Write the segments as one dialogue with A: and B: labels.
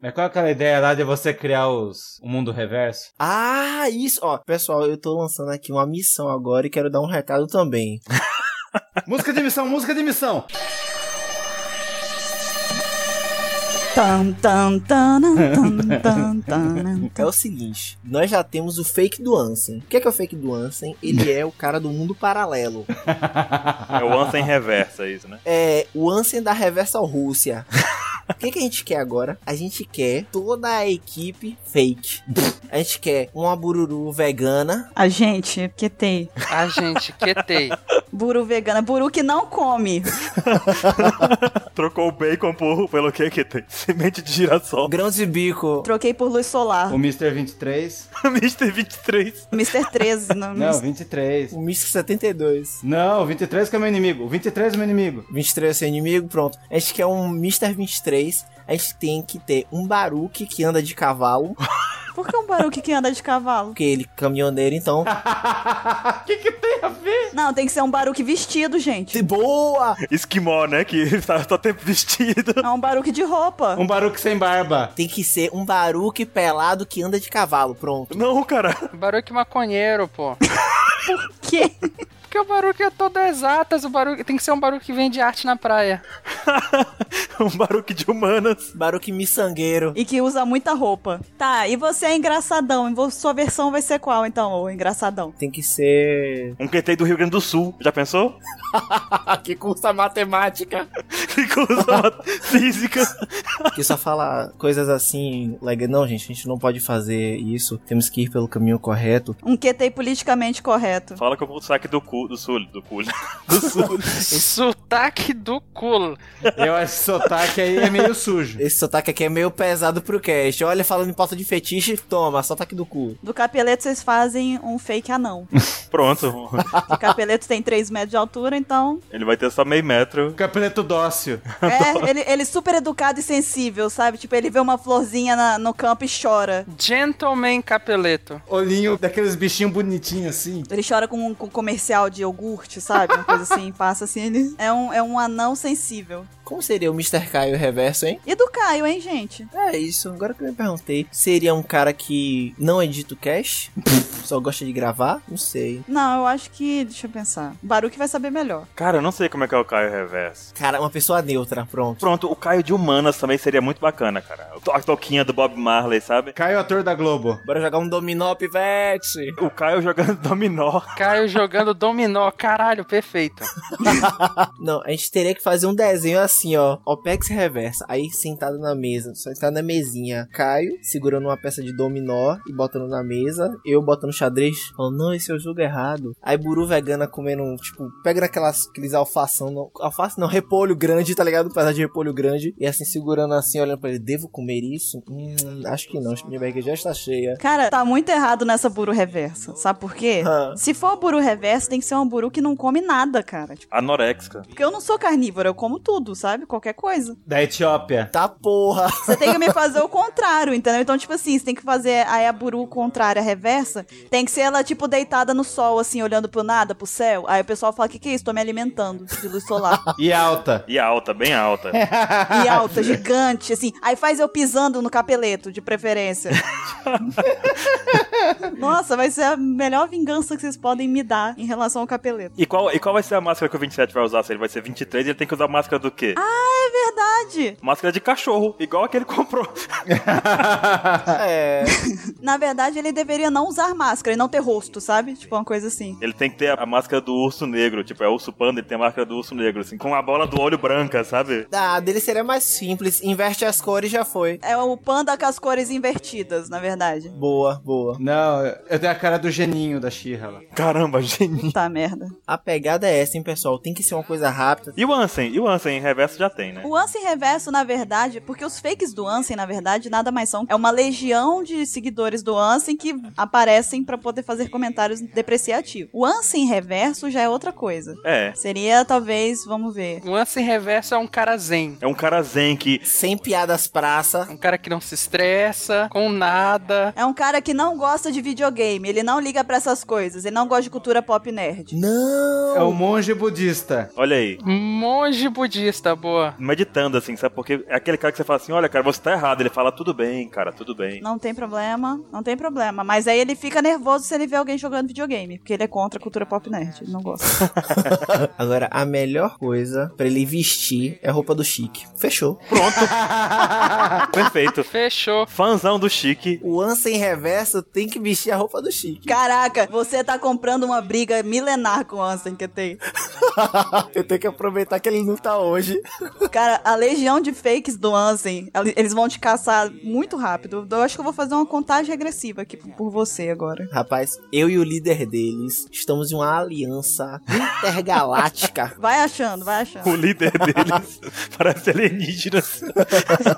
A: Mas qual é aquela ideia lá de você criar os, o mundo reverso?
B: Ah, isso, ó, pessoal, eu tô lançando aqui uma missão agora e quero dar um recado também.
A: música de missão, música de missão!
C: Tan, tan, tan, tan, tan, tan,
B: É o seguinte, nós já temos o fake do Ansem. O que é, que é o fake do Ansem? Ele é o cara do mundo paralelo.
D: É o Ansem reversa isso, né?
B: É o Ansem da Reversa Rússia. O que, que a gente quer agora? A gente quer toda a equipe fake. A gente quer uma bururu vegana.
C: A gente, que tem
E: A Ah, gente, QT.
C: buru vegana, buru que não come.
D: Trocou o bacon por, pelo que que tem? Semente de girassol.
B: Grãos de bico.
C: Troquei por luz solar.
A: O Mr. 23.
D: Mr. 23.
C: Mr. 13, não,
A: Não,
C: Mr.
A: 23.
B: O Mr. 72.
A: Não, o 23 que é meu inimigo. O 23 é meu inimigo.
B: 23 é seu inimigo, pronto. A gente quer um Mr. 23. A gente tem que ter um Baruque que anda de cavalo.
C: Por que um Baruque que anda de cavalo?
B: Porque ele é caminhoneiro, então.
A: O que, que tem a ver?
C: Não, tem que ser um Baruque vestido, gente.
B: De boa!
D: Esquimó, né? Que tá, tá tempo vestido.
C: É um Baruque de roupa.
A: Um Baruque sem barba.
B: Tem que ser um Baruque pelado que anda de cavalo, pronto.
D: Não, cara.
E: Baruque maconheiro, pô.
C: Que?
E: Porque o Baruque é todo exatas, o Baruque tem que ser um Baruque que vende arte na praia.
D: um baruque de humanas.
B: Baruque miçangueiro.
C: E que usa muita roupa. Tá, e você é engraçadão. e vo- Sua versão vai ser qual, então, ô engraçadão?
B: Tem que ser.
D: Um QT do Rio Grande do Sul. Já pensou?
B: que cursa matemática.
D: Que coisa física.
B: Que só fala coisas assim. Like, não, gente, a gente não pode fazer isso. Temos que ir pelo caminho correto.
C: Um QT politicamente correto.
D: Fala com o saque do cu, do sul, do cu.
E: Sotaque do culo.
A: Eu acho que esse sotaque aí é meio sujo.
B: Esse sotaque aqui é meio pesado pro cast. Olha, falando em pauta de fetiche, toma, sotaque do cu.
C: Do capeleto vocês fazem um fake anão.
D: Pronto.
C: O capeleto tem 3 metros de altura, então.
D: Ele vai ter só meio metro.
A: Capeleto dócil.
C: É, ele, ele é super educado e sensível, sabe? Tipo, ele vê uma florzinha na- no campo e chora.
E: Gentleman Capeleto.
A: Olhinho daqueles bichinhos bonitinhos assim.
C: Ele chora com um com um comercial de iogurte, sabe? Uma coisa assim, passa assim. Ele é um, é um anão sensível.
B: Como seria o Mr. Caio reverso, hein?
C: E do Caio, hein, gente?
B: É isso, agora que eu me perguntei. Seria um cara que não edita o cast? só gosta de gravar? Não sei.
C: Não, eu acho que. Deixa eu pensar. O Baruque vai saber melhor.
D: Cara, eu não sei como é que é o Caio Reverso.
B: Cara, uma pessoa neutra, pronto.
D: Pronto, o Caio de humanas também seria muito bacana, cara. A toquinha do Bob Marley, sabe?
A: Caio, ator da Globo.
B: Bora jogar um dominó, pivete!
D: O Caio jogando dominó.
E: Caio jogando dominó. Caralho, perfeito.
B: Não, a gente teria que fazer um desenho assim, ó. Opex reversa. Aí sentado na mesa, sentado na mesinha. Caio segurando uma peça de dominó e botando na mesa. Eu botando xadrez. Falando, não, esse é o jogo errado. Aí Buru vegana comendo, tipo, pega naquelas aqueles alfação. Não, alface não, repolho grande, tá ligado? Um pedaço de repolho grande. E assim segurando assim, olhando pra ele. Devo comer isso? Hum, acho que não. Minha barriga já está cheia.
C: Cara, tá muito errado nessa buru reversa. Sabe por quê?
B: Ah.
C: Se for buru reversa, tem que ser um buru que não come nada, cara. Tipo,
D: Anorexica.
C: Porque eu não sou carnívora, eu como tudo, sabe? Qualquer coisa.
A: Da Etiópia.
B: Tá porra!
C: Você tem que me fazer o contrário, entendeu? Então, tipo assim, você tem que fazer a Yaburu contrária, a reversa. Tem que ser ela, tipo, deitada no sol, assim, olhando pro nada, pro céu. Aí o pessoal fala: que que é isso? Tô me alimentando de luz solar.
A: E alta.
D: E alta, bem alta.
C: E alta, gigante, assim. Aí faz eu pisando no capeleto, de preferência. Nossa, vai ser a melhor vingança que vocês podem me dar em relação ao capeleto.
D: E qual, e qual vai ser a máscara que o 27 vai usar? Se ele vai ser 23, ele tem que usar máscara do quê?
C: Verdade!
D: Máscara de cachorro, igual a que ele comprou.
B: É.
C: Na verdade, ele deveria não usar máscara e não ter rosto, sabe? Tipo, uma coisa assim.
D: Ele tem que ter a máscara do urso negro, tipo, é urso panda, ele tem a máscara do urso negro, assim, com a bola do olho branca, sabe?
B: Ah, dele seria mais simples. Inverte as cores já foi.
C: É o panda com as cores invertidas, na verdade.
B: Boa, boa.
A: Não, eu tenho a cara do geninho da Xirra lá.
D: Caramba, geni.
C: Tá merda.
B: A pegada é essa, hein, pessoal? Tem que ser uma coisa rápida.
D: E o Ansem? E o Ansem em reverso já tem, né?
C: O Ansem Reverso, na verdade, porque os fakes do Ansem, na verdade, nada mais são. É uma legião de seguidores do Ansem que aparecem pra poder fazer comentários depreciativos. O Ansem Reverso já é outra coisa.
D: É.
C: Seria, talvez, vamos ver.
E: O Ansem Reverso é um cara zen.
D: É um cara zen que.
B: Sem piadas praça.
E: Um cara que não se estressa com nada.
C: É um cara que não gosta de videogame, ele não liga pra essas coisas, ele não gosta de cultura pop nerd.
B: Não!
A: É o monge budista.
D: Olha aí.
E: Monge budista, boa.
D: Meditando, assim, sabe? Porque é aquele cara que você fala assim, olha, cara, você tá errado. Ele fala, tudo bem, cara, tudo bem.
C: Não tem problema, não tem problema. Mas aí ele fica nervoso se ele vê alguém jogando videogame, porque ele é contra a cultura pop nerd, ele não gosta.
B: Agora, a melhor coisa pra ele vestir é a roupa do chique. Fechou.
D: Perfeito.
E: Fechou.
D: Fanzão do Chique.
B: O Ansem Reverso tem que vestir a roupa do chique.
C: Caraca, você tá comprando uma briga milenar com o Ansem que tem.
B: Eu tenho que aproveitar que ele não tá hoje.
C: Cara, a legião de fakes do Ansem, el- eles vão te caçar muito rápido. Eu acho que eu vou fazer uma contagem regressiva aqui por você agora.
B: Rapaz, eu e o líder deles estamos em uma aliança intergaláctica.
C: Vai achando, vai
D: O
C: achando.
D: líder deles parece alienígenas.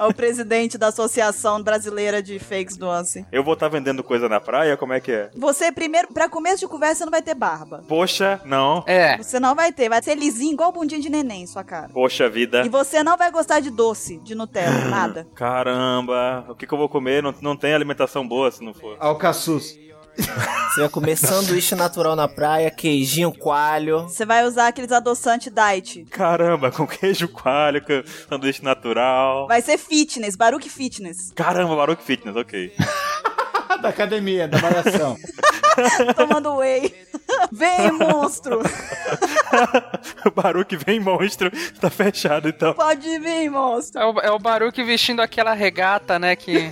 C: É o presidente da Associação Brasileira de Fakes do Ansem.
D: Eu vou estar vendendo coisa na praia, como é que é?
C: Você, primeiro, pra começo de conversa, você não vai ter barba.
D: Poxa, não.
E: É.
C: Você não vai ter, vai ser lisinho igual bundinha de neném, sua cara.
D: Poxa vida.
C: E você não vai gostar de doce, de Nutella, nada.
D: Caramba, o que, que eu vou comer? Não, não tem alimentação boa se não for.
A: Alcaçuz.
B: Você vai comer sanduíche natural na praia, queijinho coalho.
C: Você vai usar aqueles adoçantes diet.
D: Caramba, com queijo coalho, com sanduíche natural.
C: Vai ser fitness, Baruque Fitness.
D: Caramba, Baruch Fitness, ok.
A: Ah, da academia, da malhação.
C: Tomando whey. Vem, monstro.
D: Baruch vem monstro, tá fechado então.
C: Pode vir, monstro.
E: É o, é o Baruque vestindo aquela regata, né? Que.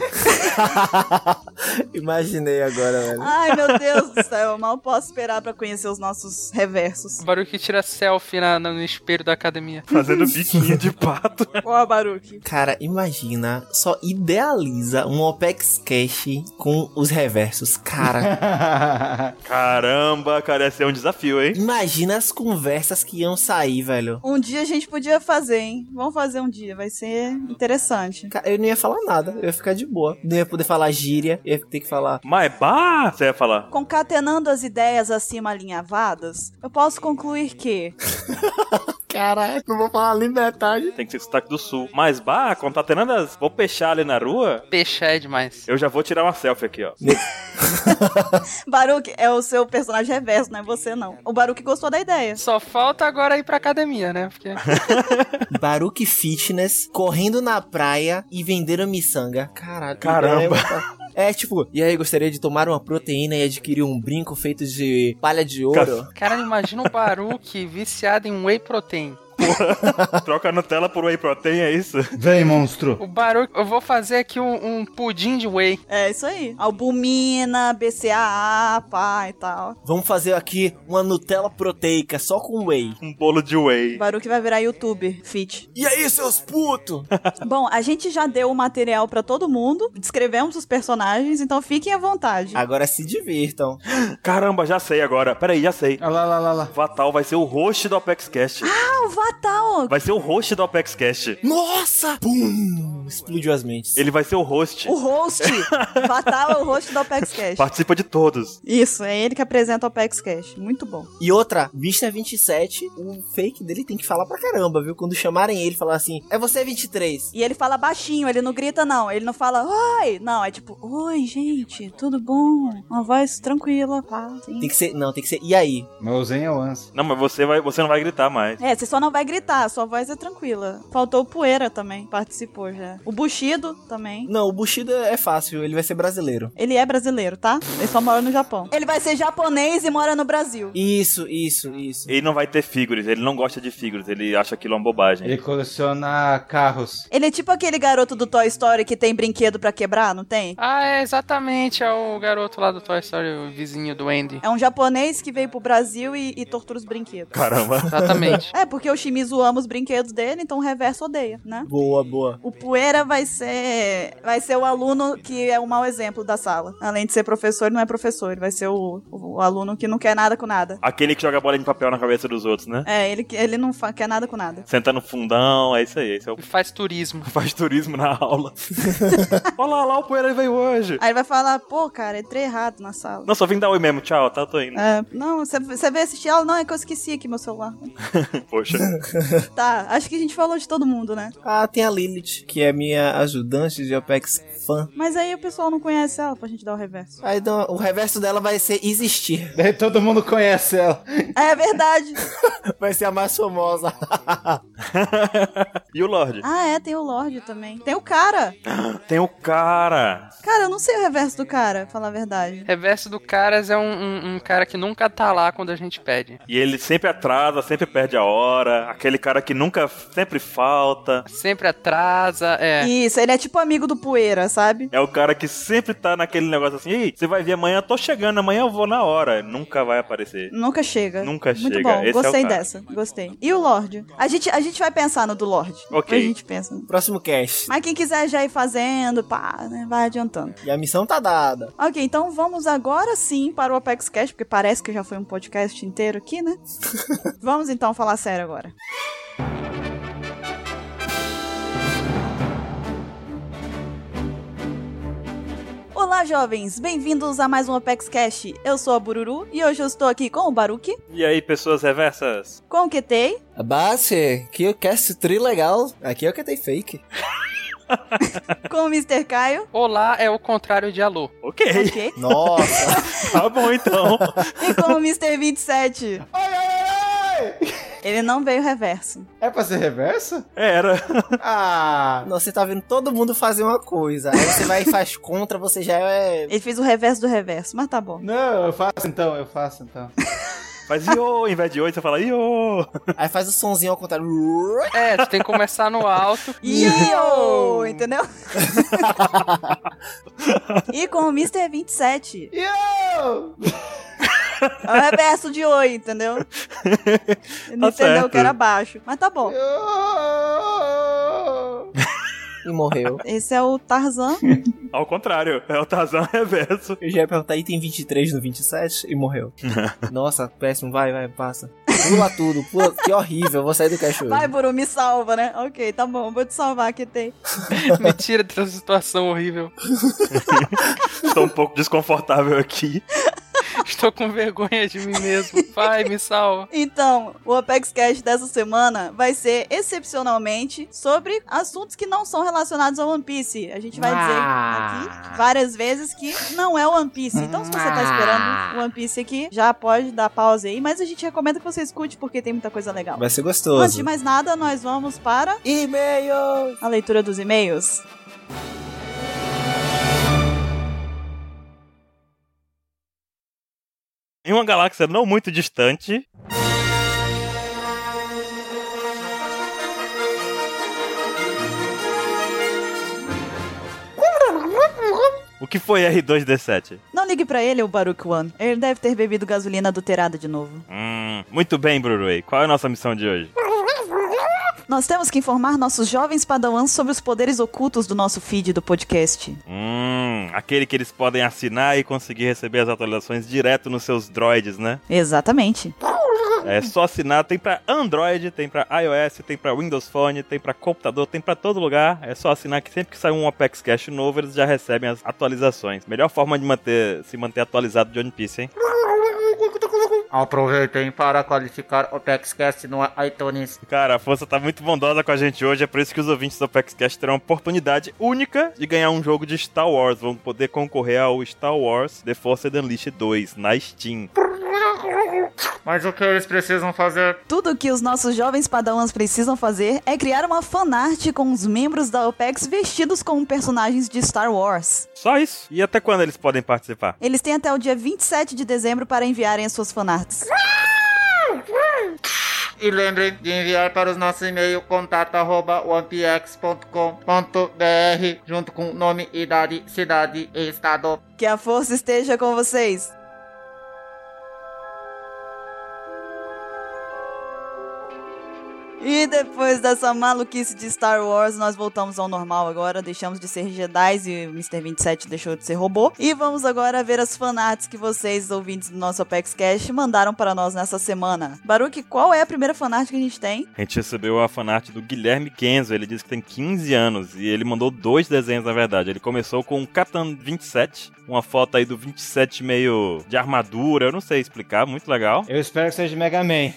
B: Imaginei agora, velho.
C: Ai, meu Deus do céu. Eu mal posso esperar pra conhecer os nossos reversos.
E: O Baruque tira selfie na- no, no espelho da academia.
D: Fazendo biquinho de pato.
C: Ó, Baruque.
B: Cara, imagina, só idealiza um OPEX Cash com os reversos. Cara,
D: Caramba, cara, esse é um desafio, hein?
B: imagina as conversas que iam sair, velho.
C: Um dia a gente podia fazer, hein? Vamos fazer um dia, vai ser interessante.
B: Cara, eu não ia falar nada, eu ia ficar de boa. Não ia poder falar gíria, eu ia ter que falar.
D: Mas bah, você ia falar.
C: Concatenando as ideias acima alinhavadas, eu posso concluir que
B: Caraca, não vou falar nem metade.
D: Tem que ser sotaque do sul. Mas bah, contatenando as. Vou peixar ali na rua.
E: Peixe é demais.
D: Eu já vou tirar uma selfie aqui, ó.
C: Baruque é o seu personagem reverso, não é você não. O Baruque gostou da ideia.
E: Só falta agora ir pra academia, né? Porque.
B: Baruque Fitness correndo na praia e vendendo miçanga. Caralho.
D: Caramba.
B: É, é, tipo, e aí gostaria de tomar uma proteína e adquirir um brinco feito de palha de ouro?
E: Cara, imagina o Baruque viciado em whey protein.
D: Troca a Nutella por whey protein, é isso?
A: Vem, monstro.
E: O Baruque. Eu vou fazer aqui um, um pudim de whey.
C: É isso aí. Albumina, BCAA, pá e tal.
B: Vamos fazer aqui uma Nutella proteica só com whey.
D: Um bolo de whey.
C: Baruque vai virar youtuber fit.
B: E aí, seus putos?
C: Bom, a gente já deu o material pra todo mundo, descrevemos os personagens, então fiquem à vontade.
B: Agora se divirtam.
D: Caramba, já sei agora. Peraí, já sei.
A: Olha lá, lá, lá, lá.
D: Vatal vai ser o host do ApexCast.
C: Ah, o Vatal!
D: Vai ser o host do ApexCast.
B: Nossa! Pum! Explodiu as mentes.
D: Ele vai ser o host.
C: O host! Vatal é o host do Apex Cash.
D: Participa de todos.
C: Isso, é ele que apresenta o Apex Cash. Muito bom.
B: E outra, é Mr. 27, o fake dele tem que falar pra caramba, viu? Quando chamarem ele, falar assim: é você 23.
C: E ele fala baixinho, ele não grita, não. Ele não fala, oi! Não, é tipo, oi, gente, tudo bom? Uma voz tranquila, pá. assim.
B: Tem que ser, não, tem que ser. E aí?
A: Meu Zen é o Anse.
D: Não, mas você, vai, você não vai gritar mais.
C: É, você só não vai gritar, sua voz é tranquila. Faltou o Poeira também, participou já. O Bushido também.
B: Não, o Bushida é fácil, ele vai ser brasileiro.
C: Ele é brasileiro, tá? Ele só mora no Japão. Ele vai ser japonês e mora no Brasil.
B: Isso, isso, isso.
D: Ele não vai ter figures, ele não gosta de figures, ele acha aquilo uma bobagem.
A: Ele coleciona carros.
C: Ele é tipo aquele garoto do Toy Story que tem brinquedo pra quebrar, não tem?
E: Ah, é exatamente. É o garoto lá do Toy Story, o vizinho do Andy.
C: É um japonês que veio pro Brasil e, e tortura os brinquedos.
D: Caramba.
E: Exatamente.
C: É, porque o Shimizu ama os brinquedos dele, então o reverso odeia, né?
B: Boa, boa.
C: O Poeira vai ser vai ser o aluno que é o mau exemplo da sala. Além de ser professor, ele não é professor. Ele vai ser o, o, o aluno que não quer nada com nada.
D: Aquele que joga bola de papel na cabeça dos outros, né?
C: É, ele, que- ele não fa- quer nada com nada.
D: Senta no fundão, é isso aí. Esse é o
E: E faz turismo.
D: faz turismo na aula. Olá, lá o Poeira veio hoje.
C: Aí ele vai falar, pô, cara, entrei errado na sala.
D: Não, só vim dar oi mesmo, tchau, tá, tô indo.
C: É, não, você- você veio assistir aula? Não, é que eu esqueci aqui meu celular.
D: Poxa.
C: tá, acho que a gente falou de todo mundo, né?
B: Ah, tem a Lilith, que é é minha ajudante de Apex fã.
C: Mas aí o pessoal não conhece ela pra gente dar o reverso.
B: Aí então, o reverso dela vai ser existir.
A: Daí todo mundo conhece ela.
C: É verdade.
B: Vai ser a mais famosa.
D: E o Lorde?
C: Ah, é, tem o Lorde também. Tem o cara.
D: Tem o cara.
C: Cara, eu não sei o reverso do cara, falar a verdade.
E: Reverso do Caras é um, um- um cara que nunca tá lá quando a gente pede.
D: E ele sempre atrasa, sempre perde a hora. Aquele cara que nunca, sempre falta.
E: Sempre atrasa, é.
C: Isso, ele é tipo amigo do Poeira, sabe?
D: É o cara que sempre tá naquele negócio assim, ei, você vai ver amanhã, eu tô chegando, amanhã eu vou na hora. Nunca vai aparecer.
C: Nunca chega.
D: Nunca
C: Muito
D: chega,
C: bom,
D: esse é o
C: gostei
D: cara.
C: dessa. Gostei. E o Lorde? A gente, a gente vai pensar no do Lorde.
D: Ok.
C: Depois a gente pensa.
B: Próximo cast.
C: Mas quem quiser já ir fazendo, pá, né, vai adiantando.
B: E a missão tá dada.
C: Ok, então vamos agora sim para o Apex Cash, porque parece que já foi um podcast inteiro aqui, né? vamos então falar sério agora. Olá, jovens! Bem-vindos a mais um Apex Cash. Eu sou a Bururu e hoje eu estou aqui com o Baruki,
D: E aí, pessoas reversas?
C: com o Ketei
B: Abate, é que o cast tri legal. Aqui eu que tem fake.
C: com o Mr. Caio.
E: Olá é o contrário de alô.
D: Ok,
C: Ok.
B: Nossa.
D: tá bom então.
C: E com o Mr. 27.
A: Ai, ai, ai!
C: Ele não veio reverso.
A: É pra ser reverso?
D: Era.
A: Ah!
B: Não, você tá vendo todo mundo fazer uma coisa. Aí você vai e faz contra, você já é.
C: Ele fez o reverso do reverso, mas tá bom.
A: Não, eu faço então, eu faço então.
D: Faz iô, em vez de oi, você fala iô.
B: Aí faz o sonzinho ao contrário.
E: É, tu tem que começar no alto.
C: Yo! Entendeu? e com o Mr. 27.
A: Yo!
C: É o reverso de oi, entendeu? Ele não entendeu
D: Tá certo.
C: que era baixo. Mas tá bom.
A: Yo!
B: E morreu.
C: Esse é o Tarzan.
D: Ao contrário, é o Tarzan reverso.
B: Eu já ia perguntar item 23 no 27 e morreu. Nossa, péssimo. Vai, vai, passa. Pula tudo. Pula. Que horrível. Vou sair do cachorro.
C: Vai, Buru, me salva, né? Ok, tá bom, vou te salvar que tem.
E: Me tira dessa situação horrível.
D: Tô um pouco desconfortável aqui.
E: Estou com vergonha de mim mesmo. Vai, me salva.
C: Então, o Apex Cash dessa semana vai ser excepcionalmente sobre assuntos que não são relacionados ao One Piece. A gente vai dizer aqui várias vezes que não é o One Piece. Então, se você tá esperando o One Piece aqui, já pode dar pausa aí, mas a gente recomenda que você escute porque tem muita coisa legal.
B: Vai ser
C: Antes de
B: gostoso.
C: mais nada, nós vamos para
B: E-mail!
C: a leitura dos e-mails.
D: Em uma galáxia não muito distante, o que foi R2D7?
C: Não ligue pra ele, o Baruch One. Ele deve ter bebido gasolina adulterada de novo.
D: Hum, muito bem, Bruruei. Qual é a nossa missão de hoje?
C: Nós temos que informar nossos jovens padawans sobre os poderes ocultos do nosso feed do podcast.
D: Hum, aquele que eles podem assinar e conseguir receber as atualizações direto nos seus droids, né?
C: Exatamente.
D: É só assinar, tem pra Android, tem pra iOS, tem pra Windows Phone, tem pra computador, tem pra todo lugar. É só assinar que sempre que sair um Apex Cash novo, eles já recebem as atualizações. Melhor forma de manter, se manter atualizado de One Piece, hein?
F: Aproveitem para qualificar o TexCast no iTunes.
D: Cara, a força tá muito bondosa com a gente hoje, é por isso que os ouvintes do Apex Cash terão uma oportunidade única de ganhar um jogo de Star Wars. Vão poder concorrer ao Star Wars The Force Unleashed 2 na Steam.
F: Mas o que eles precisam fazer?
C: Tudo que os nossos jovens padawans precisam fazer é criar uma fanart com os membros da OPEX vestidos como personagens de Star Wars.
D: Só isso. E até quando eles podem participar?
C: Eles têm até o dia 27 de dezembro para enviarem as suas fanarts.
F: E lembrem de enviar para o nosso e-mail contato arroba onepx.com.br junto com nome, idade, cidade e estado.
C: Que a força esteja com vocês! E depois dessa maluquice de Star Wars, nós voltamos ao normal agora. Deixamos de ser Jedi e o Mr. 27 deixou de ser robô. E vamos agora ver as fanarts que vocês, ouvintes do nosso Apex Cash, mandaram para nós nessa semana. Baruque, qual é a primeira fanart que a gente tem?
D: A gente recebeu a fanart do Guilherme Kenzo, ele disse que tem 15 anos e ele mandou dois desenhos, na verdade. Ele começou com um o Capitão 27, uma foto aí do 27 meio de armadura, eu não sei explicar, muito legal.
A: Eu espero que seja Mega Man.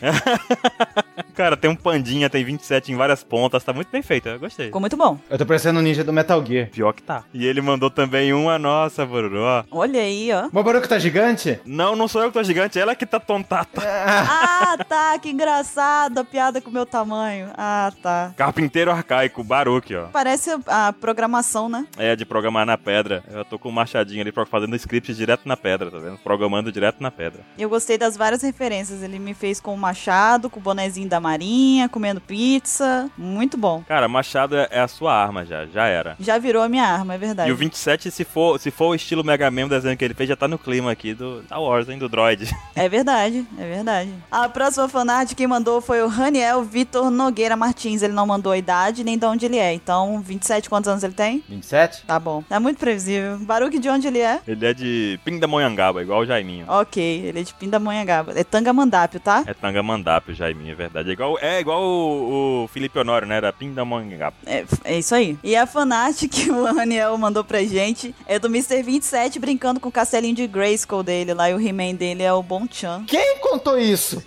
D: Cara, tem um pandinha, tem 27 em várias pontas, tá muito bem feito, eu gostei.
C: Ficou muito bom.
A: Eu tô parecendo o ninja do Metal Gear.
D: Pior que tá. E ele mandou também uma, nossa, Bururu, ó.
C: Olha aí, ó.
A: O Baruco tá gigante?
D: Não, não sou eu que tô gigante, ela que tá tontata.
C: Ah, tá, que engraçado a piada com o meu tamanho. Ah, tá.
D: Carpinteiro arcaico, Baruque, ó.
C: Parece a, a programação, né?
D: É, de programar na pedra. Eu tô com um machadinho ali pro- fazendo script direto na pedra, tá vendo? Programando direto na pedra.
C: Eu gostei das várias referências. Ele me fez com o machado, com o bonezinho da marinha, comendo pizza. Muito bom.
D: Cara, machado é é a sua arma já, já era.
C: Já virou a minha arma, é verdade.
D: E o 27, se for, se for o estilo Mega Man, o desenho que ele fez, já tá no clima aqui do Star Wars, hein, do droid.
C: É verdade, é verdade. A próxima fanart quem mandou foi o Raniel Vitor Nogueira Martins. Ele não mandou a idade nem de onde ele é. Então, 27, quantos anos ele tem?
A: 27?
C: Tá bom. Tá muito previsível. Baruque, de onde ele é?
D: Ele é de Pindamonhangaba, igual o Jaiminho.
C: Ok, ele é de Pindamonhangaba. É Tangamandápio, tá?
D: É Tangamandap, o Jaiminho, é verdade. É igual, é igual o, o Felipe Honório, né? Era Pindamonhangaba.
C: É, é isso aí. E a fanart que o Raniel mandou pra gente é do Mr. 27 brincando com o castelinho de Grayskull dele lá. E o He-Man dele é o Bonchan.
A: Quem contou isso?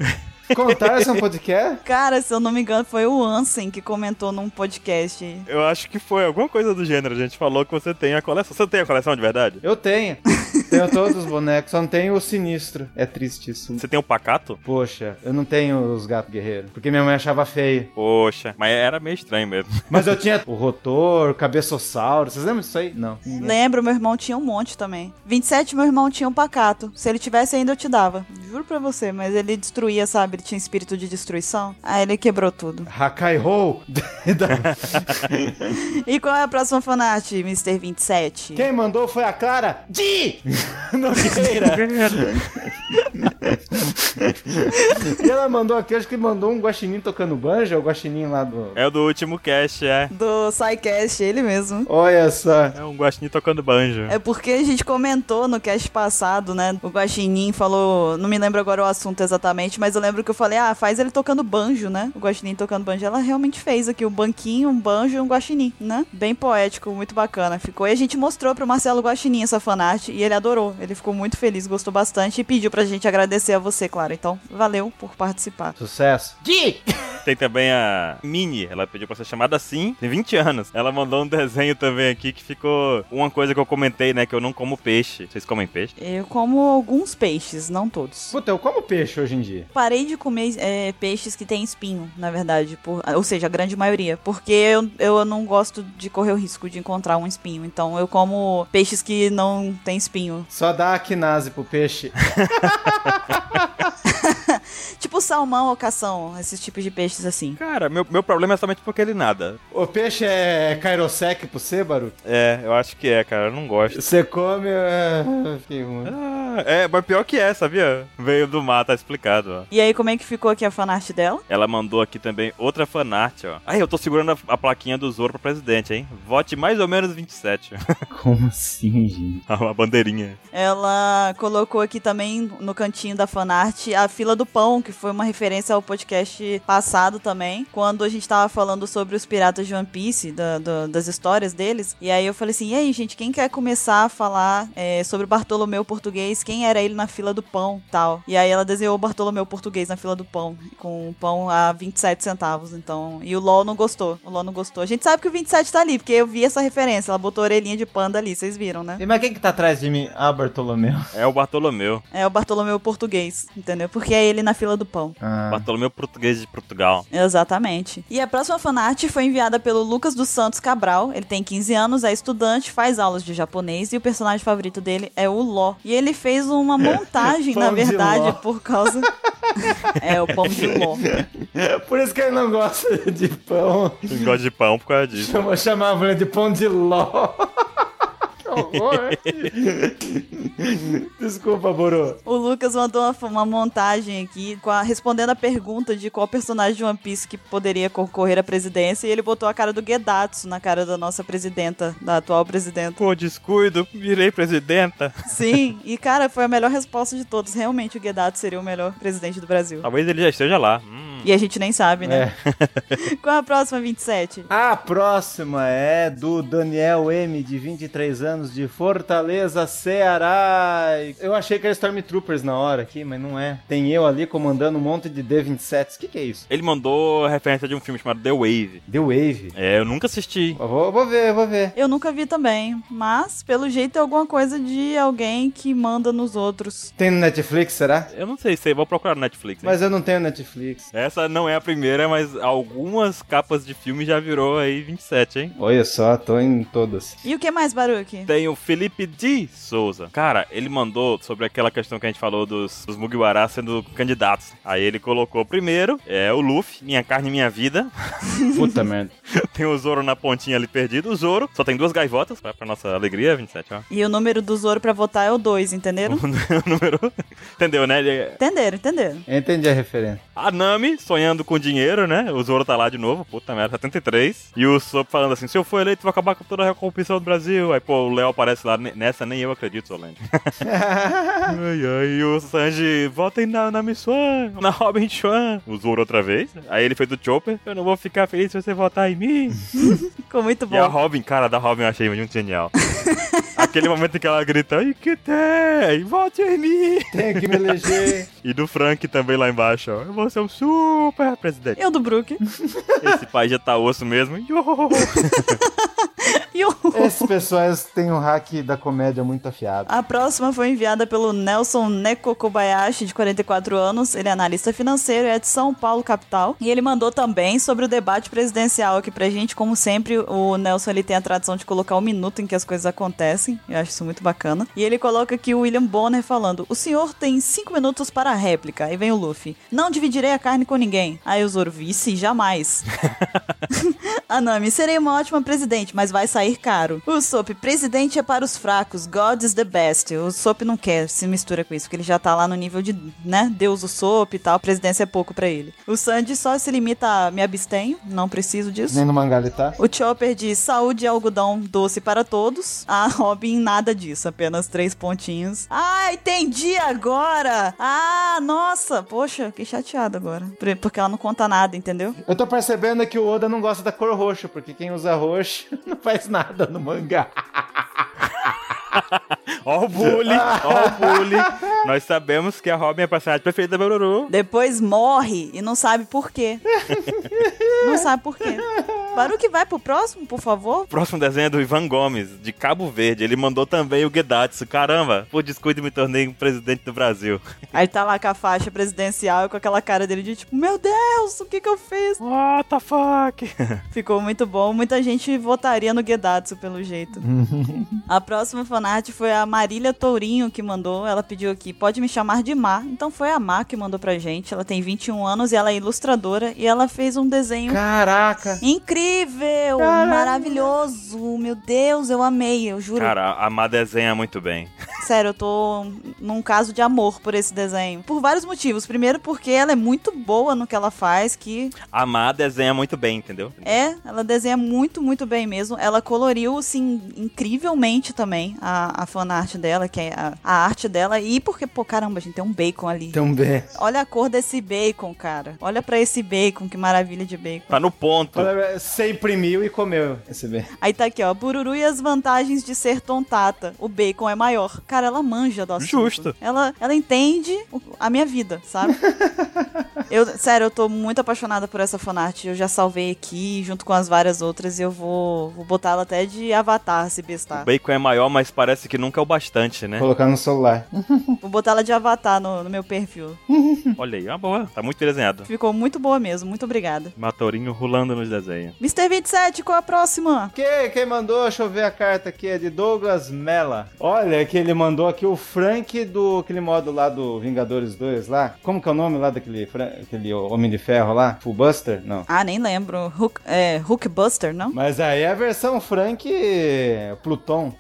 A: Contaram isso no podcast?
C: Cara, se eu não me engano, foi o Ansem que comentou num podcast.
D: Eu acho que foi alguma coisa do gênero. A gente falou que você tem a coleção. Você tem a coleção de verdade?
A: Eu tenho. Tenho todos os bonecos, só não tenho o sinistro. É triste isso.
D: Você tem o Pacato?
A: Poxa, eu não tenho os gatos guerreiros, porque minha mãe achava feio.
D: Poxa, mas era meio estranho mesmo.
A: Mas eu tinha o rotor, o cabeçossauro, vocês lembram disso aí? Não.
C: Lembro, meu irmão tinha um monte também. 27, meu irmão tinha um pacato. Se ele tivesse ainda, eu te dava. Juro pra você, mas ele destruía, sabe? Ele tinha espírito de destruição. Aí ele quebrou tudo.
A: Hakai Ho!
C: E qual é a próxima fanart, Mr. 27?
A: Quem mandou foi a Clara Di Nogueira. e ela mandou aqui, acho que mandou um guaxinim tocando banjo, é o guaxinim lá do...
D: É o do último cast, é.
C: Do Psycast, ele mesmo.
A: Olha só.
D: É um guaxinim tocando banjo.
C: É porque a gente comentou no cast passado, né? O Guaxinim falou. Não me lembro agora o assunto exatamente, mas eu lembro que eu falei, ah, faz ele tocando banjo, né? O Guaxinim tocando banjo. Ela realmente fez aqui um banquinho, um banjo e um Guaxinim, né? Bem poético, muito bacana. Ficou. E a gente mostrou pro Marcelo Guaxinim essa fanart e ele adorou. Ele ficou muito feliz, gostou bastante e pediu pra gente agradecer a você, claro. Então, valeu por participar.
A: Sucesso. Di!
D: Tem também a Mini, ela pediu pra ser chamada assim, tem 20 anos. Ela mandou um desenho também aqui que ficou uma coisa que eu comentei, né? Que eu não como peixe. Vocês comem peixe?
C: Eu como alguns peixes, não todos.
A: Puta, eu como peixe hoje em dia.
C: Parei de comer é, peixes que têm espinho, na verdade. por- ou seja, a grande maioria. Porque eu, eu não gosto de correr o risco de encontrar um espinho. Então eu como peixes que não têm espinho.
A: Só dá a quinase pro peixe.
C: Tipo salmão ou cação, esses tipos de peixes assim.
D: Cara, meu, meu problema é somente porque ele nada.
A: O peixe é Kairosek pro Sêbaro?
D: É, eu acho que é, cara. Eu não gosto.
A: Você come. ah, que ruim.
D: Ah, é, mas pior que é, sabia? Veio do mar, tá explicado, ó.
C: E aí, como é que ficou aqui a fanart dela?
D: Ela mandou aqui também outra fanart, ó. Aí, eu tô segurando a, a plaquinha do Zoro pra presidente, hein? Vote mais ou menos 27.
A: Como assim, gente?
D: a bandeirinha.
C: Ela colocou aqui também no cantinho da fanart a fila do pão, que foi uma referência ao podcast passado também, quando a gente tava falando sobre os piratas de One Piece, da- da- das histórias deles. E aí eu falei assim: e aí, gente, quem quer começar a falar é, sobre o Bartolomeu português? Quem era ele na fila do pão tal? E aí ela desenhou o Bartolomeu português na fila do pão, com o pão a 27 centavos. Então, e o LOL não gostou. O LOL não gostou. A gente sabe que o 27 tá ali, porque eu vi essa referência. Ela botou a orelhinha de panda ali, vocês viram, né?
A: E, mas quem que tá atrás de mim? Ah, Bartolomeu.
D: É o Bartolomeu.
C: É o Bartolomeu português, entendeu? Porque é ele na fila do pão.
A: Ah.
D: Bartolomeu português de Portugal.
C: Exatamente. E a próxima fanart foi enviada pelo Lucas dos Santos Cabral. Ele tem 15 anos, é estudante, faz aulas de japonês e o personagem favorito dele é o Ló. E ele fez uma montagem,
A: Pão
C: na
A: de Ló.
C: verdade, por causa. é, o pão de Ló.
A: Por isso que ele não gosta de pão.
D: Não gosta de pão por causa disso.
A: Chamou, chamava a mulher de pão de ló. Que horror, hein? Desculpa, Boro.
C: O Lucas mandou uma, uma montagem aqui com a- respondendo a pergunta de qual personagem de One Piece que poderia concorrer à presidência. E ele botou a cara do Gedatsu na cara da nossa presidenta, da atual presidenta.
D: Por descuido, virei presidenta.
C: Sim, e cara, foi a melhor resposta de todos. Realmente o Guedato seria o melhor presidente do Brasil.
D: Talvez ele já esteja lá. Hum.
C: E a gente nem sabe, né?
A: É.
C: Qual é a próxima 27?
A: A próxima é do Daniel M, de 23 anos, de Fortaleza, Ceará. Eu achei que era Stormtroopers na hora aqui, mas não é. Tem eu ali comandando um monte de D27s. O que, que é isso?
D: Ele mandou referência de um filme chamado The Wave.
A: The Wave.
D: É, eu nunca assisti.
A: Eu Vou, vou ver, eu vou ver.
C: Eu nunca vi também, mas pelo jeito é alguma coisa de alguém que manda nos outros.
A: Tem no Netflix, será?
D: Eu não sei se vou procurar no Netflix. hein?
A: Mas eu não tenho Netflix.
D: Essa não é a primeira, mas algumas capas de filme já virou aí 27, hein?
A: Olha só, tô em todas.
C: E o que mais, Baruque?
D: Tem o Felipe de Souza. Cara, ele mandou sobre aquela questão que a gente falou dos, dos Mugiwara sendo candidatos. Aí ele colocou primeiro, é o Luffy, Minha Carne Minha Vida.
A: Puta merda.
D: tem o Zoro na pontinha ali perdido. O Zoro só tem duas gaivotas, pra, pra nossa alegria, 27, ó.
C: E o número do Zoro pra votar é o 2, entenderam?
D: Uhum. O número... Entendeu, né? Ele-
C: entenderam, entenderam.
A: Entendi a referência.
D: A Nami sonhando com dinheiro, né? O Zoro tá lá de novo, puta merda, 73. E o Sop falando assim: se eu for eleito, vou acabar com toda a corrupção do Brasil. Aí, pô, o Léo aparece lá, "Ne- nessa nem eu acredito, Solange. ai, ai, e o Sanji, votem na, na Missuan, na Robin Chuan. O Zoro outra vez. Aí ele fez do Chopper: eu não vou ficar feliz se você votar em mim.
C: Ficou muito bom.
D: E a Robin, cara, da Robin eu achei muito genial. Aquele momento em que ela grita: e que tem? Vote em mim.
A: Tenho que me eleger.
D: E do Frank também lá embaixo: ó, eu vou ser um super presidente.
C: Eu do Brook.
D: Esse pai já tá osso mesmo. Yo!
C: E o...
A: Esses pessoais têm um hack da comédia muito afiado.
C: A próxima foi enviada pelo Nelson Neko Kobayashi, de 44 anos. Ele é analista financeiro e é de São Paulo, capital. E ele mandou também sobre o debate presidencial aqui pra gente. Como sempre, o Nelson ele tem a tradição de colocar o minuto em que as coisas acontecem. Eu acho isso muito bacana. E ele coloca aqui o William Bonner falando: O senhor tem cinco minutos para a réplica. Aí vem o Luffy: Não dividirei a carne com ninguém. Aí o Zoro: Vice, jamais. Anami, serei é uma ótima presidente, mas vai sair caro. O Sop, presidente é para os fracos, God is the best. O Sop não quer se mistura com isso, porque ele já tá lá no nível de, né, Deus o Sop e tal, presidência é pouco pra ele. O Sandy só se limita a me abstenho, não preciso disso.
A: Nem no mangá tá?
C: O Chopper diz saúde e algodão doce para todos. A Robin nada disso, apenas três pontinhos. Ah, entendi agora! Ah, nossa! Poxa, fiquei chateada agora. Por- Porque ela não conta nada, entendeu?
A: Eu tô percebendo que o Oda não gosta da cor roxa, porque quem usa roxo não faz nada no mangá.
D: Ó o bullying! Ó o bullying! Nós sabemos que a Robin é a personagem preferida da Bururu.
C: Depois morre e não sabe por quê. não sabe por quê. Baruque, vai pro próximo, por favor.
D: O próximo desenho é do Ivan Gomes, de Cabo Verde. Ele mandou também o Guedatsu. Caramba, por descuido me tornei um presidente do Brasil.
C: Aí tá lá com a faixa presidencial e com aquela cara dele de tipo, meu Deus, o que que eu fiz?
D: What the fuck?
C: Ficou muito bom. Muita gente votaria no Gedatsu, pelo jeito. a próxima fanart foi a Marília Tourinho que mandou. Ela pediu aqui, pode me chamar de Mar. Então foi a Mar que mandou pra gente. Ela tem 21 anos e ela é ilustradora. E ela fez um desenho
A: Caraca!
C: Incrível! Maravilhoso! Meu Deus, eu amei, eu juro.
D: Cara, a Má desenha muito bem.
C: Sério, eu tô num caso de amor por esse desenho. Por vários motivos. Primeiro, porque ela é muito boa no que ela faz, que
D: A Má desenha muito bem, entendeu?
C: é, ela desenha muito, muito bem mesmo. Ela coloriu, assim, incrivelmente também a, a fanart dela, que é a, a arte dela. E porque, pô, caramba, gente, tem um bacon ali.
A: Também.
C: Olha a cor desse bacon, cara. Olha pra esse bacon, que maravilha de bacon.
D: Tá no ponto.
A: Você imprimiu e comeu esse bem.
C: Aí tá aqui, ó. Bururu e as vantagens de ser tontata. O bacon é maior. Cara, ela manja do assunto.
D: Justo.
C: Ela, ela entende o- a minha vida, sabe? eu, sério, eu tô muito apaixonada por essa fanart. Eu já salvei aqui, junto com as várias outras. E eu vou, vou botar ela até de avatar, se
D: O
C: bestar.
D: bacon é maior, mas parece que nunca é o bastante, né?
A: Colocar no celular.
C: Vou botar ela de avatar no, no meu perfil.
D: Olha aí, é uma boa. Tá muito desenhado.
C: Ficou muito boa mesmo. Muito obrigada.
D: Matorinho rolando nos desenhos.
C: Mr. 27, qual a próxima?
A: Quem, quem mandou? Deixa eu ver a carta aqui, é de Douglas Mella. Olha, que ele mandou aqui o Frank do aquele modo lá do Vingadores 2 lá. Como que é o nome lá daquele Fran- aquele Homem de Ferro lá? Fullbuster? Não.
C: Ah, nem lembro. Hook, é, Hookbuster, não?
A: Mas aí é a versão Frank Pluton.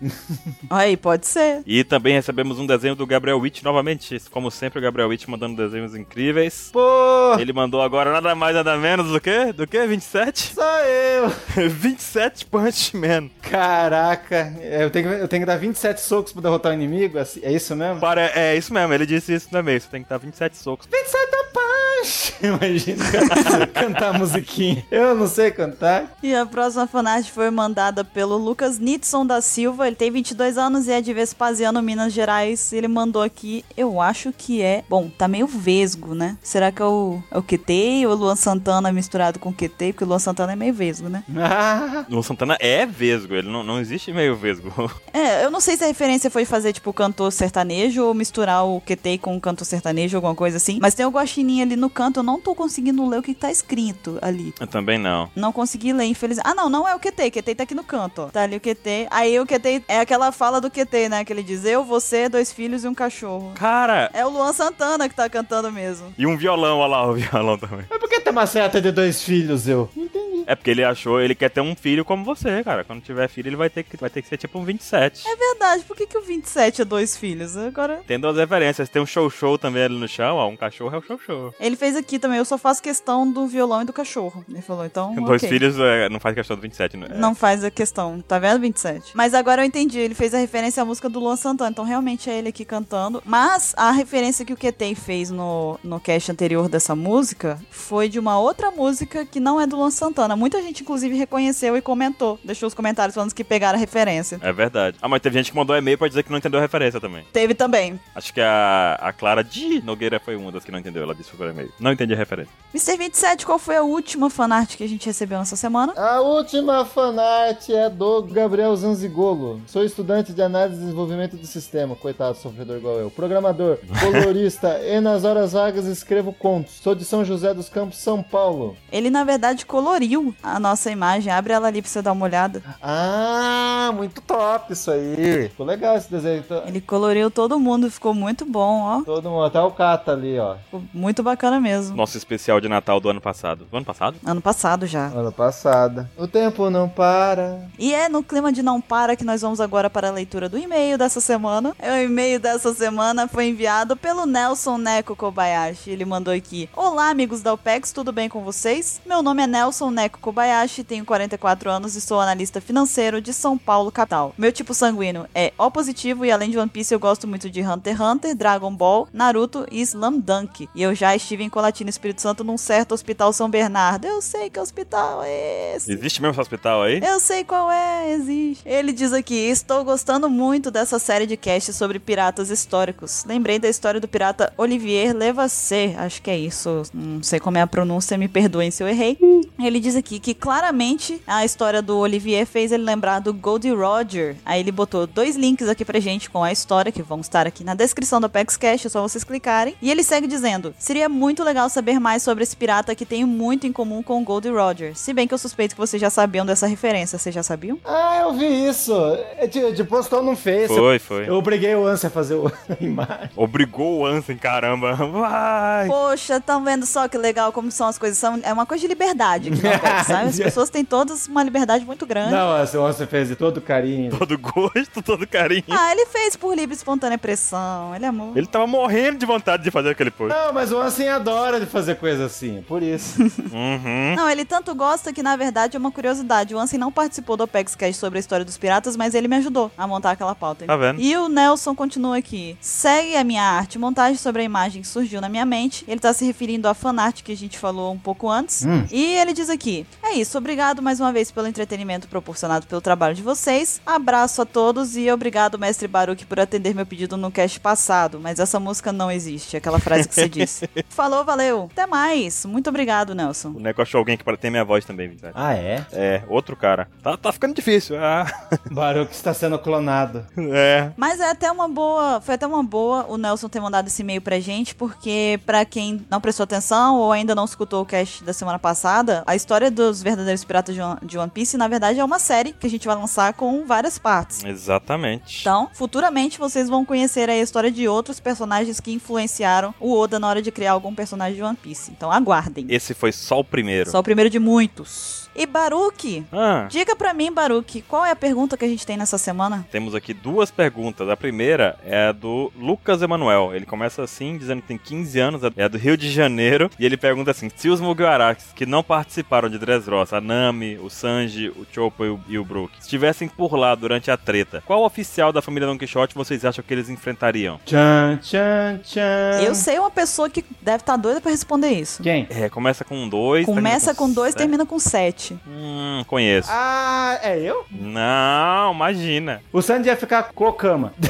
C: Aí, pode ser.
D: E também recebemos um desenho do Gabriel Witt novamente. Como sempre, o Gabriel Witt mandando desenhos incríveis.
A: Pô,
D: Ele mandou agora nada mais, nada menos do que? Do que? 27?
A: só eu.
D: 27 Punch Man.
A: Caraca, é, eu tenho, que, eu tenho que dar 27 socos pra derrotar o inimigo? É assim- É isso mesmo?
D: Para, é isso mesmo, ele disse isso também. Você tem que dar 27 socos.
A: 27 da Imagina cantar a musiquinha. Eu não sei cantar.
C: E a próxima fanart foi mandada pelo Lucas Nitson da Silva. Ele tem 22 anos e é de Vespasiano, Minas Gerais. Ele mandou aqui, eu acho que é. Bom, tá meio vesgo, né? Será que é o, é o QT ou o Luan Santana misturado com o QT? Porque o Luan Santana é meio vesgo, né?
A: Ah,
D: Luan Santana é vesgo, ele não, não existe meio vesgo.
C: É, eu não sei se a referência foi fazer, tipo, cantor sertanejo ou misturar o QT com o cantor sertanejo, alguma coisa assim. Mas tem o guaxininho ali no canto, eu não tô conseguindo ler o que tá escrito ali.
D: Eu também não.
C: Não consegui ler, infelizmente. Ah, não, não é o QT. QT tá aqui no canto, ó. Tá ali o QT. Aí o QT é aquela fala do QT, né? Que ele diz: Eu, você, dois filhos e um cachorro.
D: Cara,
C: É o Luan Santana que tá cantando mesmo.
D: e um violão, olha lá o violão também.
A: mas por que tem uma seta de dois filhos, eu?
D: É porque ele achou, ele quer ter um filho como você, cara. Quando tiver filho, ele vai ter que, vai ter que ser tipo um 27.
C: É verdade, por que, que o 27 é dois filhos? Agora.
D: Tem duas referências, tem um show show também ali no chão, ó. Um cachorro é o show show.
C: Ele fez aqui também, eu só faço questão do violão e do cachorro. Ele falou, então.
D: Dois
C: ok.
D: filhos é, não faz questão do 27, né?
C: Não faz a questão, tá vendo, 27? Mas agora eu entendi, ele fez a referência à música do Luan Santana, então realmente é ele aqui cantando. Mas a referência que o Keten fez no, no cast anterior dessa música foi de uma outra música que não é do Luan Santana. Muita gente, inclusive, reconheceu e comentou, deixou os comentários falando que pegaram a referência.
D: É verdade. Ah, mas teve gente que mandou e-mail pra dizer que não entendeu a referência também.
C: Teve também.
D: Acho que a, a Clara de Nogueira foi uma das que não entendeu. Ela disse por e-mail. Não entendi a referência.
C: Mr. 27, qual foi a última fanart que a gente recebeu nessa semana?
A: A última fanart é do Gabriel Zanzigolo. Sou estudante de análise e desenvolvimento do sistema. Coitado, sofredor igual eu. Programador, colorista e nas horas vagas escrevo contos. Sou de São José dos Campos, São Paulo.
C: Ele, na verdade, coloriu a nossa imagem. Abre ela ali pra você dar uma olhada.
A: Ah, muito top isso aí. Ficou legal esse desenho. Tô-
C: Ele coloriu todo mundo, ficou muito bom, ó.
A: Todo mundo, até o Cata ali, ó.
C: Ficou muito bacana mesmo.
D: Nosso especial de Natal do ano passado. Do ano passado?
C: Ano passado já.
A: Ano passada. O tempo não para.
C: E é no clima de não para que nós vamos agora para a leitura do e-mail dessa semana. É, O e-mail dessa semana foi enviado pelo Nelson Neco Kobayashi. Ele mandou aqui: Olá, amigos da OPEX, tudo bem com vocês? Meu nome é Nelson Neco Kobayashi, tenho 44 anos e sou analista financeiro de São Paulo, capital. Meu tipo sanguíneo é O positivo e além de One Piece eu gosto muito de Hunter x Hunter, Dragon Ball, Naruto e Slam Dunk. E eu já estive em Colatina, Espírito Santo, num certo hospital São Bernardo. Eu sei que hospital é esse.
D: Existe mesmo esse hospital aí?
C: Eu sei qual é, existe. Ele diz aqui: Estou gostando muito dessa série de casts sobre piratas históricos. Lembrei da história do pirata Olivier Levasseur. Acho que é isso. Não sei como é a pronúncia, me perdoem se eu errei. Ele diz aqui que claramente a história do Olivier fez ele lembrar do Goldie Roger. Aí ele botou dois links aqui pra gente com a história, que vão estar aqui na descrição do Pex Cash, é só vocês clicarem. E ele segue dizendo: Seria muito legal saber mais sobre esse pirata que tem muito em comum com o Goldie Roger. Se bem que eu suspeito que vocês já sabiam dessa referência, vocês já sabiam?
A: Ah, eu vi isso. É de, de postou no Face.
D: Foi, foi.
A: Eu obriguei o Anse a fazer o... a imagem.
D: Obrigou o Ansem, caramba. Vai!
C: Poxa, tão vendo só que legal como são as coisas. São, é uma coisa de liberdade aqui no Apex, sabe? As pessoas têm todas uma liberdade muito grande.
A: Não, Anse, o Anse fez de todo carinho.
D: Todo gosto, todo carinho.
C: Ah, ele fez por livre e espontânea pressão. Ele é amou.
D: Ele tava morrendo de vontade de fazer aquele post.
A: Não, mas o Ansem adora de fazer coisa assim, por isso.
D: Uhum.
C: Não, ele tanto gosta que, na verdade, é uma curiosidade. O Ansem não participou do Apex Cash sobre a história dos piratas, mas ele me ajudou a montar aquela pauta.
D: Tá vendo?
C: E o Nelson continua aqui. Segue a minha arte. Montagem sobre a imagem que surgiu na minha mente. Ele tá se referindo à fanart que a gente falou um pouco antes. E ele diz aqui: É isso, obrigado mais uma vez pelo entretenimento proporcionado pelo trabalho de vocês. Abraço a todos e obrigado, mestre Baruch, por atender meu pedido no cast passado. Mas essa música não existe, aquela frase que você disse. Falou, valeu. Até mais. Muito obrigado, Nelson.
D: O Neco achou alguém que tem minha voz também, 27.
A: ah, é?
D: É, outro cara. Tá, tá ficando difícil. Ah,
A: Baruch está sendo clonado.
D: é.
C: Mas é até uma boa, foi até uma boa o Nelson ter mandado esse e-mail pra gente, porque pra quem não prestou atenção ou ainda não escutou o cast da semana passada, a história dos verdadeiros piratas de One- de One Piece, na verdade, é uma série que a gente vai lançar com várias partes.
D: Exatamente.
C: Então, futuramente vocês vão conhecer aí a história de outros personagens que influenciaram o Oda na hora de criar algum personagem de One Piece. Então, aguardem.
D: Esse foi só o primeiro.
C: Só o primeiro de muitos. E Baruque,
D: Ah,
C: diga pra mim, Baruque, qual é a pergunta que a gente tem nessa semana?
D: temos aqui duas perguntas. A primeira é a do Lucas Emanuel. Ele começa assim, dizendo que tem 15 anos, é do Rio de Janeiro, e ele pergunta assim: se os Mugiwaras que não participaram de de Dressrosa, a Nami, o Sanji, o Chopper e o, e o Brook, estivessem por lá durante a treta, qual oficial da família Don Quixote vocês acham que eles enfrentariam?
A: Tchan, tchan, tchan.
C: Eu sei uma pessoa que deve estar doida pra responder isso.
A: Quem?
D: É, começa com dois. É. termina
C: Começa com dois,
D: sete.
C: termina com sete.
D: Hum, conheço.
A: Ah, é eu?
D: Não, imagina.
A: O Sandy ia ficar com o Kama.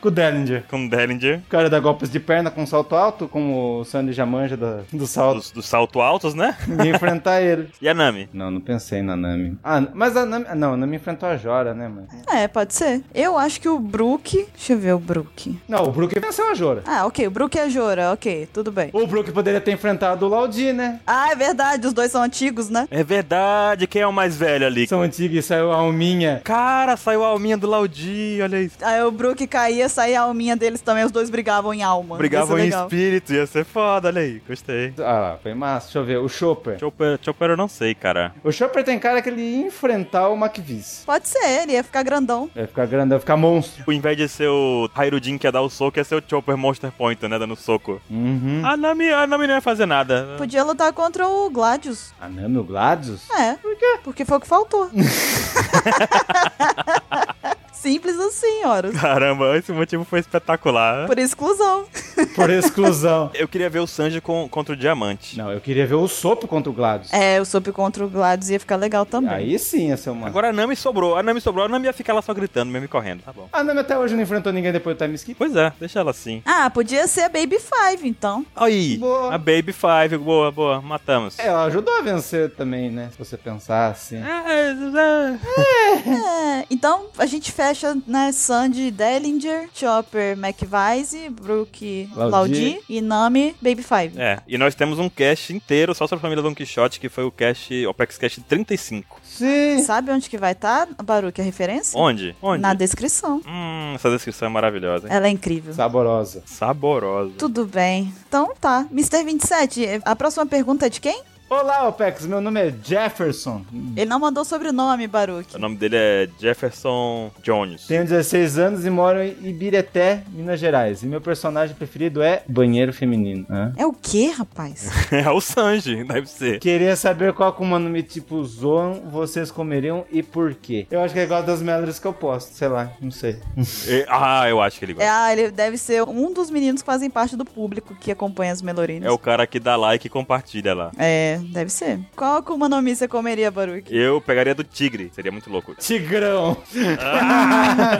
A: com o Derlinger.
D: Com Derringer.
A: O cara dá golpes de perna com salto alto, como o Sandy já manja da- do salto.
D: Dos, dos salto altos, né?
A: e enfrentar ele.
D: E a Nami?
A: Não, não pensei na Nami. Ah, mas a Nami. ah, Não, a Nami enfrentou a Jora, né, mãe?
C: É, pode ser. Eu acho que o Brook. Deixa eu ver o Brook.
A: Não, o Brook venceu a Jora.
C: Ah, ok, o Brook é Jora, ok, tudo bem.
A: O Brook poderia ter enfrentado o Laudi, né?
C: Ah, é verdade, os dois são antigos, né?
D: É verdade, quem é o mais velho ali?
A: São antigos e saiu a alminha.
D: Cara, saiu a alminha do Laudi, olha isso.
C: Aí o Brook caía, saía a alminha deles também, os dois brigavam em alma.
D: Brigavam
C: Isso é
D: em
C: legal.
D: espírito, ia ser foda, olha aí, gostei.
A: Ah, lá, foi massa. Deixa eu ver. O Chopper.
D: Chopper, Chopper eu não sei, cara.
A: O Chopper tem cara que ele ia enfrentar o McVis.
C: Pode ser, ele ia ficar grandão.
A: Vai ficar grande, vai ficar monstro.
D: Ao invés de ser o Hairudin que ia dar o soco, ia ser o Chopper Monster Pointer, né, dando soco.
A: Uhum.
D: A Nami, a Nami não ia fazer nada.
C: Podia lutar contra o Gladius.
A: A Nami, o Gladius?
C: É. Por quê? Porque foi o que faltou. Simples assim, horas.
D: Caramba, esse motivo foi espetacular.
C: Por exclusão.
A: Por exclusão.
D: Eu queria ver o Sanji com- contra o Diamante.
A: Não, eu queria ver o Sopro contra o Gladius.
C: É, o soap contra o Gladius ia ficar legal também.
A: Aí sim ia ser uma.
D: Agora a Nami sobrou, a Nami sobrou, a Nami ia ficar lá só gritando, mesmo e correndo. Tá bom.
A: A Nami até hoje não enfrentou ninguém depois do time skip.
D: Pois é, deixa ela assim.
C: Ah, podia ser a Baby Five, então.
D: Aí,
A: Boa.
D: a Baby Five, boa, boa, matamos.
A: É, ela ajudou a vencer também, né? Se você pensar assim.
D: É, é,
C: É, então a gente fecha, né? Sandy, Dellinger, Chopper, McVise, Brook,
A: Laudi.
C: Laudi e Nami, Baby Five.
D: é. É, e nós temos um cast inteiro só sobre a família Don Quixote, que foi o cast, Opex Cast 35.
A: Sim.
C: Sabe onde que vai estar, tá, Baruque, a referência?
D: Onde? Onde?
C: Na descrição.
D: Hum, essa descrição é maravilhosa, hein?
C: Ela é incrível. É.
A: Saborosa.
D: Saborosa.
C: Tudo bem. Então tá. Mr. 27, a próxima pergunta é de quem?
A: Olá, Opex. Meu nome é Jefferson.
C: Ele não mandou sobrenome, Baruque.
D: O nome dele é Jefferson Jones.
A: Tenho 16 anos e moro em Ibirité, Minas Gerais. E meu personagem preferido é Banheiro Feminino. Hã?
C: É o quê, rapaz?
D: É o Sanji, deve ser.
A: Queria saber qual Akuma no Mi tipo Zoan vocês comeriam e por quê. Eu acho que é igual das melhores que eu posto, sei lá, não sei.
D: E- ah, eu acho que ele
C: É,
D: gosta.
C: ah, ele deve ser um dos meninos que fazem parte do público que acompanha as melorinas.
D: É o cara que dá like e compartilha lá.
C: É, deve ser. Qual Akuma no Mi você comeria, Baruque?
D: Eu pegaria do tigre, seria muito louco.
A: Tigrão!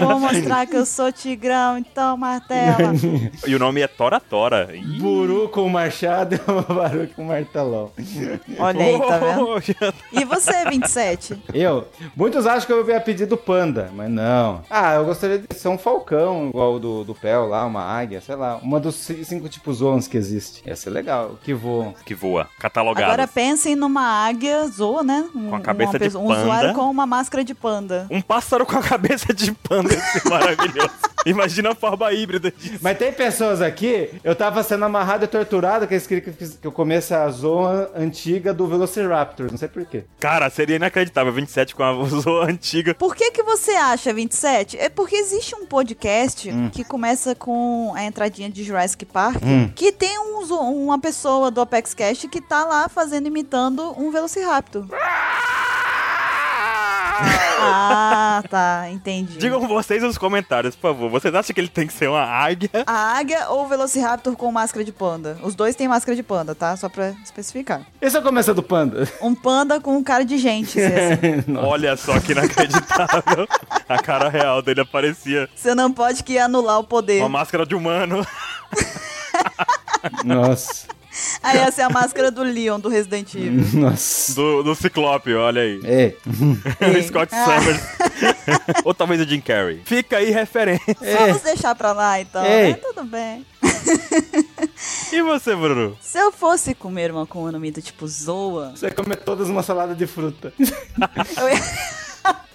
C: Vou mostrar que eu sou tigrão, então martela.
D: E o nome é Tora Tora. Ih.
A: Buru com machado e barulho com martelão.
C: Olha aí, tá vendo?
D: Oh, já-
C: E você, 27?
A: Eu? Muitos acham que eu ia pedir do panda, mas não. Ah, eu gostaria de ser um falcão, igual o do, do Pel lá, uma águia, sei lá. Uma dos ci- cinco tipos zoans que existe. Ia ser legal, que voam.
D: que voa, catalogado.
C: Agora pensem numa águia zoa, né? Um,
D: Com a cabeça
C: uma
D: de
C: pessoa- Um
D: panda.
C: usuário com uma máscara de panda.
D: Um pássaro com a cabeça de panda, esse maravilhoso. Imagina a forma híbrida disso.
A: Mas tem pessoas aqui, eu tava sendo amarrado e torturado que eles queriam que eu fiz- que eu comesse a zoa antiga do Velociraptor, não sei porquê.
D: Cara, seria inacreditável. 27 com a zoa antiga.
C: Por que, que você acha, 27? É porque existe um podcast
D: Hum.
C: que começa com a entradinha de Jurassic Park, que tem um zo- uma pessoa do Apex Cash que tá lá fazendo, imitando um Velociraptor. ah, tá, entendi.
D: Digam vocês nos comentários, por favor. Vocês acham que ele tem que ser uma águia?
C: A águia ou o Velociraptor com máscara de panda? Os dois têm máscara de panda, tá? Só pra especificar.
A: E se eu começar é do panda?
C: Um panda com cara de gente. se é assim.
D: Olha só que inacreditável. a cara real dele aparecia.
C: Você não pode que anular o poder.
D: Uma máscara de humano.
A: Nossa,
C: Aí essa é a máscara do Leon, do Resident
A: Hum.
C: Evil.
A: nossa.
D: Do, do Ciclope, olha aí.
A: Ei,
D: o Scott Summers. Ou talvez o Jim Carrey. Fica aí referência.
C: Vamos deixar pra lá, então.
A: Ei.
C: É, tudo bem.
D: E você, Bruno?
C: Se eu fosse comer uma Akuma no Mi do um tipo Zoa,
A: você comeu todas uma salada de fruta.
C: eu ia...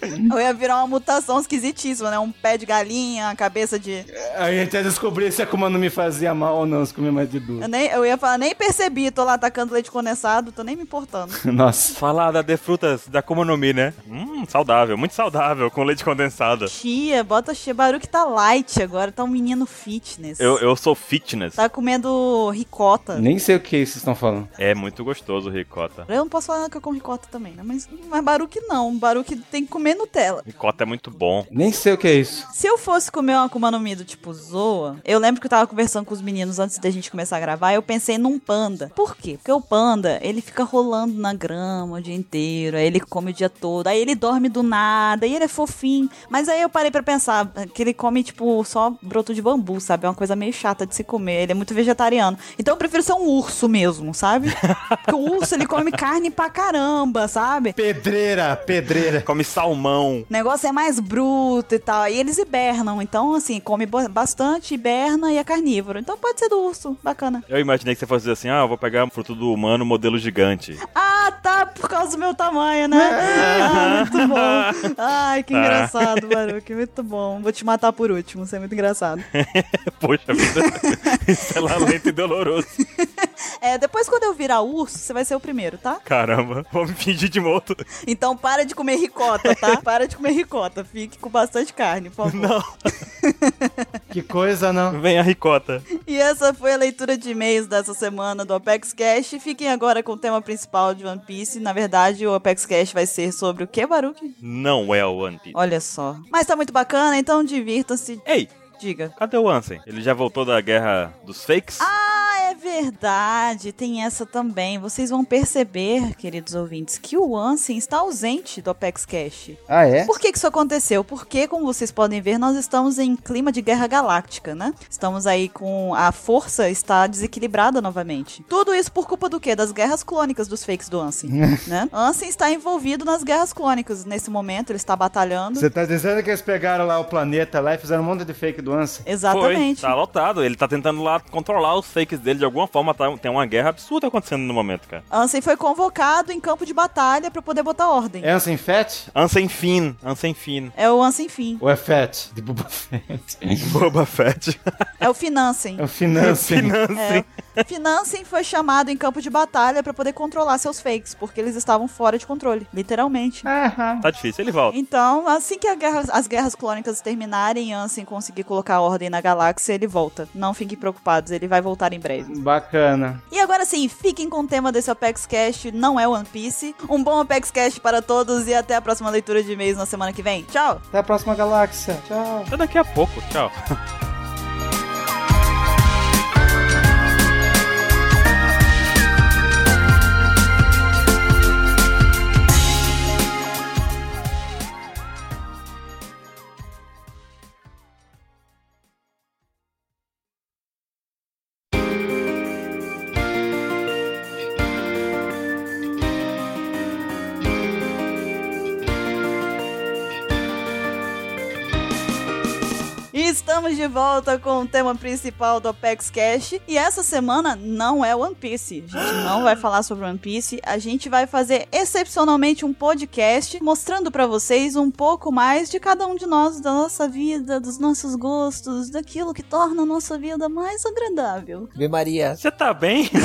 C: Eu ia virar uma mutação esquisitíssima, né? Um pé de galinha, uma cabeça de.
A: A gente ia descobrir se a Akuma não me fazia mal ou não, se comia mais de duas.
C: Eu, nem, eu ia falar, nem percebi, tô lá atacando leite condensado, tô nem me importando.
A: Nossa.
D: Falar da de frutas da Komonomi, né? Hum, saudável, muito saudável, com leite condensado.
C: Chia, bota chia. Baruque tá light agora, tá um menino fitness.
D: Eu, eu sou fitness.
C: Tá comendo ricota.
A: Nem sei o que vocês estão falando.
D: É muito gostoso, ricota.
C: Eu não posso falar que eu como ricota também, né? Mas, mas Baruque não. Baruque tem que comer Nutella.
D: Ricota é muito bom.
A: Nem sei o que é isso.
C: Se eu fosse comer uma Akuma no Mi do tipo Zoa, eu lembro que eu tava conversando com os meninos antes da gente começar a gravar, eu pensei num panda. Por quê? Porque o panda, ele fica rolando na grama o dia inteiro, aí ele come o dia todo, aí ele dorme do nada, e ele é fofinho. Mas aí eu parei pra pensar que ele come, tipo, só broto de bambu, sabe? É uma coisa meio chata de se comer, ele é muito vegetariano. Então eu prefiro ser um urso mesmo, sabe? Porque o urso, ele come carne pra caramba, sabe?
A: Pedreira, pedreira.
D: Come salmão.
C: O negócio é mais bruto e tal. Aí eles hibernam. Então, assim, come bo- bastante, hiberna e é carnívoro. Então pode ser do urso. Bacana.
D: Eu imaginei que você fosse dizer assim, ah, eu vou pegar um fruto do humano modelo gigante.
C: Ah, tá, por causa do meu tamanho, né? Ah, muito bom. Ai, que
D: Tá.
C: engraçado, Baruque. Muito bom. Vou te matar por último. Você é muito engraçado.
D: Poxa vida, isso é lá lento e doloroso.
C: É, depois quando eu virar urso, você vai ser o primeiro, tá?
D: Caramba, vou me fingir de morto.
C: Então para de comer ricota, tá? Para de comer ricota. Fique com bastante carne, por favor.
D: Não,
A: Que coisa, não.
D: vem a ricota.
C: E essa foi a leitura de e-mails dessa semana do Apex Cash. Fiquem agora com o tema principal de One Piece. Na verdade, o Apex Cash vai ser sobre o que, Baruque?
D: Não é o anti.
C: Olha só. Mas tá muito bacana, então divirtam-se.
D: Ei,
C: Diga.
D: cadê o Ansem? Ele já voltou da guerra dos fakes?
C: Ah, é verdade, tem essa também. Vocês vão perceber, queridos ouvintes, que o Ansem está ausente do Apex Cash.
A: Ah, é?
C: Por que, que isso aconteceu? Porque, como vocês podem ver, nós estamos em clima de guerra galáctica, né? Estamos aí com a força está desequilibrada novamente. Tudo isso por culpa do quê? Das guerras clônicas dos fakes do Ansem, né? Ansem está envolvido nas guerras clônicas. Nesse momento, ele está batalhando.
A: Você tá dizendo que eles pegaram lá o planeta lá e fizeram um monte de fake do Ansem?
C: Exatamente.
D: Foi, tá lotado. Ele tá tentando lá controlar os fakes dele de alguma forma. Tá, tem uma guerra absurda acontecendo no momento, cara.
C: Ansem foi convocado em campo de batalha para poder botar ordem. É.
A: É Ansem Fett?
D: Ansem Finn, Ansem Finn.
C: o Ansem Fim.
A: Ou é Fett? De Boba Fett.
D: Boba Fett.
C: É o Financem.
A: É o Financem.
D: Financem.
C: Financem foi chamado em campo de batalha para poder controlar seus fakes, porque eles estavam fora de controle, literalmente.
A: Aham.
D: Tá difícil, ele volta.
C: Então, assim que a guerra- as guerras clônicas terminarem e Ansem conseguir colocar ordem na galáxia, ele volta. Não fiquem preocupados, ele vai voltar em breve.
A: Bacana.
C: E agora sim, fiquem com o tema desse Apex Cast, não é One Piece. Um bom Apex Cast para todos e até a próxima leitura de e-mails na semana que vem. Tchau!
A: Até a próxima galáxia. Tchau.
D: Até daqui a pouco. Tchau.
C: E estamos de volta com o tema principal do Apex Cash. E essa semana não é One Piece. A gente não vai falar sobre One Piece. A gente vai fazer excepcionalmente um podcast mostrando pra vocês um pouco mais de cada um de nós, da nossa vida, dos nossos gostos, daquilo que torna a nossa vida mais agradável.
B: Vê Maria.
D: Você tá bem?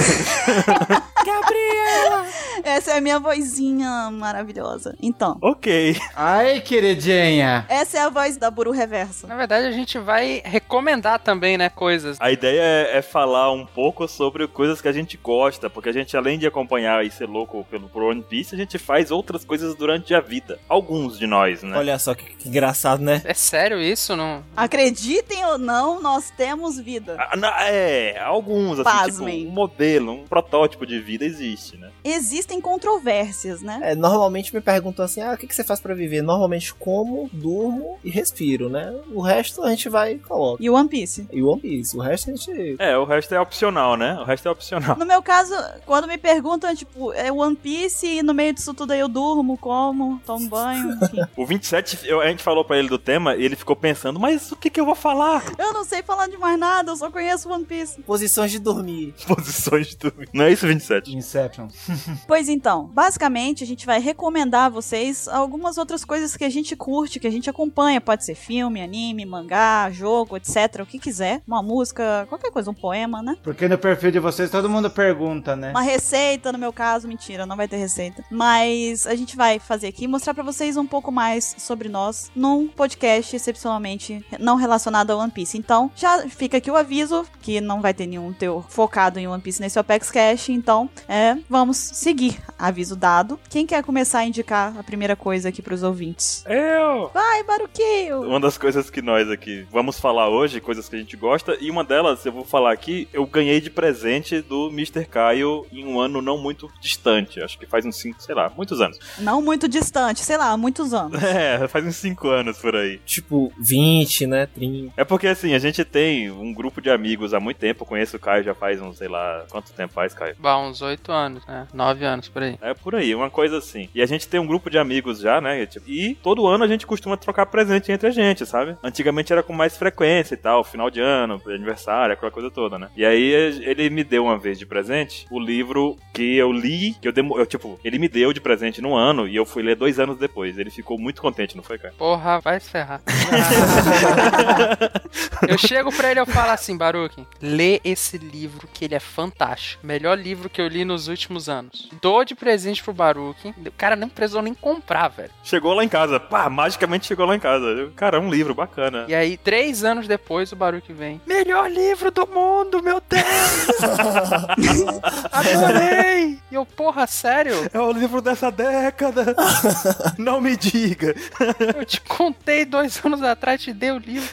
C: Essa é a minha vozinha maravilhosa. Então,
D: ok.
A: Ai, queridinha.
C: essa é a voz da Buru Reverso.
E: Na verdade, a gente vai recomendar também, né, coisas.
D: A ideia é, é falar um pouco sobre coisas que a gente gosta, porque a gente, além de acompanhar e ser louco pelo por One Piece, a gente faz outras coisas durante a vida. Alguns de nós, né?
B: Olha só que, que engraçado, né?
E: É sério isso? Não...
C: Acreditem ou não, nós temos vida.
D: Ah, na- é, alguns, assim,
C: Pasmem.
D: tipo, um modelo, um protótipo de vida existe, né?
C: Existem controvérsias, né?
B: É, normalmente me perguntam assim: ah, o que, que você faz pra viver? Normalmente como, durmo e respiro, né? O resto a gente vai e coloca.
C: E o One Piece.
B: E o One Piece, o resto a gente.
D: É, o resto é opcional, né? O resto é opcional.
C: No meu caso, quando me perguntam, é tipo, é One Piece e no meio disso tudo aí eu durmo, como, tomo banho, enfim.
D: O 27, eu- a gente falou pra ele do tema e ele ficou pensando, mas o que que eu vou falar?
C: Eu não sei falar de mais nada, eu só conheço One Piece.
B: Posições de dormir.
D: Posições do... Não é isso, 27?
A: Inception.
C: Pois então, basicamente a gente vai recomendar a vocês algumas outras coisas que a gente curte, que a gente acompanha. Pode ser filme, anime, mangá, jogo, etc. O que quiser. Uma música, qualquer coisa, um poema, né?
A: Porque no perfil de vocês todo mundo pergunta, né?
C: Uma receita, no meu caso, mentira, não vai ter receita. Mas a gente vai fazer aqui e mostrar pra vocês um pouco mais sobre nós num podcast excepcionalmente não relacionado a One Piece. Então, já fica aqui o aviso que não vai ter nenhum teor focado em One Piece nesse Opex Cash, então é, vamos seguir. Aviso dado. Quem quer começar a indicar a primeira coisa aqui pros ouvintes?
D: Eu!
C: Vai, Baruquinho!
D: Uma das coisas que nós aqui vamos falar hoje, coisas que a gente gosta, e uma delas eu vou falar aqui, eu ganhei de presente do Mr. Caio em um ano não muito distante. Acho que faz uns 5, sei lá, muitos anos.
C: Não muito distante, sei lá, há muitos anos.
D: É, faz uns 5 anos por aí.
B: Tipo, 20, né? 30.
D: É porque assim, a gente tem um grupo de amigos há muito tempo, eu conheço o Caio já faz uns, sei lá, quanto tempo faz, Caio?
E: Bah, uns oito anos, né? Nove anos, por aí.
D: É por aí, uma coisa assim. E a gente tem um grupo de amigos já, né? tipo, E todo ano a gente costuma trocar presente entre a gente, sabe? Antigamente era com mais frequência e tal, final de ano, aniversário, aquela coisa toda, né? E aí ele me deu uma vez de presente o livro que eu li, que eu, demo, eu tipo, ele me deu de presente num ano e eu fui ler dois anos depois. Ele ficou muito contente, não foi, cara?
E: Porra, vai se ferrar. eu chego pra ele e eu falo assim, Baruque, lê esse livro que ele é fantástico. Melhor livro que eu li nos últimos anos. Dou de presente pro Baruque. O cara nem precisou nem comprar, velho.
D: Chegou lá em casa, pá, magicamente chegou lá em casa. Eu, Cara, é um livro bacana.
E: E aí, três anos depois, o Baruque vem. Melhor livro do mundo, meu Deus! Adorei! E eu, porra, sério?
D: É o livro dessa década! não me diga!
E: Eu te contei dois anos atrás, te dei o livro.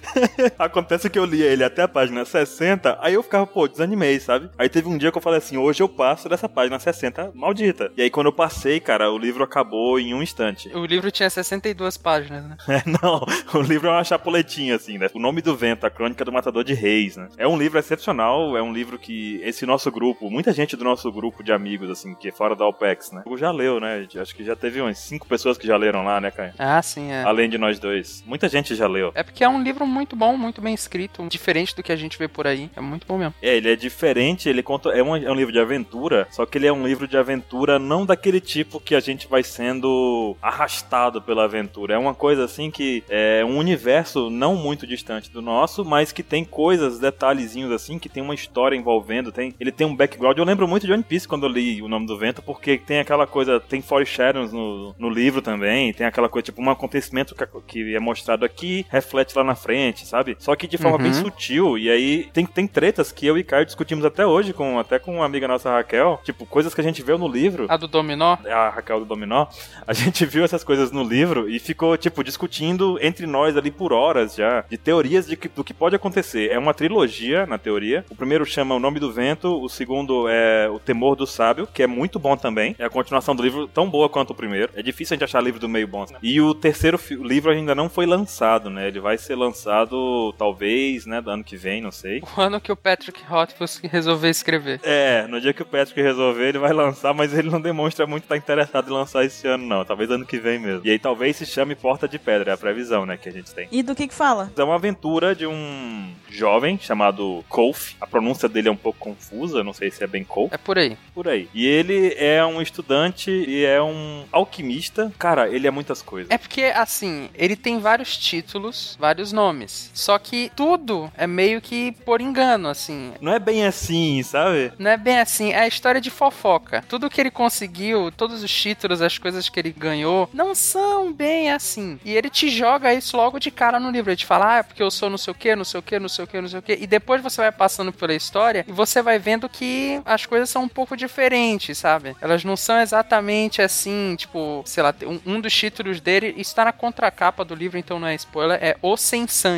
D: Acontece que eu li ele até a página 60, aí eu ficava, pô, desanimei, sabe? Aí teve um dia que eu falei assim, hoje eu passo dessa página 60 maldita. E aí quando eu passei, cara, o livro acabou em um instante.
E: O livro tinha 62 páginas, né?
D: É, não, o livro é uma chapuletinha, assim, né? O Nome do Vento, a Crônica do Matador de Reis, né? É um livro excepcional, é um livro que esse nosso grupo, muita gente do nosso grupo de amigos, assim, que é fora da OPEX, né? Já leu, né? Acho que já teve umas cinco pessoas que já leram lá, né, Caio?
E: Ah, sim, é.
D: Além de nós dois. Muita gente já leu.
E: É porque é um livro muito bom, muito bem escrito, diferente do que a gente vê por aí. É muito bom mesmo.
D: É, ele é diferente, ele conta. É um, é um livro de aventura, só que ele é um livro de aventura não daquele tipo que a gente vai sendo arrastado pela aventura. É uma coisa assim que é um universo não muito distante do nosso, mas que tem coisas, detalhezinhos assim, que tem uma história envolvendo. Tem, ele tem um background. Eu lembro muito de One Piece quando eu li O Nome do Vento, porque tem aquela coisa, tem foreshadows no, no livro também, tem aquela coisa, tipo, um acontecimento que, que é mostrado aqui, reflete lá na frente, sabe? Só que de forma
E: Uhum.
D: bem sutil. E aí tem, tem tretas que eu e Caio discutimos até hoje, com, até com uma amiga nossa, Raquel. Tipo, coisas que a gente viu no livro.
E: A do Dominó?
D: A Raquel do Dominó, a gente viu essas coisas no livro e ficou, tipo, discutindo entre nós ali por horas já, de teorias de que- do que pode acontecer. É uma trilogia, na teoria. O primeiro chama O Nome do Vento, o segundo é O Temor do Sábio, que é muito bom também. É a continuação do livro, tão boa quanto o primeiro. É difícil a gente achar livro do meio bom. né? E o terceiro fi- livro ainda não foi lançado, né? Ele vai ser lançado, talvez, né, do ano que vem, não sei.
E: O ano que o Patrick Rothfuss resolveu escrever.
D: É, no dia que o Patrick resolver, ele vai lançar, mas ele não demonstra muito estar interessado em lançar esse ano, não. Talvez ano que vem mesmo. E aí talvez se chame Porta de Pedra, é a previsão, né, que a gente tem.
C: E do que que fala?
D: É uma aventura de um jovem chamado Kof. A pronúncia dele é um pouco confusa, não sei se é bem Kof,
E: É por aí.
D: por aí. E ele é um estudante e é um alquimista. Cara, ele é muitas coisas.
E: É porque, assim, ele tem vários títulos, vários nomes. Só que tudo é meio que por engano, assim.
D: Não é bem assim, sabe?
E: Não é bem assim, é a história de fofoca. Tudo que ele conseguiu, todos os títulos, as coisas que ele ganhou, não são bem assim. E ele te joga isso logo de cara no livro. Ele te fala, ah, é porque eu sou não sei o que, não sei o que, não sei o que, não sei o que. E depois você vai passando pela história e você vai vendo que as coisas são um pouco diferentes, sabe? Elas não são exatamente assim, tipo, sei lá, um, um dos títulos dele está na contracapa do livro, então não é spoiler, é O Sem Sangue.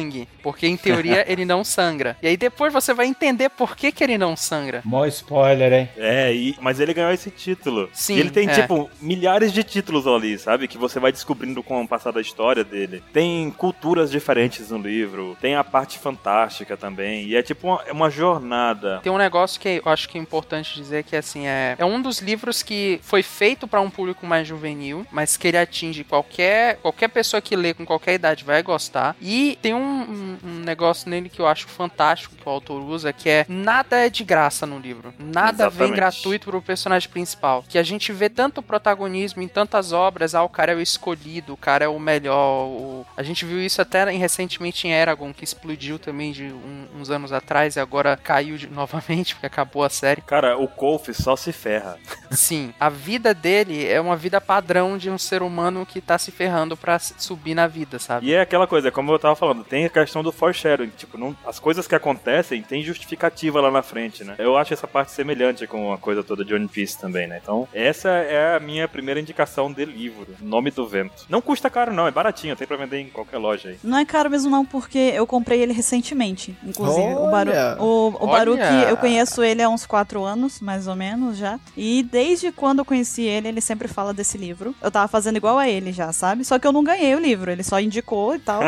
E: Porque em teoria ele não sangra. E aí depois você vai entender por que, que ele não sangra.
A: Mó spoiler, hein?
D: É, e- mas ele ganhou esse título. mundo.
E: Sim,
D: e ele tem,
E: é.
D: tipo, milhares de títulos ali, sabe? Que você vai descobrindo com o passar da história dele. Tem culturas diferentes no livro, tem a parte fantástica também. E é tipo uma, é uma jornada.
E: Tem um negócio que eu acho que é importante dizer que assim é, é um dos livros que foi feito pra um público mais juvenil, mas que ele atinge qualquer qualquer pessoa que lê com qualquer idade vai gostar. E tem um, um- um negócio nele que eu acho fantástico que o autor usa, que é nada é de graça no livro. Nada vem
D: Exatamente.
E: gratuito pro personagem principal. Que a gente vê tanto protagonismo em tantas obras, ah, o cara é o escolhido, o cara é o melhor. o- A gente viu isso até em- recentemente em Eragon, que explodiu também de um- uns anos atrás e agora caiu de- novamente, porque acabou a série.
D: Cara, o Colf só se ferra.
E: Sim, a vida dele é uma vida padrão de um ser humano que tá se ferrando pra s- subir na vida, sabe?
D: E é aquela coisa, como eu tava falando, tem a questão do foreshadowing, tipo, não, as coisas que acontecem tem justificativa lá na frente, né? Eu acho essa parte semelhante com a coisa toda de One Piece também, né? Então, essa é a minha primeira indicação de livro, Nome do Vento. Não custa caro não, é baratinho, tem pra vender em qualquer loja aí.
C: Não é caro mesmo não, porque eu comprei ele recentemente, inclusive. O Baru,
B: Olha!
C: o, o Baru
E: Olha!
C: que eu conheço ele há uns quatro anos, mais ou menos, já. E desde quando eu conheci ele, ele sempre fala desse livro. Eu tava fazendo igual a ele já, sabe? Só que eu não ganhei o livro, ele só indicou e tal.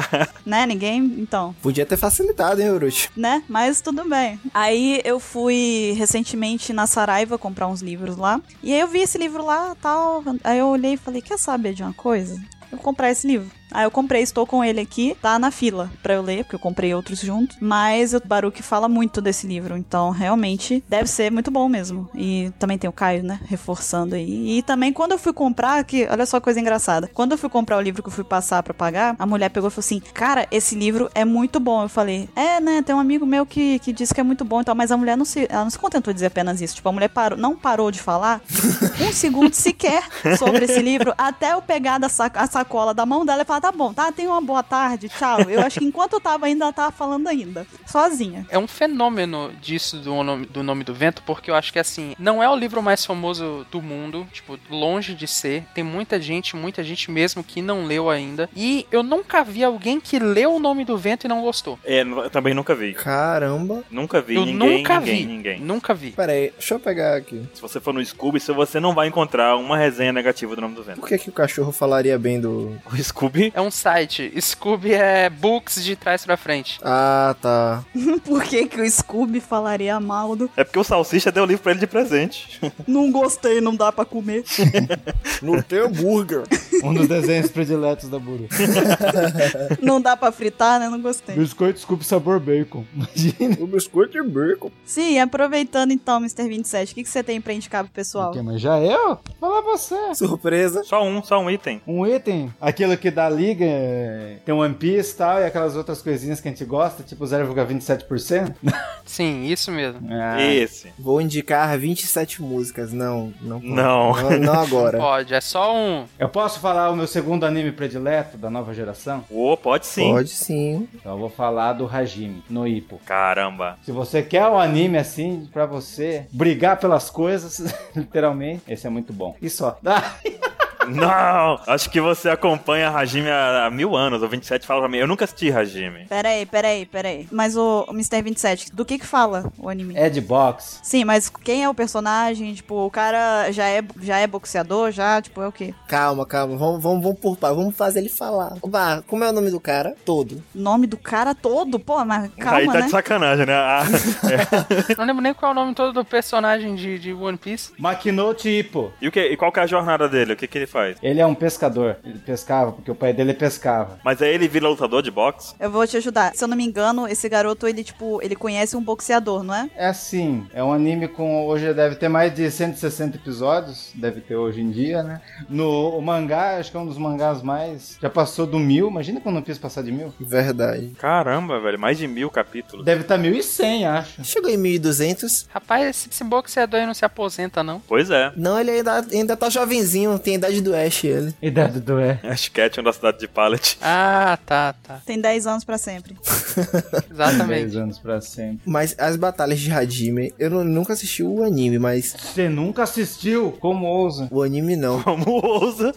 C: né, ninguém... Então,
B: Podia ter facilitado, hein, Urus?
C: né? Mas tudo bem. Aí eu fui recentemente na Saraiva comprar uns livros lá. E aí eu vi esse livro lá tal. Aí eu olhei e falei: quer saber de uma coisa? Eu vou comprar esse livro. Aí Ah, eu comprei, estou com ele aqui, tá na fila pra eu ler, porque eu comprei outros juntos. Mas o Baruque fala muito desse livro, então realmente deve ser muito bom mesmo. E também tem o Caio, né, reforçando aí. E também quando eu fui comprar, que olha só a coisa engraçada. Quando eu fui comprar o livro que eu fui passar pra pagar, a mulher pegou e falou assim: Cara, esse livro é muito bom. Eu falei: É, né? Tem um amigo meu que, que disse que é muito bom e tal, mas a mulher não se, ela não se contentou de dizer apenas isso. Tipo, a mulher parou, não parou de falar um segundo sequer sobre esse livro até eu pegar da sac- a sacola da mão dela e falar: Tá bom, tá? Tenha uma boa tarde, tchau. Eu acho que enquanto eu tava ainda, ela tava falando ainda, sozinha.
E: É um fenômeno disso do nome, do Nome do Vento, porque eu acho que assim, não é o livro mais famoso do mundo, tipo, longe de ser. Tem muita gente, muita gente mesmo que não leu ainda. E eu nunca vi alguém que leu o Nome do Vento e não gostou.
D: É, n- eu também nunca vi.
B: Caramba.
D: Nunca vi,
E: eu
D: ninguém,
E: nunca
D: ninguém,
E: vi.
D: ninguém.
E: Nunca vi.
B: Pera aí, deixa eu pegar aqui.
D: Se você for no Scooby, se você não vai encontrar uma resenha negativa do Nome do Vento.
B: Por que, que o cachorro falaria bem do.
D: O Scooby
E: É um site. Scooby é books de trás pra frente.
B: Ah, tá.
C: Por que, que o Scooby falaria mal do
D: é porque o Salsicha deu o livro pra ele de presente.
C: não gostei, não dá pra comer?
B: No teu burger.
A: Um dos desenhos prediletos da Buru.
C: Não dá pra fritar, né? Não gostei.
A: Biscoito Scoop sabor bacon. Imagina.
B: o biscoito e bacon.
C: Sim, aproveitando então, Mr. 27, o que, que você tem pra indicar pro pessoal?
A: Ok, mas já eu? Fala você.
B: Surpresa.
D: Só um, só um item.
A: Um item, aquilo que dá liga, é, tem One Piece e tal, e aquelas outras coisinhas que a gente gosta, tipo 0,27%.
E: Sim, isso mesmo.
A: Ah,
D: Esse.
B: Vou indicar 27 músicas. Não, não. pode.
D: Não.
B: Não, não agora.
E: Pode, é só um.
A: Eu posso falar o meu segundo anime predileto da nova geração?
D: Ô, pode sim.
B: Pode sim.
A: Então eu vou falar do Hajime, no Ippo.
D: Caramba.
A: Se você quer um anime assim, pra você brigar pelas coisas, literalmente, esse é muito bom. E só. Ah,
D: Não! Acho que você acompanha Hajime há, há mil anos, ou 27 fala pra mim. Eu nunca assisti Hajime.
C: Peraí, peraí, peraí. Mas o, o Mr. 27, do que que fala o anime?
A: é de box.
C: Sim, mas quem é o personagem? Tipo, o cara já é, já é boxeador, já, tipo, é o quê?
B: Calma, calma. Vamos, vamos, vamos por par. Vamos fazer ele falar. Bah, como é o nome do cara? Todo.
C: Nome do cara todo? Pô, mas
D: Aí
C: calma,
D: tá
C: né?
D: de sacanagem, né? Ah, é.
E: Não lembro nem qual é o nome todo do personagem de, de One Piece.
A: Makinote Ippo.
D: E, o que, e qual que é a jornada dele? O que, que ele faz?
A: Ele é um pescador. Ele pescava, porque o pai dele pescava.
D: Mas aí ele vira lutador de boxe?
C: Eu vou te ajudar. Se eu não me engano, esse garoto, ele, tipo, ele conhece um boxeador, não é?
A: É assim, é um anime com. Hoje deve ter mais de 160 episódios, deve ter hoje em dia, né? No o mangá, acho que é um dos mangás mais. Já passou do mil, imagina quando não quis passar de mil.
B: Verdade.
D: Caramba, velho, mais de mil capítulos.
A: Deve estar tá 1100, acho.
B: Chegou em 1200.
E: Rapaz, esse, esse boxeador aí não se aposenta, não.
D: Pois é.
B: Não, ele ainda, ainda tá jovenzinho. Tem a idade do Ash, ele.
A: Idade do é.
D: Ash Ketchum da cidade de Pallet.
E: Ah, tá, tá.
C: Tem 10 anos pra sempre.
E: Exatamente.
A: 10 anos pra sempre.
B: Mas as batalhas de Hajime, eu nu- nunca assisti o anime, mas
A: Você nunca assistiu? Como ousa?
B: o anime não.
D: Como ousa?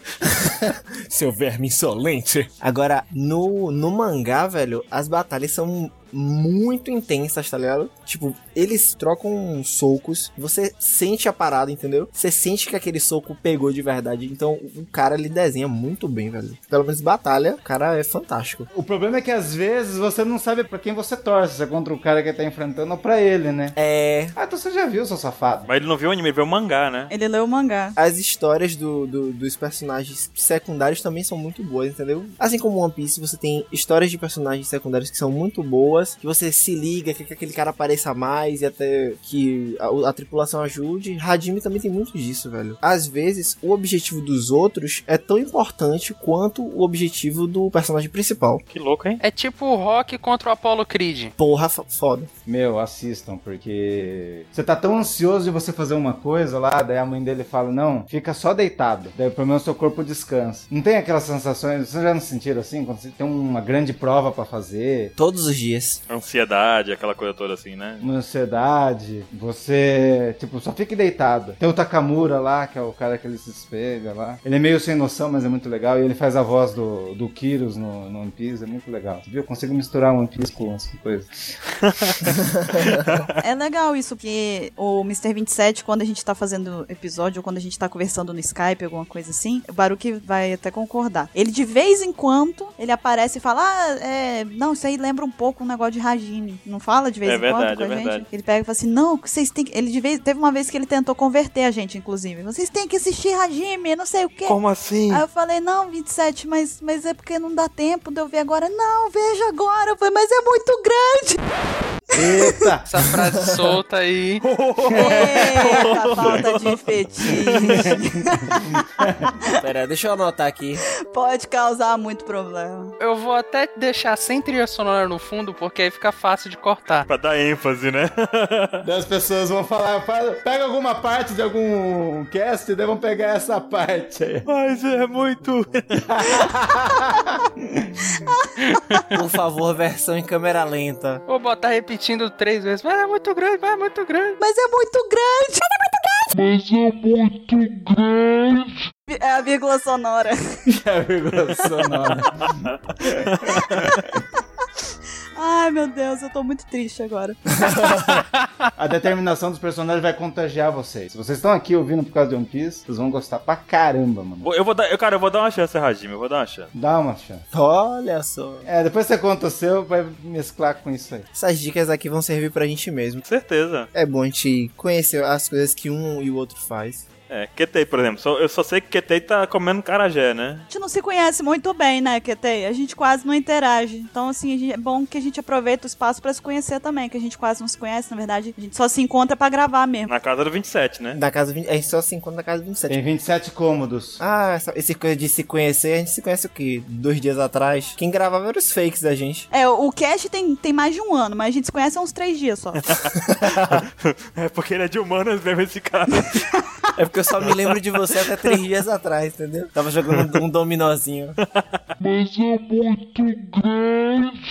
G: seu verme insolente.
B: Agora, no, no mangá, velho, as batalhas são muito intensas, tá ligado? Tipo, eles trocam socos, você sente a parada, entendeu? Você sente que aquele soco pegou de verdade. Então, o cara ele desenha muito bem, velho. Pelo menos batalha, o cara é fantástico.
A: O problema é que às vezes você não sabe pra quem você torce, se é contra o cara que tá enfrentando ou pra ele, né?
B: É.
A: Ah, então você já viu, seu safado.
D: Mas ele não viu o anime, ele viu o mangá, né?
C: Ele leu o mangá.
B: As histórias do, do- dos personagens secundários também são muito boas, entendeu? Assim como One Piece, você tem histórias de personagens secundários que são muito boas, que você se liga, quer que aquele cara apareça mais e até que a, a tripulação ajude. Hadimi também tem muito disso, velho. Às vezes, o objetivo dos outros é tão importante quanto o objetivo do personagem principal.
D: Que louco, hein?
E: É tipo o Rock contra o Apollo Creed.
B: Porra, fo- foda.
A: Meu, assistam, porque você tá tão ansioso de você fazer uma coisa lá, daí a mãe dele fala: Não, fica só deitado. Daí pelo menos seu corpo descansa. Não tem aquelas sensações, vocês já não sentiram assim? Quando você tem uma grande prova pra fazer,
B: Todos os dias.
D: Ansiedade, aquela coisa toda assim, né?
A: uma ansiedade, você, tipo, só fique deitado. Tem o Takamura lá, que é o cara que ele se espelha lá. Ele é meio sem noção, mas é muito legal. E ele faz a voz do, do Kyrus no, no One Piece, é muito legal. Viu? Eu consigo misturar um One Piece com as coisas.
C: É legal isso, que o Mr. 27, quando a gente tá fazendo episódio, ou quando a gente tá conversando no Skype, alguma coisa assim, o Baruque vai até concordar. Ele, de vez em quando, ele aparece e fala, ah, é, não, isso aí lembra um pouco um negócio de Hajime. Não fala de vez
D: É
C: em
D: verdade,
C: quando com
D: é
C: a gente?
D: verdade.
C: Ele pega e fala assim, não, vocês têm que... Ele, de vez... Teve uma vez que ele tentou converter a gente, inclusive. Vocês têm que assistir Hajime, não sei o quê.
D: Como assim?
C: Aí eu falei, não, 27, mas, mas é porque não dá tempo de eu ver agora. Não, veja agora. Eu falei, mas é muito
A: Eita!
E: Essa frase solta aí.
C: grande. Eita, falta de fetiche.
B: Pera, deixa eu anotar aqui.
C: Pode causar muito problema.
E: Eu vou até deixar sem trilha sonora no fundo, porque aí fica fácil de cortar.
D: Pra dar ênfase, né?
A: Daí as pessoas vão falar, "Fala- pega alguma parte de algum cast e daí vão pegar essa parte aí.
D: Mas é muito.
B: Por favor, versão em câmera lenta.
E: Vou botar repetindo três vezes. Mas é muito grande, mas é muito grande.
C: Mas é muito grande! Mas é muito grande! É a vírgula sonora.
A: É a vírgula sonora.
C: Ai, meu Deus, eu tô muito triste agora.
A: A determinação dos personagens vai contagiar vocês. Se vocês estão aqui ouvindo por causa de One Piece, vocês vão gostar pra caramba, mano.
D: Eu vou dar, eu, cara, eu vou dar uma chance a Hajime, eu vou dar uma chance.
A: Dá uma chance.
B: Olha só.
A: É, depois você conta o seu, vai mesclar com isso aí.
B: Essas dicas aqui vão servir pra gente mesmo.
D: Com certeza.
B: É bom a gente conhecer as coisas que um e o outro faz.
D: É, Ketei, por exemplo. só- eu só sei que Ketei tá comendo carajé, né?
C: A gente não se conhece muito bem, né, Ketei? A gente quase não interage. Então, assim, a gente- é bom que a gente aproveita o espaço pra se conhecer também, que a gente quase não se conhece, na verdade. A gente só se encontra pra gravar mesmo.
D: Na casa do 27, né?
B: Da casa 20, a gente só se encontra na casa 27.
A: Tem 27 cômodos.
B: Ah, essa, esse coisa de se conhecer, a gente se conhece o quê? Dois dias atrás? Quem gravava era os fakes da gente.
C: É, o o cast tem, tem mais de um ano, mas a gente se conhece há uns três dias só.
D: É porque ele é de humanas mesmo, esse cara.
B: É porque eu só me lembro de você até três dias atrás, entendeu? Tava jogando um dominozinho.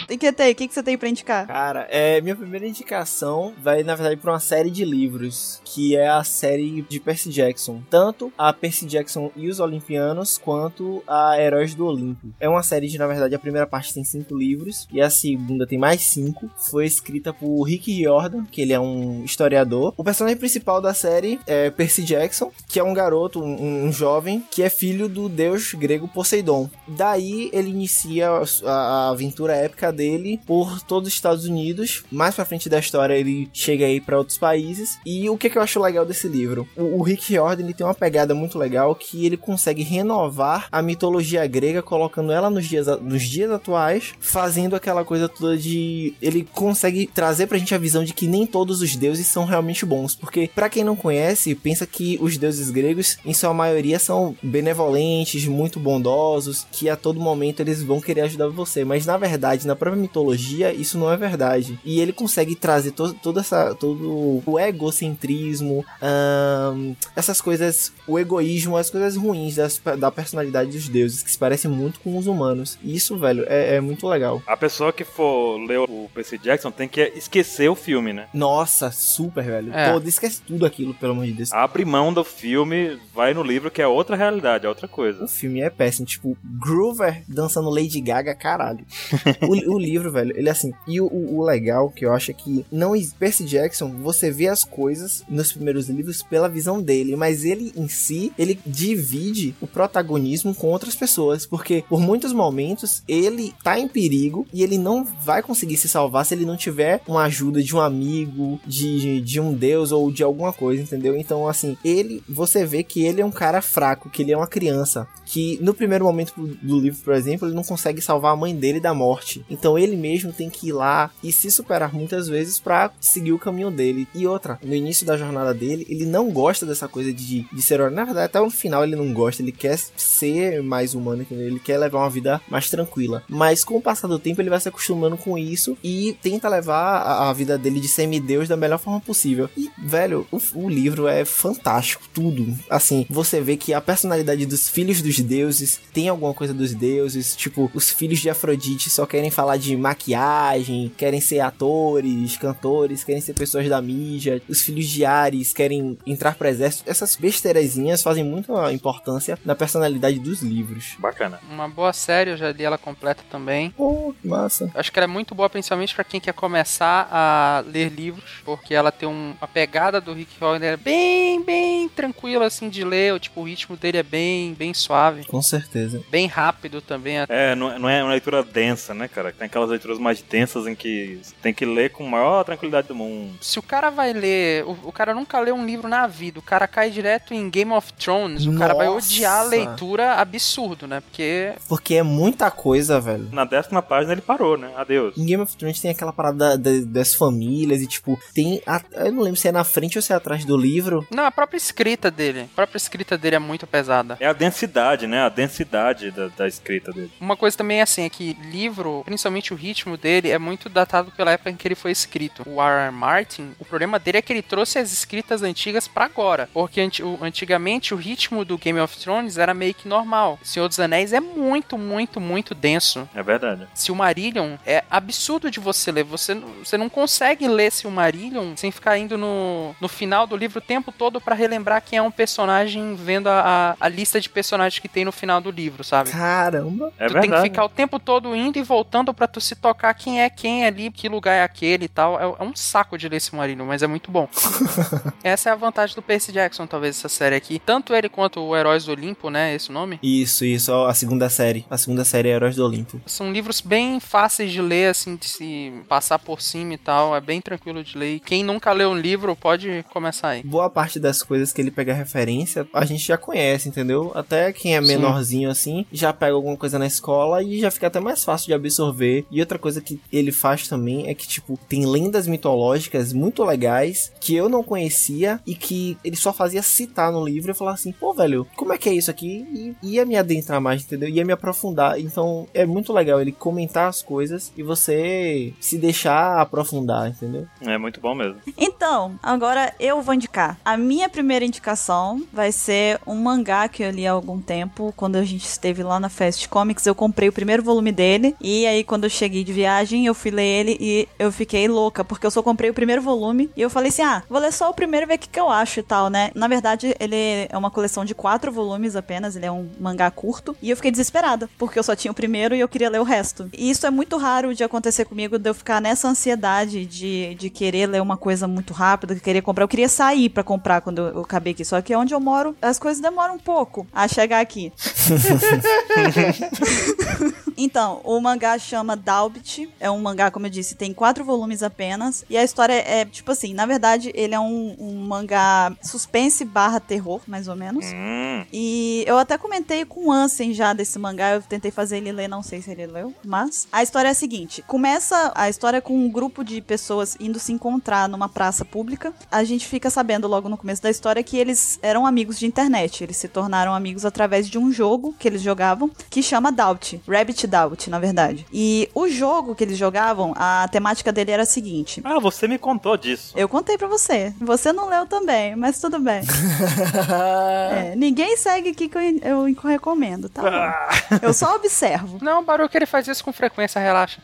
C: E Ketei, o que, que você tem pra indicar?
B: Cara, é, minha primeira indicação vai, na verdade, pra uma série de livros, que é a série de Percy Jackson. Tanto a Percy Jackson e os Olimpianos, quanto a Heróis do Olimpo. É uma série de, na verdade, a primeira parte tem cinco livros, e a segunda tem mais cinco. Foi escrita por Rick Jordan, que ele é um historiador. O personagem principal da série é Percy Jackson, que é um garoto, um, um jovem, que é filho do deus grego Poseidon. Daí ele inicia a, a aventura épica dele por todos os Estados Unidos. Mais pra frente da história ele chega aí pra outros países. E o que, que eu acho legal desse livro? O, o Rick Riordan ele tem uma pegada muito legal que ele consegue renovar a mitologia grega, colocando ela nos dias, a- nos dias atuais, fazendo aquela coisa toda de. Ele consegue trazer pra gente a visão de que nem todos os deuses são realmente bons. Porque, pra quem não conhece, pensa que os deuses gregos, em sua maioria, são benevolentes, muito bondosos, que a todo momento eles vão querer ajudar você. Mas, na verdade, na própria mitologia, isso não é verdade. E ele consegue trazer to toda essa, todo o egocentrismo, ahn, essas coisas, o egoísmo, as coisas ruins das, da personalidade dos deuses, que se parecem muito com os humanos. E isso, velho, é, é muito legal.
D: A pessoa que for ler o Percy Jackson tem que esquecer o filme, né?
B: Nossa, super, velho.
E: É.
B: Pô, esquece tudo aquilo, pelo amor de Deus.
D: Abre mão do filme vai no livro, que é outra realidade, é outra coisa.
B: O filme é péssimo. Tipo, Groover dançando Lady Gaga, caralho. o, o livro, velho, ele é assim. E o, o legal que eu acho é que não. ex- Percy Jackson, você vê as coisas nos primeiros livros pela visão dele, mas ele em si, ele divide o protagonismo com outras pessoas. Porque por muitos momentos ele tá em perigo e ele não vai conseguir se salvar se ele não tiver uma ajuda de um amigo, de, de um deus ou de alguma coisa, entendeu? Então, assim, ele. Você vê que ele é um cara fraco, que ele é uma criança que no primeiro momento do- do livro, por exemplo, ele não consegue salvar a mãe dele da morte. Então ele mesmo tem que ir lá e se superar muitas vezes pra seguir o caminho dele. E outra, no início da jornada dele, ele não gosta dessa coisa de, de ser herói. Na verdade, até o final ele não gosta, ele quer ser mais humano, entendeu? ele quer levar uma vida mais tranquila. Mas com o passar do tempo, ele vai se acostumando com isso e tenta levar a, a vida dele de semideus da melhor forma possível. E, velho, o, o livro é fantástico, tudo. Assim, você vê que a personalidade dos filhos dos deuses tem alguma coisa dos deuses. Tipo, os filhos de Afrodite só querem falar de maquiagem, querem ser atores, cantores, querem ser pessoas da mídia. Os filhos de Ares querem entrar pro exército. Essas besteirazinhas fazem muita importância na personalidade dos livros.
D: Bacana.
E: Uma boa série, eu já li ela completa também.
B: Pô, que massa.
E: Acho que ela é muito boa, principalmente pra quem quer começar a ler livros, porque ela tem um- uma pegada do Rick Horner bem, bem tranquila assim de ler. Tipo, o ritmo dele é bem, bem suave,
B: Com certeza.
E: bem rápido também.
D: É, não, não é uma leitura densa, né, cara? Tem aquelas leituras mais densas em que você tem que ler com a maior tranquilidade do mundo.
E: Se o cara vai ler, o, o cara nunca lê um livro na vida, o cara cai direto em Game of Thrones, o cara vai
B: Nossa.
E: odiar a leitura absurdo, né? Porque
B: Porque é muita coisa, velho.
D: Na décima página ele parou, né? Adeus.
B: Em Game of Thrones tem aquela parada da- da- das famílias e, tipo, tem. a- eu não lembro se é na frente ou se é atrás do livro.
E: não, a própria escrita dele, a própria escrita dele é muito pesada.
D: É a densidade, né? A densidade da, da escrita dele.
E: Uma coisa também é assim, é que livro, principalmente o ritmo dele, é muito datado pela época em que ele foi escrito. O R.R. Martin, o problema dele é que ele trouxe as escritas antigas pra agora. Porque anti- o- antigamente o ritmo do Game of Thrones era meio que normal. Senhor dos Anéis é muito, muito, muito denso.
D: É verdade.
E: Silmarillion é absurdo de você ler. Você, não- você não consegue ler Silmarillion sem ficar indo no, no final do livro o tempo todo pra relembrar quem é um personagem, vendo a, a, a lista de personagens que tem no final do livro, sabe?
B: Caramba!
D: É
E: tu
D: verdade.
E: tem que ficar o tempo todo indo e voltando pra tu se tocar quem é quem ali, que lugar é aquele e tal. É, é um saco de ler esse Marino, mas é muito bom. essa é a vantagem do Percy Jackson, talvez, essa série aqui. Tanto ele quanto o Heróis do Olimpo, né? Esse nome.
B: Isso, isso, ó, a segunda série. A segunda série é Heróis do Olimpo.
E: São livros bem fáceis de ler, assim, de se passar por cima e tal. É bem tranquilo de ler. E quem nunca leu um livro pode começar aí.
B: Boa parte das coisas que ele pega referência, a gente já conhece, entendeu? Até quem é
E: Sim.
B: menorzinho assim, já pega alguma coisa na escola e já fica até mais fácil de absorver. E outra coisa que ele faz também é que, tipo, tem lendas mitológicas muito legais que eu não conhecia e que ele só fazia citar no livro e falar assim, pô, velho, como é que é isso aqui? E ia me adentrar mais, entendeu? Ia me aprofundar. Então é muito legal ele comentar as coisas e você se deixar aprofundar, entendeu?
D: É muito bom mesmo.
C: Então, agora eu vou indicar. A minha primeira indicação vai ser um mangá que eu li há algum tempo. Quando a gente esteve lá na Fast Comics, eu comprei o primeiro volume dele. E aí, quando eu cheguei de viagem, eu fui ler ele e eu fiquei louca, porque eu só comprei o primeiro volume. E eu falei assim: ah, vou ler só o primeiro e ver o que, que eu acho e tal, né? Na verdade, ele é uma coleção de quatro volumes apenas. Ele é um mangá curto. E eu fiquei desesperada, porque eu só tinha o primeiro e eu queria ler o resto. E isso é muito raro de acontecer comigo, de eu ficar nessa ansiedade de, de querer ler uma coisa muito rápida, que querer comprar. Eu queria sair pra comprar quando eu eu acabei aqui. Só que onde eu moro, as coisas demoram um pouco a chegar aqui. Então, o mangá chama Dalbit. É um mangá, como eu disse, tem quatro volumes apenas. E a história é, tipo assim, na verdade, ele é um, um mangá suspense barra terror, mais ou menos.
D: Hum,
C: E eu até comentei com o Ansem já desse mangá, eu tentei fazer ele ler, não sei se ele leu, mas a história é a seguinte: começa a história com um grupo de pessoas indo se encontrar numa praça pública. A gente fica sabendo logo no começo da história que eles eram amigos de internet, eles se tornaram amigos através de um jogo que eles jogavam que chama Doubt, Rabbit Doubt, na verdade. E o jogo que eles jogavam, a temática dele era a seguinte:
D: Ah, você me contou disso.
C: eu contei pra você, você não leu também, mas tudo bem. É, ninguém segue aqui que eu, eu recomendo, tá? bom? Eu só observo.
E: Não, Baruch, ele faz isso com frequência, relaxa.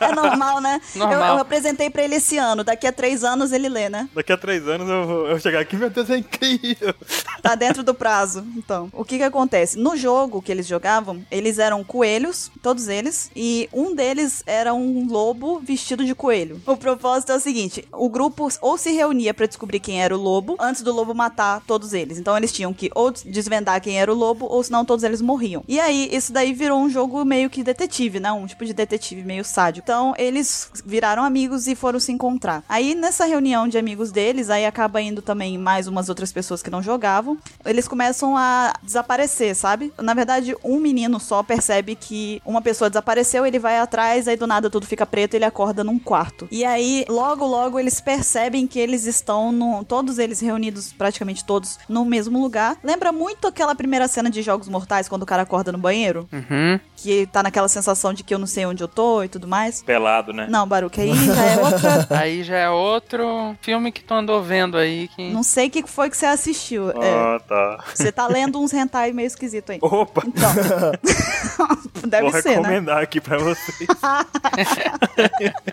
C: É normal, né? Eu-
E: Normal.
C: Eu, apresentei pra ele esse ano. Daqui a três anos ele lê, né?
D: Daqui a três anos eu vou, eu, eu chegar aqui, meu Deus, é incrível.
C: Tá dentro do prazo. Então, o que que acontece? No jogo que eles jogavam, eles eram coelhos, todos eles, e um deles era um lobo vestido de coelho. O propósito é o seguinte: o grupo ou se reunia pra descobrir quem era o lobo antes do lobo matar todos eles. Então eles tinham que ou desvendar quem era o lobo ou senão todos eles morriam. E aí isso daí virou um jogo meio que detetive, né? Um tipo de detetive meio sádico. Então eles viraram amigos e foram se encontrar. Aí nessa reunião de amigos deles, aí acaba indo também mais umas outras pessoas que não jogavam. Eles começam a desaparecer, sabe? Na verdade, um menino só percebe que uma pessoa desapareceu, ele vai atrás, aí do nada tudo fica preto, ele acorda num quarto. E aí, logo logo eles percebem que eles estão no, todos eles reunidos, praticamente todos no mesmo lugar. Lembra muito aquela primeira cena de Jogos Mortais quando o cara acorda no banheiro,
E: Uhum.
C: que tá naquela sensação de que eu não sei onde eu tô e tudo mais.
D: Pelado, né?
C: Não, Baruque, aí já é outra.
E: Aí já é outro filme que tu andou vendo aí. Que...
C: Não sei o que foi que você assistiu. É,
D: Ah, tá.
C: você tá lendo uns hentai meio esquisito aí.
D: Opa,
C: Então. Deve
D: vou
C: ser, né?
D: recomendar aqui pra vocês.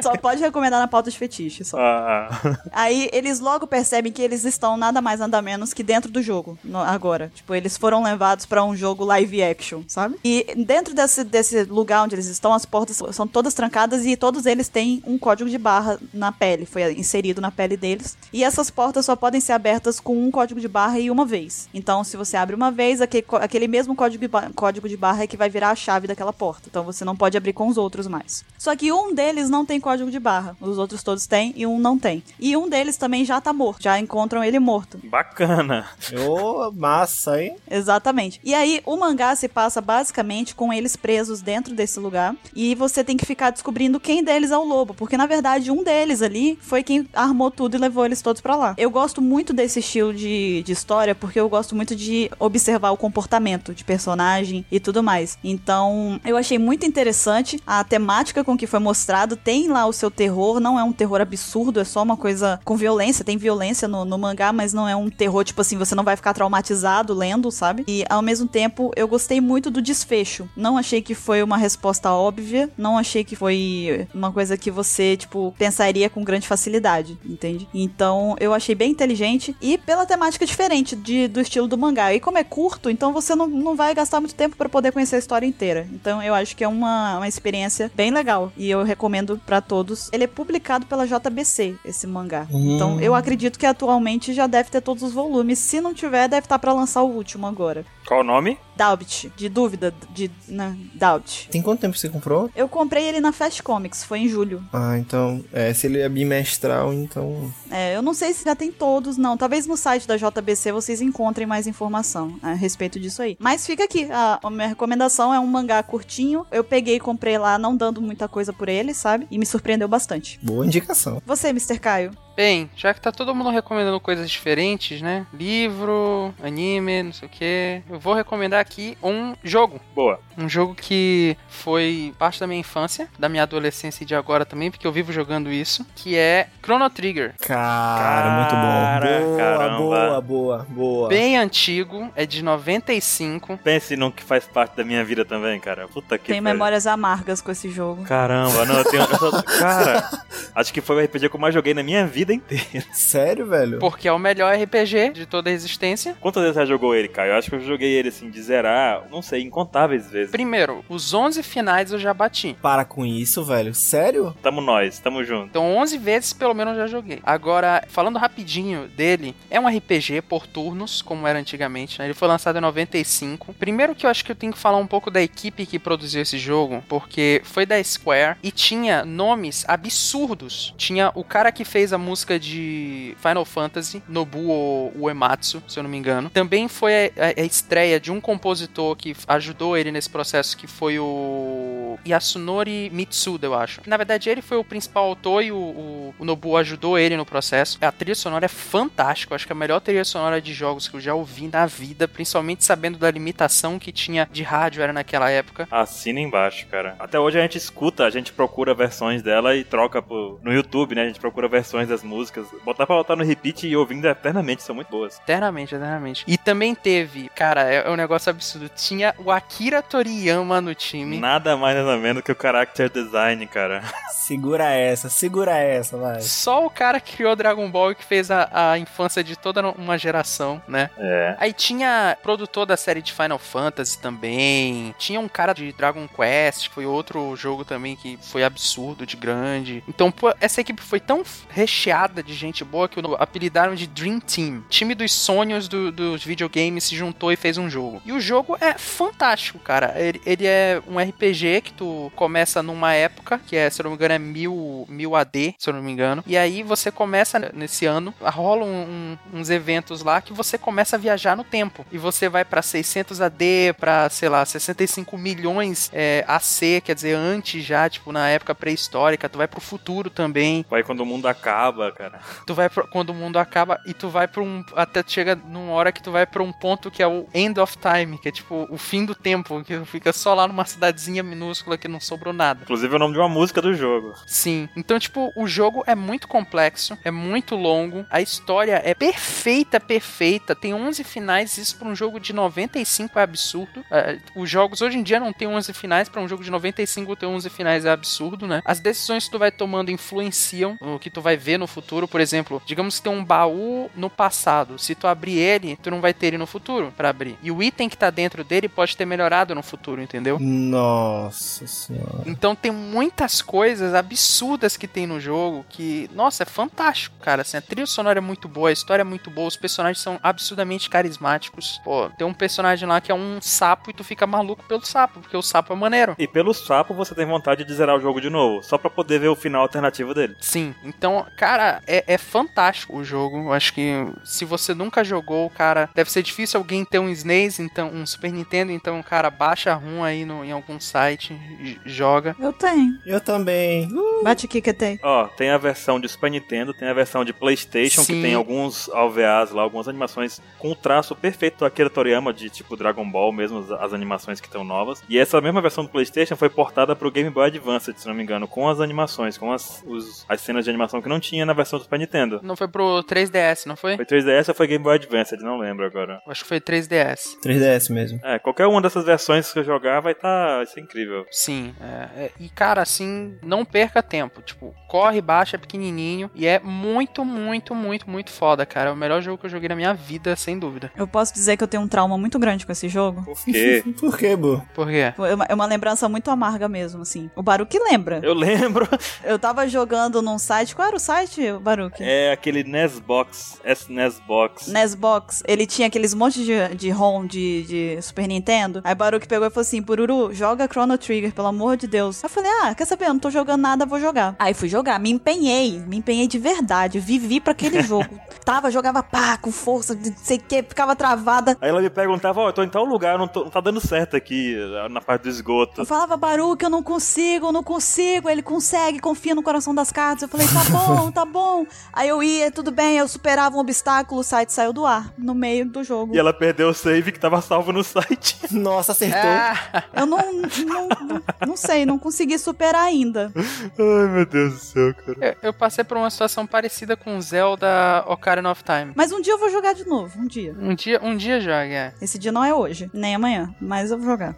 C: Só pode recomendar na pauta de fetiche, só.
D: Ah,
C: Aí eles logo percebem que eles estão nada mais nada menos que dentro do jogo no- agora. Tipo, eles foram levados pra um jogo live action, sabe? E dentro desse, desse lugar onde eles estão, as portas são todas trancadas e todos eles têm um código de barra na pele, foi inserido na pele deles. E essas portas só podem ser abertas com um código de barra e uma vez. Então, se você abre uma vez, aquele, co- aquele mesmo código de, ba- código de barra é que vai virar a chave daquela porta. Então, você não pode abrir com os outros mais. Só que um deles não tem código de barra. Os outros todos têm e um não tem. E um deles também já tá morto. Já encontram ele morto.
D: bacana.
B: Ô, massa, hein?
C: Exatamente. E aí, o mangá se passa basicamente com eles presos dentro desse lugar. E você tem que ficar descobrindo quem deles é o lobo. Porque, na verdade, um deles ali foi quem armou tudo e levou eles todos pra lá. Eu gosto muito desse estilo de, de história, porque eu gosto muito de observar o comportamento de personagem e tudo mais. Então, eu achei muito interessante a temática com que foi mostrado. Tem lá o seu terror, não é um terror absurdo, é só uma coisa com violência. Tem violência no, no mangá, mas não é um terror, tipo assim, você não vai ficar traumatizado lendo, sabe? E ao mesmo tempo, eu gostei muito do desfecho. Não achei que foi uma resposta óbvia, não achei que foi uma coisa que você, tipo, pensaria com grande facilidade, entende? Então, eu achei bem inteligente e pela temática diferente de- do estilo do mangá. E como é curto, então você não, não vai gastar muito tempo pra poder conhecer a história inteira. Então, eu acho que é uma, uma experiência bem legal e eu recomendo pra todos. Ele é publicado pela JBC, esse mangá.
B: Hum.
C: Então, eu acredito que atualmente já deve ter todos os volumes. Se não tiver, deve estar pra lançar o último agora.
D: Qual o nome?
C: Doubt, de dúvida, de né, doubt.
B: Tem quanto tempo você comprou?
C: Eu comprei ele na Fast Comics, foi em julho.
B: Ah, então. É, se ele é bimestral, então.
C: É, eu não sei se já tem todos, não. Talvez no site da JBC vocês encontrem mais informação é, a respeito disso aí. Mas fica aqui, a, a minha recomendação é um mangá curtinho. Eu peguei e comprei lá, não dando muita coisa por ele, sabe? E me surpreendeu bastante.
B: Boa indicação.
C: Você, Mr. Caio?
E: Bem, já que tá todo mundo recomendando coisas diferentes, né? Livro, anime, não sei o que. Eu vou recomendar aqui um jogo.
D: Boa.
E: Um jogo que foi parte da minha infância, da minha adolescência e de agora também, porque eu vivo jogando isso, que é Chrono Trigger.
B: Cara,
D: Cara,
B: muito bom. Boa,
D: caramba.
B: boa, boa, boa.
E: Bem antigo, é de 95.
D: Pense num que faz parte da minha vida também, cara. Puta que
C: tem
D: pariu.
C: memórias amargas com esse jogo.
D: Caramba, não, eu tenho. eu só- cara, acho que foi o RPG que eu mais joguei na minha vida inteira.
B: Sério, velho?
E: Porque é o melhor RPG de toda a existência.
D: Quantas vezes você já jogou ele, cara? Eu acho que eu joguei ele assim, de zerar, não sei, incontáveis vezes.
E: Primeiro, os 11 finais eu já bati.
B: Para com isso, velho. Sério?
D: Tamo nós, tamo junto.
E: Então 11 vezes pelo menos eu já joguei. Agora, falando rapidinho dele, é um RPG por turnos, como era antigamente, né? Ele foi lançado em 95. Primeiro que eu acho que eu tenho que falar um pouco da equipe que produziu esse jogo, porque foi da Square e tinha nomes absurdos. Tinha o cara que fez a música de Final Fantasy, Nobuo Uematsu, se eu não me engano. Também foi a, a- a estreia de um compositor que f- ajudou ele nesse processo, que foi o Yasunori Mitsuda, eu acho. Na verdade, ele foi o principal autor e o, o, o Nobuo ajudou ele no processo. A trilha sonora é fantástica, eu acho que é a melhor trilha sonora de jogos que eu já ouvi na vida, principalmente sabendo da limitação que tinha de rádio era naquela época.
D: Assina embaixo, cara. Até hoje a gente escuta, a gente procura versões dela e troca pro- no YouTube, né? A gente procura versões das músicas. Botar pra botar no repeat e ouvindo é eternamente, são muito boas.
E: Eternamente, eternamente. E também teve, cara, é, é um negócio absurdo. Tinha o Akira Toriyama no time.
D: Nada mais, mais ou menos que o character design, cara.
B: Segura essa, segura essa, vai.
E: Só o cara que criou Dragon Ball e que fez a, a infância de toda uma geração, né?
D: É.
E: Aí tinha produtor da série de Final Fantasy também. Tinha um cara de Dragon Quest, que foi outro jogo também que foi absurdo de grande. Então, pô, essa equipe foi tão recheada de gente boa que o- apelidaram de Dream Team. Time dos sonhos do- dos videogames se juntou e fez um jogo. E o jogo é fantástico, cara. Ele, ele é um RPG que tu começa numa época, que é, se eu não me engano, é 1000, 1000 AD, se eu não me engano. E aí você começa nesse ano, rola um- um- uns eventos lá que você começa a viajar no tempo. E você vai pra 600 AD, pra, sei lá, 65 milhões é, AC, quer dizer, antes já, tipo, na época pré-histórica. Tu vai pro futuro também.
D: Vai quando o mundo acaba, cara.
E: Tu vai pra, quando o mundo acaba e tu vai pra um. Até chega numa hora que tu vai pra um ponto que é o end of time, que é tipo o fim do tempo, que fica só lá numa cidadezinha minúscula que não sobrou nada.
D: Inclusive é o nome de uma música do jogo.
E: Sim. Então, tipo, o jogo é muito complexo, é muito longo, a história é perfeita, perfeita. Tem 11 finais, isso pra um jogo de 95 é absurdo. É, os jogos hoje em dia não tem 11 finais, pra um jogo de 95 ter 11 finais é absurdo, né? As decisões que tu vai tomando influenciam o que tu vai ver no futuro. Por exemplo, digamos que tem um baú no passado. Se tu abrir ele, tu não vai ter ele no futuro pra abrir. E o item que tá dentro dele pode ter melhorado no futuro, entendeu?
B: Nossa senhora.
E: Então tem muitas coisas absurdas que tem no jogo que, nossa, é fantástico, cara. Assim, a trilha sonora é muito boa, a história é muito boa, os personagens são absurdamente carismáticos. Pô, tem um personagem lá que é um sapo e tu fica maluco pelo sapo, porque o sapo é maneiro.
D: E pelo sapo você tem vontade de zerar o jogo de novo, só pra poder ver o final alternativo dele.
E: Sim, então, cara, é, é fantástico o jogo. Eu acho que se você nunca jogou, cara, deve ser difícil alguém ter um SNES, então, um Super Nintendo, então, cara, baixa a ROM aí no, em algum site, j- joga.
C: Eu tenho.
B: Eu também. Uh,
C: Bate aqui que tem.
D: Ó, tem a versão de Super Nintendo, tem a versão de PlayStation,
E: Sim.
D: que tem alguns OVAs lá, algumas animações com o traço perfeito do Akira Toriyama, de tipo Dragon Ball mesmo, as, as animações que estão novas. E essa mesma versão do PlayStation foi portada pro Game Boy Advance, se não me engano, com as animações, com as, os- as cenas de animação que não tinha na versão do Super Nintendo.
E: Não foi pro 3DS, não foi?
D: Foi 3DS ou foi Game Boy Advance? Não lembro agora.
E: Acho que foi 3DS.
B: 3DS mesmo.
D: É, qualquer uma dessas versões que eu jogar vai tá. Isso é incrível.
E: Sim, é, é, e cara, assim, não perca tempo. Tipo, corre, baixa, é pequenininho. E é muito, muito, muito, muito foda, cara. É o melhor jogo que eu joguei na minha vida, sem dúvida.
C: Eu posso dizer que eu tenho um trauma muito grande com esse jogo.
D: Por quê?
B: Por que, Bu?
E: Por quê?
C: É uma- é uma lembrança muito amarga mesmo, assim. O Baruque lembra.
D: eu lembro.
C: Eu tava jogando num site. Qual era o site, Baruque?
D: É aquele NES Box. SNES Box.
C: Nesbox, ele tinha aqueles monte de, de ROM de, de Super Nintendo. Aí Baruque pegou e falou assim: Bururu, joga Chrono Trigger, pelo amor de Deus. Aí eu falei: Ah, quer saber? Eu não tô jogando nada, vou jogar. Aí fui jogar, me empenhei, me empenhei de verdade, vivi pra aquele jogo. Tava, jogava pá, com força, não sei o que, ficava travada.
D: Aí ela me perguntava, ó, eu tô em tal lugar, não, tô- não tá dando certo aqui, na parte do esgoto.
C: Eu falava, Baruque, eu não consigo, eu não consigo. Aí Ele consegue, confia no coração das cartas. Eu falei, tá bom, tá bom. Aí eu ia, tudo bem, eu superava um obstáculo, o site saiu do ar, no meio do jogo.
D: E ela perdeu o save que tava salvo no site.
B: Nossa, acertou.
E: Ah,
C: Eu não, não, não, não sei, não consegui superar ainda.
D: Ai, meu Deus do céu, cara.
E: eu- eu passei por uma situação parecida com Zelda Ocarina of Time.
C: Mas um dia eu vou jogar de novo, um dia.
E: Um dia, um dia jogue, é.
C: Esse dia não é hoje, nem amanhã, mas eu vou jogar.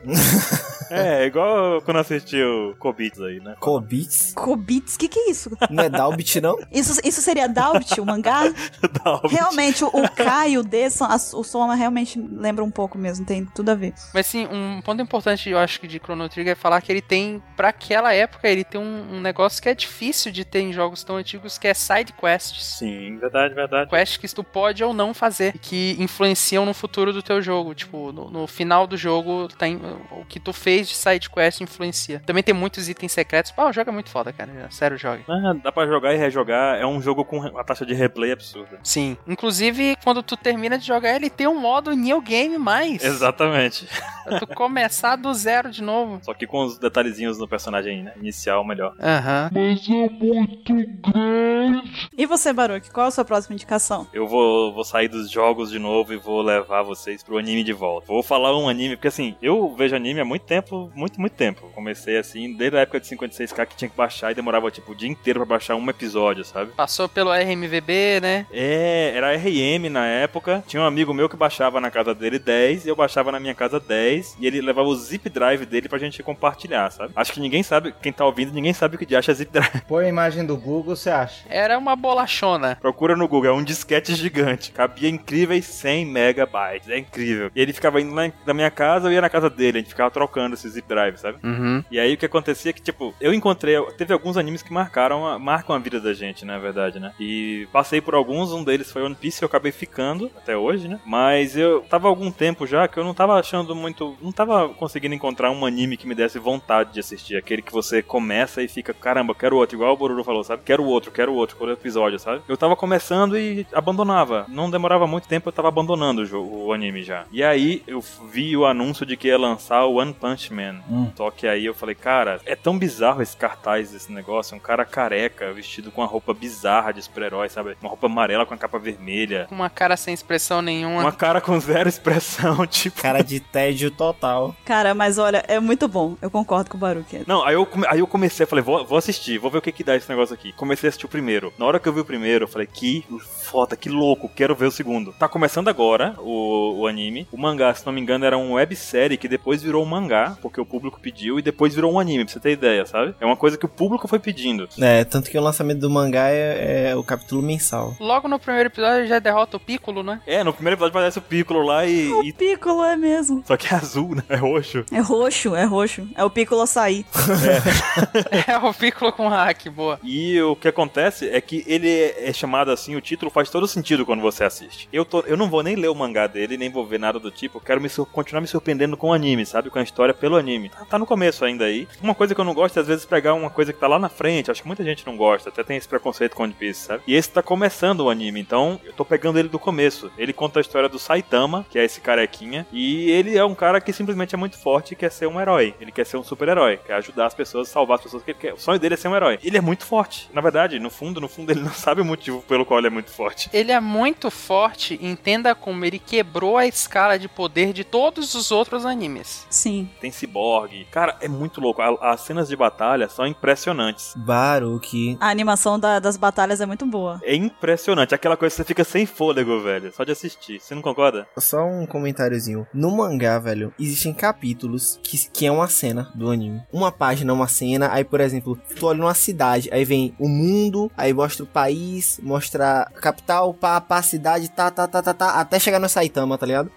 D: É, igual quando assistiu Cobits aí, né?
B: Cobits?
C: Kobits, o que, que é isso?
B: Não é Dalbit, não?
C: Isso, isso seria Doubt, o mangá?
D: Da Hobbit.
C: Realmente, o, o Kai, o D, são- as- o Soma realmente lembra um pouco mesmo, tem tudo a ver.
E: Mas sim, um ponto importante, eu acho que de Chrono Trigger é falar que ele tem, pra aquela época, ele tem um, um negócio que é difícil de ter em jogos tão antigos, que é side quests.
D: Sim, verdade, verdade.
E: quests que tu pode ou não fazer, que influenciam no futuro do teu jogo. Tipo, no, no final do jogo, tem, o que tu fez de side quest influencia. Também tem muitos itens secretos. Pô, o jogo é muito foda, cara. Sério, joga.
D: Ah, dá pra jogar e rejogar, é um jogo com uma taxa de replay absurda.
E: Sim. Inclusive, quando tu termina de jogar, ele tem um modo New Game mais.
D: Exatamente.
E: Pra tu começar do zero de novo.
D: Só que com os detalhezinhos do personagem né? inicial, melhor.
E: Aham.
H: Mas é muito grande.
C: E você, Baruch, qual a sua próxima indicação?
D: Eu vou, vou sair dos jogos de novo e vou levar vocês pro anime de volta. Vou falar um anime, porque assim, eu vejo anime há muito tempo, muito, muito tempo. Comecei assim, desde a época de 56k que tinha que baixar e demorava tipo o dia inteiro pra baixar um episódio, sabe?
E: Passou pelo RMVB, né?
D: É, era RM na época. Tinha um amigo meu que baixava na casa dele 10 e eu baixava na minha casa 10 e ele levava o zip drive dele pra gente compartilhar, sabe? Acho que ninguém sabe, quem tá ouvindo, ninguém sabe o que de acha zip drive.
A: Põe a imagem do Google, você acha.
E: Era uma bolachona.
D: Procura no Google, é um disquete gigante. Cabia incríveis 100 megabytes. É incrível. E ele ficava indo lá em- na minha casa, eu ia na casa dele. A gente ficava trocando esse zip drive, sabe?
E: Uhum.
D: E aí o que acontecia é que, tipo, eu encontrei. Teve alguns animes que marcaram a, marcam a vida da gente, na verdade, né? E passei por alguns, um deles foi One Piece, eu acabei ficando até hoje, né? Mas eu tava há algum tempo já que eu não tava achando muito. Não tava conseguindo encontrar um anime que me desse vontade de assistir. Aquele que você começa e fica, caramba, quero outro, igual o Boruru falou, sabe? Quero outro, quero outro, por episódio, sabe? Eu tava começando e abandonava. Não demorava muito tempo, eu tava abandonando o, jogo, o anime já. E aí eu vi o anúncio de que ia lançar o One Punch Man. Só que aí eu falei, cara, é tão bizarro esse cartaz desse negócio. Um cara careca, vestido com uma roupa bizarra de super-herói, sabe? Uma roupa amarela com a capa vermelha.
E: Com uma cara sem expressão nenhuma.
D: Uma cara com zero expressão, tipo.
B: Cara de tédio total.
C: Cara, mas olha, é muito bom. Eu concordo com o Baruch.
D: Não, aí eu, come- aí eu comecei, falei, vou, vou assistir, vou ver o que que dá esse negócio aqui. Comecei a assistir o primeiro. Na hora que eu vi o primeiro, eu falei, que foda, que louco, quero ver o segundo. Tá começando agora o, o anime. O mangá, se não me engano, era uma websérie que depois virou um mangá, porque o público pediu, e depois virou um anime, pra você ter ideia, sabe? É uma coisa que o público foi pedindo.
B: É, tanto que o lançamento do mangá é, é o capítulo mensal.
E: Logo no primeiro episódio já derrota o Piccolo, né?
D: É, no primeiro episódio aparece o Piccolo lá e.
C: O
D: e-
C: Piccolo é mesmo.
D: Só que é azul, né? É roxo.
C: É roxo, é roxo. É o Piccolo sair.
E: É o Piccolo com hack, boa.
D: E o que acontece é que ele é chamado assim, o título faz todo sentido quando você assiste. Eu, tô, eu não vou nem ler o mangá dele, nem vou ver nada do tipo. Eu quero me sur- continuar me surpreendendo com o anime, sabe? Com a história pelo anime. Tá, tá no começo ainda aí. Uma coisa que eu não gosto é às vezes pegar uma coisa que tá lá na frente. Acho que muita gente não gosta, até tem esse preconceito com One Piece, sabe? E esse tá começando o anime, então eu tô pegando ele do começo. Ele conta a história do Saitama, que é esse carequinha, e ele é um cara que simplesmente é muito forte e quer ser um herói. Ele quer ser um super-herói, quer ajudar as pessoas, salvar as pessoas que ele quer. O sonho dele é ser um herói. Ele é muito forte. Na verdade, no fundo, no fundo, ele não sabe o motivo pelo qual ele é muito forte.
E: Ele é muito forte, entenda como ele quebrou a escala de poder de todos os outros animes.
C: Sim.
D: Tem ciborgue. Cara, é muito louco. A- As cenas de batalha são impressionantes.
B: Baruque.
C: A animação da- das batalhas é muito boa.
D: É impressionante. Aquela coisa que você fica sem fôlego, velho. Só de assistir. Você não concorda?
B: Só um comentáriozinho. No mangá, velho, existem capítulos que, que é uma cena do anime. Uma página é uma cena, aí, por exemplo, tu olha numa cidade, aí vem o mundo, aí mostra o país, mostra a capital, pá, pá, cidade, tá, tá, tá, tá, tá, até chegar no Saitama, tá ligado?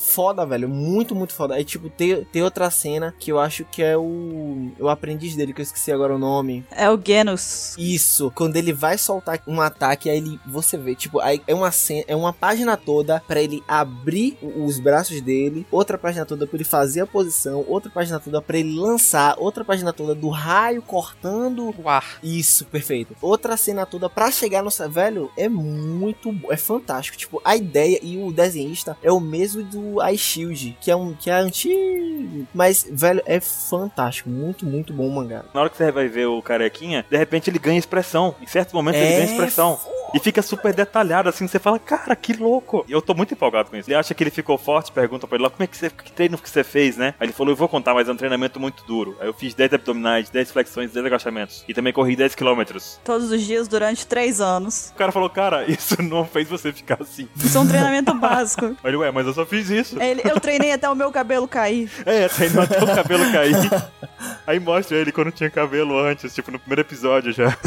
B: foda, velho, muito, muito foda. Aí, tipo, tem, tem outra cena que eu acho que é o, o aprendiz dele, que eu esqueci agora o nome.
C: É o Genos.
B: Isso, quando ele vai soltar um ataque, aí ele, você vê, tipo, aí é uma cena, é uma página toda pra ele abrir o- os braços dele, outra página toda pra ele fazer a posição, outra página toda pra ele lançar, outra página toda do raio cortando.
E: O ar.
B: Isso, perfeito. Outra cena toda pra chegar no sa- velho é muito, bo- é fantástico. Tipo, a ideia e o desenhista é o mesmo do Ice Shield, que é um que é anti, mas velho é fantástico, muito muito bom o mangá.
D: Na hora que você vai ver o carequinha, de repente ele ganha expressão. Em certo momento ele
B: É
D: ganha expressão. E fica super detalhado, assim, você fala, cara, que louco. E eu tô muito empolgado com isso. Ele acha que ele ficou forte, pergunta pra ele lá, como é que você, que treino que você fez, né? Aí ele falou, eu vou contar, mas é um treinamento muito duro. Aí eu fiz 10 abdominais, 10 flexões, 10 agachamentos. E também corri 10 quilômetros.
C: Todos os dias durante três anos.
D: O cara falou, cara, isso não fez você ficar assim.
C: Isso é um treinamento básico.
D: Aí ele, ué, mas eu só fiz isso.
C: Ele- eu treinei até o meu cabelo cair.
D: É, essa aí não até o cabelo cair. Aí mostra ele quando tinha cabelo antes, tipo, no primeiro episódio já.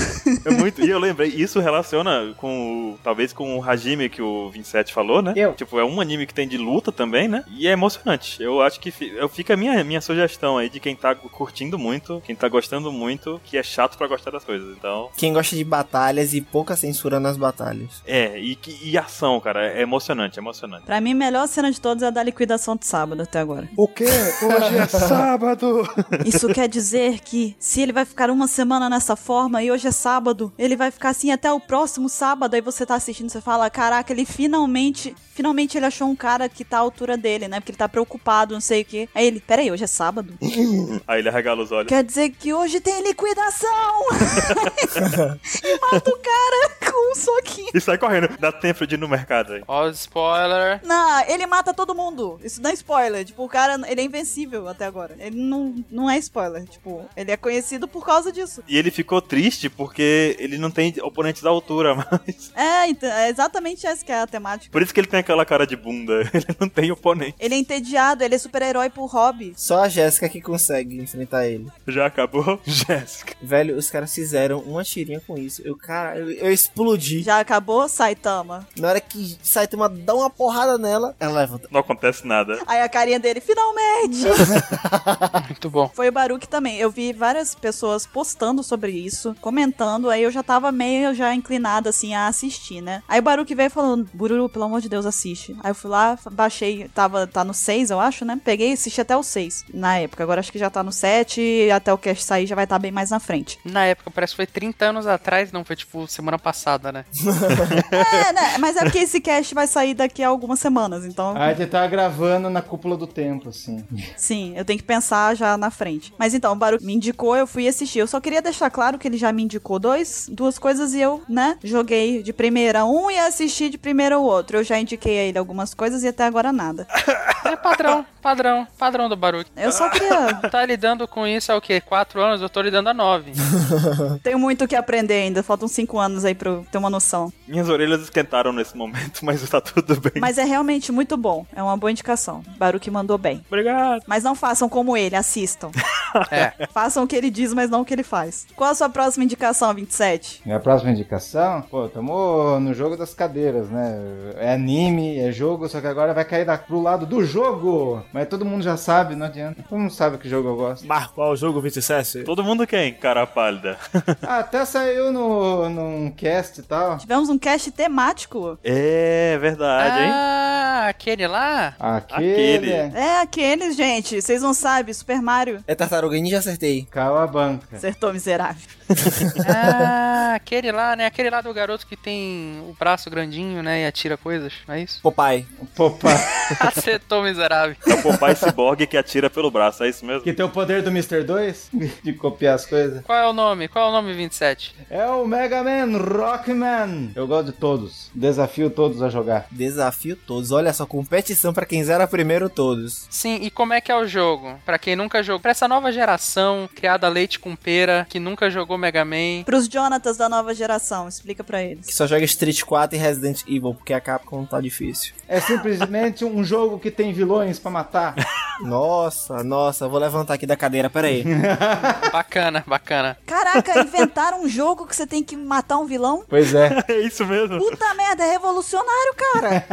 D: É muito. E eu lembrei, isso relaciona com o. Talvez com o Hajime que o 27 falou, né?
A: Eu.
D: Tipo, é um anime que tem de luta também, né? E é emocionante. Eu acho que fi- eu fica a minha, minha sugestão aí de quem tá curtindo muito, quem tá gostando muito, que é chato pra gostar das coisas. Então.
B: Quem gosta de batalhas e pouca censura nas batalhas.
D: É, e, que- e ação, cara. É emocionante, é emocionante.
C: Pra mim, a melhor cena de todas é a da liquidação de sábado até agora.
D: O quê? Hoje é sábado!
C: Isso quer dizer que se ele vai ficar uma semana nessa forma e hoje é sábado, ele vai ficar assim até o próximo sábado, aí você tá assistindo, você fala, caraca, ele finalmente, finalmente ele achou um cara que tá à altura dele, né? Porque ele tá preocupado, não sei o quê. Aí ele, peraí, hoje é sábado?
D: Aí ele arregala os olhos.
C: Quer dizer que hoje tem liquidação! e mata o cara com um soquinho.
D: E sai correndo. Dá tempo de ir no mercado aí.
E: Ó, spoiler.
C: Não, ele mata todo mundo. Isso não é spoiler. Tipo, o cara, ele é invencível até agora. Ele não, não é spoiler. Tipo, ele é conhecido por causa disso.
D: E ele ficou triste porque ele não tem oponentes da altura mais.
C: É, então, é exatamente essa que é a temática.
D: Por isso que ele tem aquela cara de bunda. Ele não tem oponente.
C: Ele é entediado, ele é super-herói por hobby.
B: Só a Jéssica que consegue enfrentar ele.
D: Já acabou? Jéssica.
B: Velho, os caras fizeram uma tirinha com isso. Eu, cara, eu, eu explodi.
C: Já acabou, Saitama?
B: Na hora que Saitama dá uma porrada nela, ela levanta.
D: Não acontece nada.
C: Aí a carinha dele, finalmente!
E: Muito bom.
C: Foi o Baruque também. Eu vi várias pessoas postando sobre isso, comentando, aí eu já tava meio já inclinada, assim, a assistir, né? Aí o Baruque veio falando, Bururu, pelo amor de Deus, assiste. Aí eu fui lá, baixei, tava, tá no 6, eu acho, né? Peguei e assisti até o 6 na época. Agora acho que já tá no 7, até o cast sair já vai estar tá bem mais na frente.
E: Na época, parece que foi 30 anos atrás, não foi tipo semana passada, né?
C: é, né? Mas é porque esse cast vai sair daqui a algumas semanas, então.
A: Aí ele tá gravando na cúpula do tempo, assim.
C: Sim, eu tenho que pensar já na frente. Mas então, o Baru me indicou, eu fui assistir. Eu só queria deixar claro que ele já me indicou dois, duas coisas e eu, né, joguei de primeira um e assisti de primeira o outro. Eu já indiquei a ele algumas coisas e até agora nada.
E: É padrão, padrão, padrão do Baruque.
C: Eu só queria.
E: Tá lidando com isso há o quê? Quatro anos? Eu tô lidando há nove.
C: Tenho muito o que aprender ainda. Faltam cinco anos aí pra eu ter uma noção.
D: Minhas orelhas esquentaram nesse momento, mas tá tudo bem.
C: Mas é realmente muito bom. É uma boa indicação. Baruque mandou bem.
D: Obrigado.
C: Mas não façam como ele, assistam.
E: É.
C: façam o que ele diz, mas não o que ele faz. Qual a sua próxima indicação, 27?
A: Minha próxima indicação? Pô, tamo no jogo das cadeiras, né? É anime, é jogo, só que agora vai cair da, pro lado do jogo. Mas todo mundo já sabe, não adianta. Todo mundo sabe que jogo eu gosto.
G: Marco, qual o jogo 27?
D: Todo mundo quem? Cara pálida.
A: Ah, até saiu no, num cast e tal.
C: Tivemos um cast temático.
D: É verdade, hein?
E: Ah, aquele lá?
A: Aquele.
D: Aquele.
C: É aqueles, gente. Vocês não sabem, Super Mario.
B: É Tartaruga Ninja, acertei.
A: Calabanca.
C: Acertou, miserável.
E: Ah, aquele lá, né? Aquele lá do garoto que tem o braço grandinho, né? E atira coisas, não é isso?
B: Popeye.
A: Popa.
E: Acertou, miserável.
D: É o Popeye Cyborg que atira pelo braço, é isso mesmo?
A: que tem o poder do Mr. 2 de copiar as coisas.
E: Qual é o nome? Qual é o nome 27?
A: É o Mega Man Rockman. Eu gosto de todos. Desafio todos a jogar.
B: Desafio todos. Olha só, competição pra quem zera primeiro todos.
E: Sim, e como é que é o jogo? Pra quem nunca jogou, pra essa nova geração criada a leite com pera, que nunca jogou Mega Man.
C: Pros Jonatas da nova geração, explica pra
B: Que
C: eles.
B: só joga Street 4 e Resident Evil, porque a Capcom tá difícil.
A: É simplesmente um jogo que tem vilões pra matar.
B: Nossa, nossa, vou levantar aqui da cadeira, pera aí.
E: Bacana, bacana.
C: Caraca, inventaram um jogo que você tem que matar um vilão?
A: Pois é.
D: É isso mesmo?
C: Puta merda, é revolucionário, cara.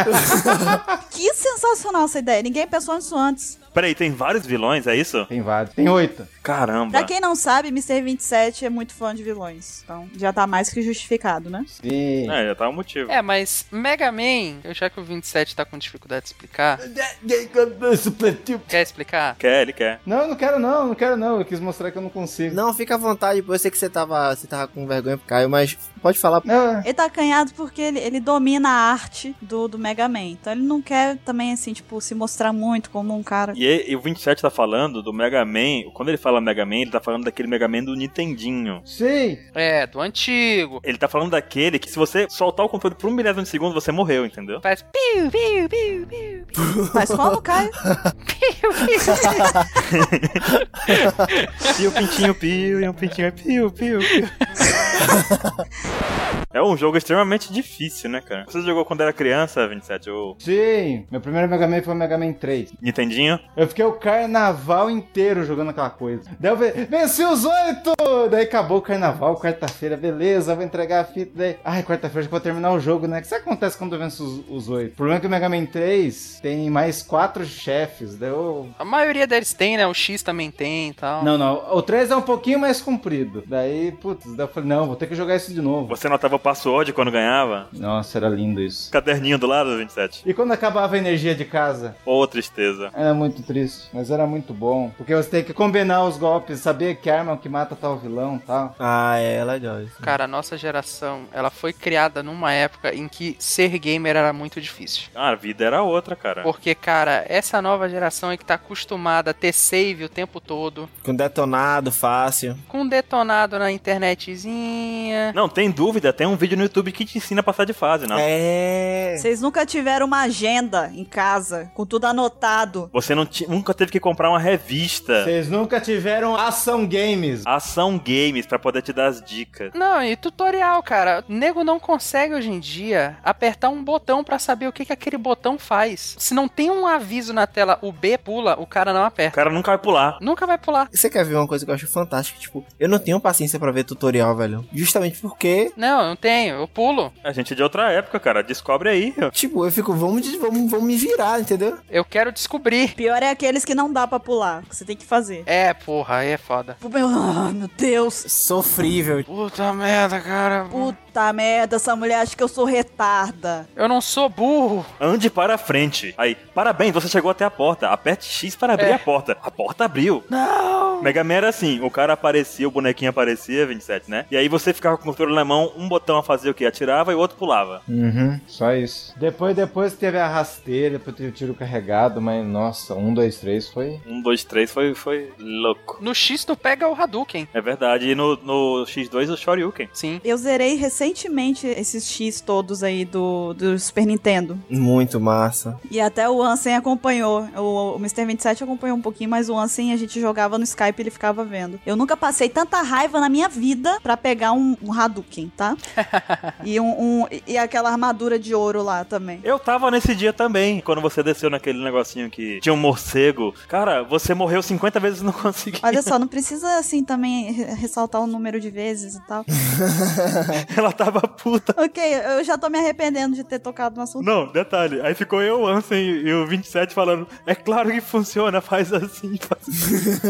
C: que sensacional essa ideia. Ninguém pensou nisso antes.
D: Peraí, tem vários vilões, é isso?
A: Tem vários. Tem oito.
D: Caramba.
C: Pra quem não sabe, Mr. 27 é muito fã de vilões. Então já tá mais que justificado, né?
A: Sim.
D: É, já tá o motivo.
E: É, mas Mega Man, eu já que o 27 tá com dificuldade de explicar, quer explicar?
D: Quer, ele quer.
A: Não, eu não quero não, não quero não. Eu quis mostrar que eu não consigo.
B: Não, fica à vontade, pô, eu sei que você tava, você tava com vergonha, Caio, mas pode falar.
A: Não,
C: Ele tá acanhado porque ele, ele domina a arte do, do Mega Man. Então ele não quer também, assim, tipo, se mostrar muito como um cara.
D: E, e o 27 tá falando do Mega Man. Quando ele fala Mega Man, ele tá falando daquele Mega Man do Nintendinho.
A: Sim.
E: É, do antigo.
D: Ele tá falando daquele que se você soltar o controle por um milésimo de segundo, você morreu, entendeu?
E: Faz piu, piu, piu, piu,
C: Mas como, Caio?
E: piu, piu.
D: E o pintinho pio, e o pintinho é pio, pio, pio. É um jogo extremamente difícil, né, cara? Você jogou quando era criança, 27, o
A: Sim. Meu primeiro Mega Man foi o Mega Man 3.
D: Nintendinho?
A: Eu fiquei o carnaval inteiro jogando aquela coisa. Daí eu ve- venci os oito! Daí acabou o carnaval, quarta-feira, beleza, vou entregar a fita. Daí, ai, quarta-feira já vou terminar o jogo, né? O que isso acontece quando eu venço os- os oito? O problema é que o Mega Man 3 tem mais quatro chefes. Daí eu.
E: A maioria deles tem, né? O X também tem e tal.
A: Não, não, o 3 é um pouquinho mais comprido. Daí, putz, daí eu falei, não, vou ter que jogar isso de novo.
D: Você não tava password quando ganhava.
A: Nossa, era lindo isso.
D: Caderninho do lado do 27.
A: E quando acabava a energia de casa?
D: Ô, tristeza.
A: Era muito triste, mas era muito bom. Porque você tem que combinar os golpes, saber que arma que mata tal vilão e tal.
B: Ah, é legal isso.
E: Cara, a nossa geração, ela foi criada numa época em que ser gamer era muito difícil.
D: Ah, a vida era outra, cara.
E: Porque, cara, essa nova geração é que tá acostumada a ter save o tempo todo,
B: Com detonado, fácil.
E: com um detonado na internetzinha.
D: Não, tem dúvida, tem um vídeo no YouTube que te ensina a passar de fase, né? não.
B: É.
C: Vocês nunca tiveram uma agenda em casa, com tudo anotado.
D: Você não ti- nunca teve que comprar uma revista.
A: Vocês nunca tiveram ação games.
D: Ação Games pra poder te dar as dicas.
E: Não, e tutorial, cara. Nego não consegue hoje em dia apertar um botão pra saber o que, que aquele botão faz. Se não tem um aviso na tela, o B pula, o cara não
D: O
E: aperta.
D: cara nunca vai pular.
E: Nunca vai pular.
B: Você quer ver uma coisa que eu acho fantástica? Tipo, eu não tenho paciência pra ver tutorial, velho. Justamente porque,
E: Não, eu não tenho, eu pulo.
D: A gente é de outra época, cara. Descobre aí.
B: tipo, eu fico, vamos, de- vamos, vamos me virar, entendeu?
E: Eu quero descobrir.
C: Pior é aqueles que não dá pra pular, que você tem que fazer.
E: É, porra, aí é foda.
C: Tipo, meu, ah, meu Deus.
B: Sofrível.
E: Puta merda, cara.
C: Puta merda, essa mulher acha que eu sou retarda.
E: Eu não sou burro.
D: Ande para a frente. Aí, parabéns, você chegou até a porta. Aperte X para abrir
E: É.
D: a porta. A porta abriu.
E: Não!
D: Mega Man era assim, o cara aparecia, o bonequinho aparecia, 27, né? E aí você ficava com o controle na mão, um botão a fazer o quê? Atirava e o outro pulava.
A: Uhum, só isso. Depois, depois teve a rasteira, depois teve o tiro carregado, mas nossa, um, dois, três foi.
D: Um, dois, três, foi, foi louco.
E: No X tu pega o Hadouken.
D: É verdade, e no, no X2 o Shoryuken.
E: Sim.
C: Eu zerei recentemente esses X todos aí do, do Super Nintendo.
B: Muito massa.
C: E até o Ansem acompanhou. O, o Mr. 27 acompanhou um pouquinho, mas o Ansem a gente jogava no Skype e ele ficava vendo. Eu nunca passei tanta raiva na minha vida pra pegar um, um Hadouken, tá? e, um, um- e aquela armadura de ouro lá também.
D: Eu tava nesse dia também, quando você desceu naquele negocinho que tinha um morcego. Cara, você morreu 50 vezes e não conseguiu.
C: Olha só, não precisa assim também re- ressaltar o número de vezes e tal.
E: É.
D: Ela tava puta.
C: ok, eu já tô me arrependendo de ter tocado no assunto.
D: Não, detalhe. Aí ficou eu, o Ansem e o 27 falando: É claro que funciona, faz assim, faz assim.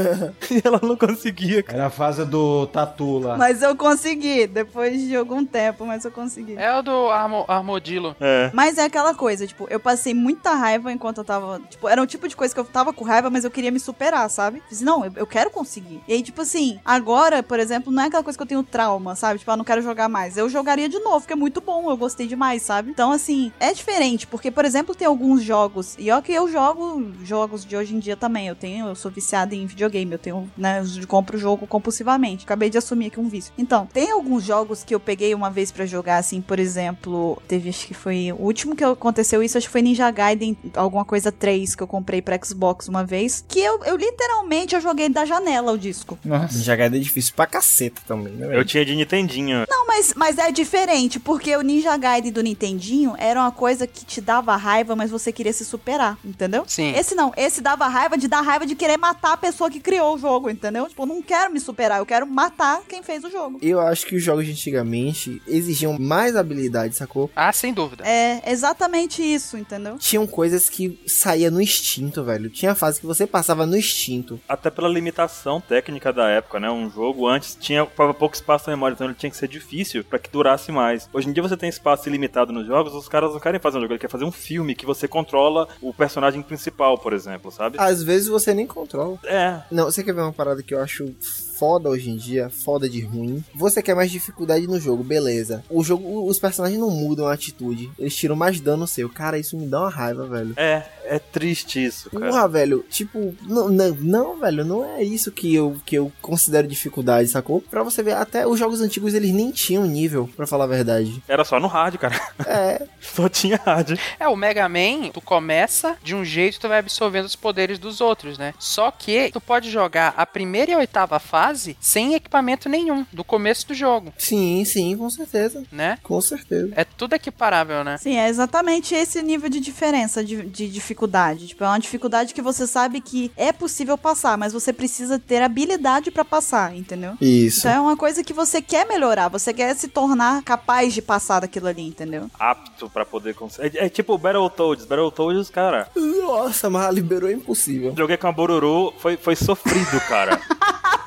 D: e ela não conseguia, cara.
A: Era a fase do tatu lá.
C: Mas eu consegui, depois de algum tempo, mas eu consegui.
E: É o do Armo- Armodilo.
D: É.
C: Mas é aquela coisa, tipo, eu passei muita raiva enquanto eu tava. Tipo, era um tipo de coisa que eu tava com raiva, mas eu queria me superar, sabe? Fiz, não, eu, eu quero conseguir. E aí, tipo assim, agora, por exemplo, não é aquela coisa que eu tenho trauma, sabe? Tipo, ah, não quero jogar mais. Eu jogaria de novo, porque é muito bom, eu gostei demais, sabe? Então, assim, é diferente, porque, por exemplo, tem alguns jogos, e ó que eu jogo jogos de hoje em dia também. Eu tenho, eu sou viciada em videogame, eu tenho, né, eu compro o jogo compulsivamente. Acabei de assumir aqui um vício. Então, tem alguns jogos que eu peguei uma vez pra jogar, assim, por exemplo, teve, acho que foi o último que aconteceu isso, acho que foi Ninja Gaiden, alguma coisa 3 que eu comprei pra Xbox uma vez, que eu, eu literalmente eu joguei da janela o disco.
A: Nossa.
B: Jogada é difícil pra caceta também, né, velho?
D: Eu tinha de Nintendinho.
C: Não, mas, mas é diferente, porque o Ninja Gaiden do Nintendinho era uma coisa que te dava raiva, mas você queria se superar, entendeu?
E: Sim.
C: Esse não, esse dava raiva de dar raiva de querer matar a pessoa que criou o jogo, entendeu? Tipo, eu não quero me superar, eu quero matar quem fez o jogo.
B: Eu acho que os jogos de antigamente exigiam mais habilidade, sacou?
E: Ah, sem dúvida.
C: É exatamente isso, entendeu?
B: Tinham coisas que saía no instinto, velho. Tinha fase que você passava no instinto.
D: Até pela limitação técnica da época, né? Um jogo antes tinha ocupava pouco espaço na memória, então ele tinha que ser difícil pra que durasse mais. Hoje em dia você tem espaço ilimitado nos jogos, os caras não querem fazer um jogo, ele quer fazer um filme que você controla o personagem principal, por exemplo, sabe?
B: Às vezes você nem controla.
D: É.
B: Não, você quer ver uma parada que eu acho foda hoje em dia, foda de ruim. Você quer mais dificuldade no jogo, beleza. O jogo, os personagens não mudam a atitude, eles tiram mais dano seu. Cara, isso me dá uma raiva, velho.
D: É, é triste isso, cara.
B: Porra, velho, tipo, não, não, não, velho, não é isso que eu, que eu considero dificuldade, sacou? Pra você ver, até os jogos antigos eles nem tinham nível, pra falar a verdade.
D: Era só no rádio, cara.
B: É,
D: Só tinha rádio.
E: É, o Mega Man, tu começa de um jeito, tu vai absorvendo os poderes dos outros, né? Só que tu pode jogar a primeira e a oitava fase sem equipamento nenhum, do começo do jogo,
B: sim, sim, com certeza,
E: né?
B: com certeza.
E: É tudo equiparável, né?
C: Sim, é exatamente esse nível de diferença de, de dificuldade. Tipo, é uma dificuldade que você sabe que é possível passar, mas você precisa ter habilidade pra passar, entendeu?
B: Isso.
C: Então é uma coisa que você quer melhorar, você quer se tornar capaz de passar daquilo ali, entendeu?
D: Apto pra poder conseguir. É, é tipo o Battletoads. Battletoads, cara.
B: Nossa, mas liberou é impossível.
D: Joguei com a Boruru, foi, foi sofrido, cara.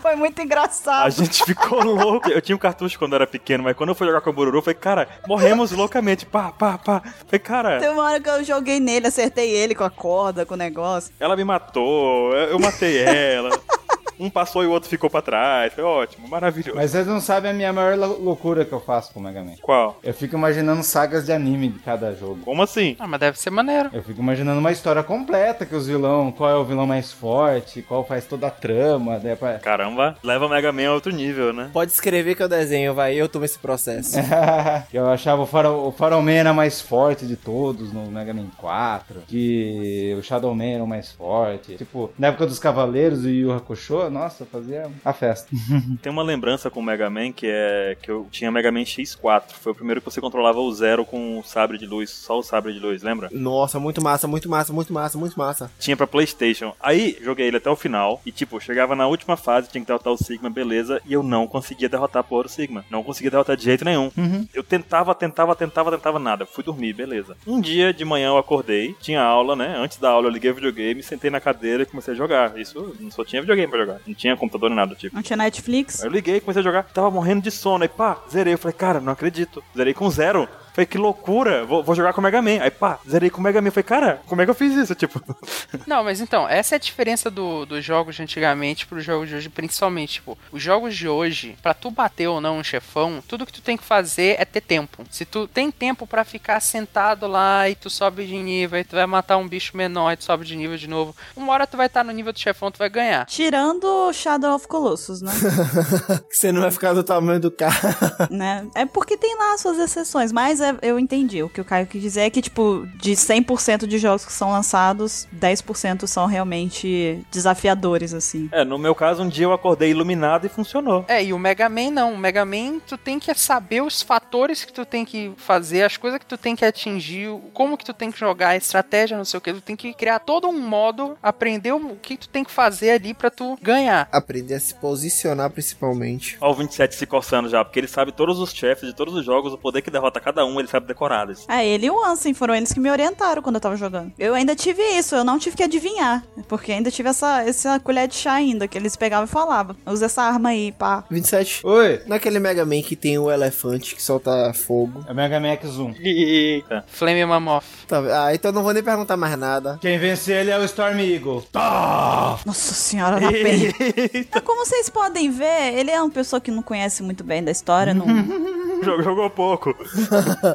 C: Foi muito engraçado.
D: A gente ficou louco. Eu tinha um cartucho quando era pequeno, mas quando eu fui jogar com o Bururu, eu falei, cara, morremos loucamente. Pá, pá, pá. Eu Falei, cara,
C: Tem uma hora que eu joguei nele, acertei ele com a corda, com o negócio.
D: ela me matou, eu eu matei ela. Um passou e o outro ficou pra trás. Foi ótimo, maravilhoso.
A: Mas vocês não sabem a minha maior lou- loucura que eu faço com o Mega Man.
D: Qual?
A: Eu fico imaginando sagas de anime de cada jogo.
D: Como assim?
E: Ah, mas deve ser maneiro.
A: Eu fico imaginando uma história completa que os vilão, qual é o vilão mais forte, qual faz toda a trama, né? pra-
D: Caramba, leva o Mega Man a outro nível, né?
B: Pode escrever que eu desenho, vai. Eu tomo esse processo.
A: que eu achava o Farol, o Farol Man era mais forte de todos no Mega Man 4, que o Shadow Man era o mais forte. Tipo, na época dos Cavaleiros e o Hakusho, nossa, fazia a festa.
D: Tem uma lembrança com o Mega Man que é que eu tinha Mega Man X4. Foi o primeiro que você controlava o Zero com o sabre de luz, só o sabre de luz, lembra?
B: Nossa, muito massa, muito massa, muito massa, muito massa.
D: Tinha pra PlayStation. Aí joguei ele até o final e tipo, chegava na última fase, tinha que derrotar o Sigma, beleza, e eu não conseguia derrotar a porra do Sigma. Não conseguia derrotar de jeito nenhum. Eu tentava, tentava, tentava, tentava nada. Fui dormir, beleza. Um dia de manhã eu acordei, tinha aula, né? Antes da aula eu liguei o videogame, sentei na cadeira e comecei a jogar. Isso só tinha videogame pra jogar. Não tinha computador nem nada, tipo.
C: Não tinha Netflix?
D: Aí eu liguei, comecei a jogar, tava morrendo de sono. Aí pá, zerei. Eu falei, cara, não acredito. Zerei com zero. Falei, que loucura, vou, vou jogar com o Mega Man. Aí pá, zerei com o Mega Man. Falei, cara, como é que eu fiz isso? Tipo,
E: Não, mas então, essa é a diferença do- dos jogos de antigamente pros jogos de hoje, principalmente, tipo, os jogos de hoje, pra tu bater ou não um chefão, tudo que tu tem que fazer é ter tempo. Se tu tem tempo pra ficar sentado lá e tu sobe de nível, aí tu vai matar um bicho menor e tu sobe de nível de novo, uma hora tu vai estar no nível do chefão, tu vai ganhar.
C: Tirando Shadow of Colossus, né?
B: Que você não vai ficar do tamanho do cara.
C: né? É porque tem lá suas exceções, mas é- eu entendi. O que o Caio quis dizer é que, tipo, de 100% de jogos que são lançados, 10% são realmente desafiadores, assim.
D: é, no meu caso, um dia eu acordei iluminado e funcionou.
E: É, e o Mega Man não. O Mega Man, tu tem que saber os fatores que tu tem que fazer, as coisas que tu tem que atingir, o- como que tu tem que jogar, a estratégia, não sei o que. Tu tem que criar todo um modo, aprender o que tu tem que fazer ali pra tu ganhar.
B: Aprender a se posicionar, principalmente.
D: Ó, o 27 se coçando já, porque ele sabe todos os chefes de todos os jogos, o poder que derrota cada um, ele sabe decoradas.
C: É, ele e o Ansem foram eles que me orientaram quando eu tava jogando. Eu ainda tive isso, eu não tive que adivinhar. Porque ainda tive essa, essa colher de chá ainda, que eles pegavam e falavam. Usa essa arma aí, pá.
B: 27.
A: Oi!
B: Naquele Mega Man que tem o elefante que solta fogo.
A: É o Mega Man X1.
D: Eita.
E: Flame Mamoth.
B: Tá, ah, então não vou nem perguntar mais nada.
A: Quem vence ele é o Storm Eagle. Tá!
C: Nossa senhora, na pena. Então, como vocês podem ver, ele é uma pessoa que não conhece muito bem da história, não,
D: Jogou, jogou pouco.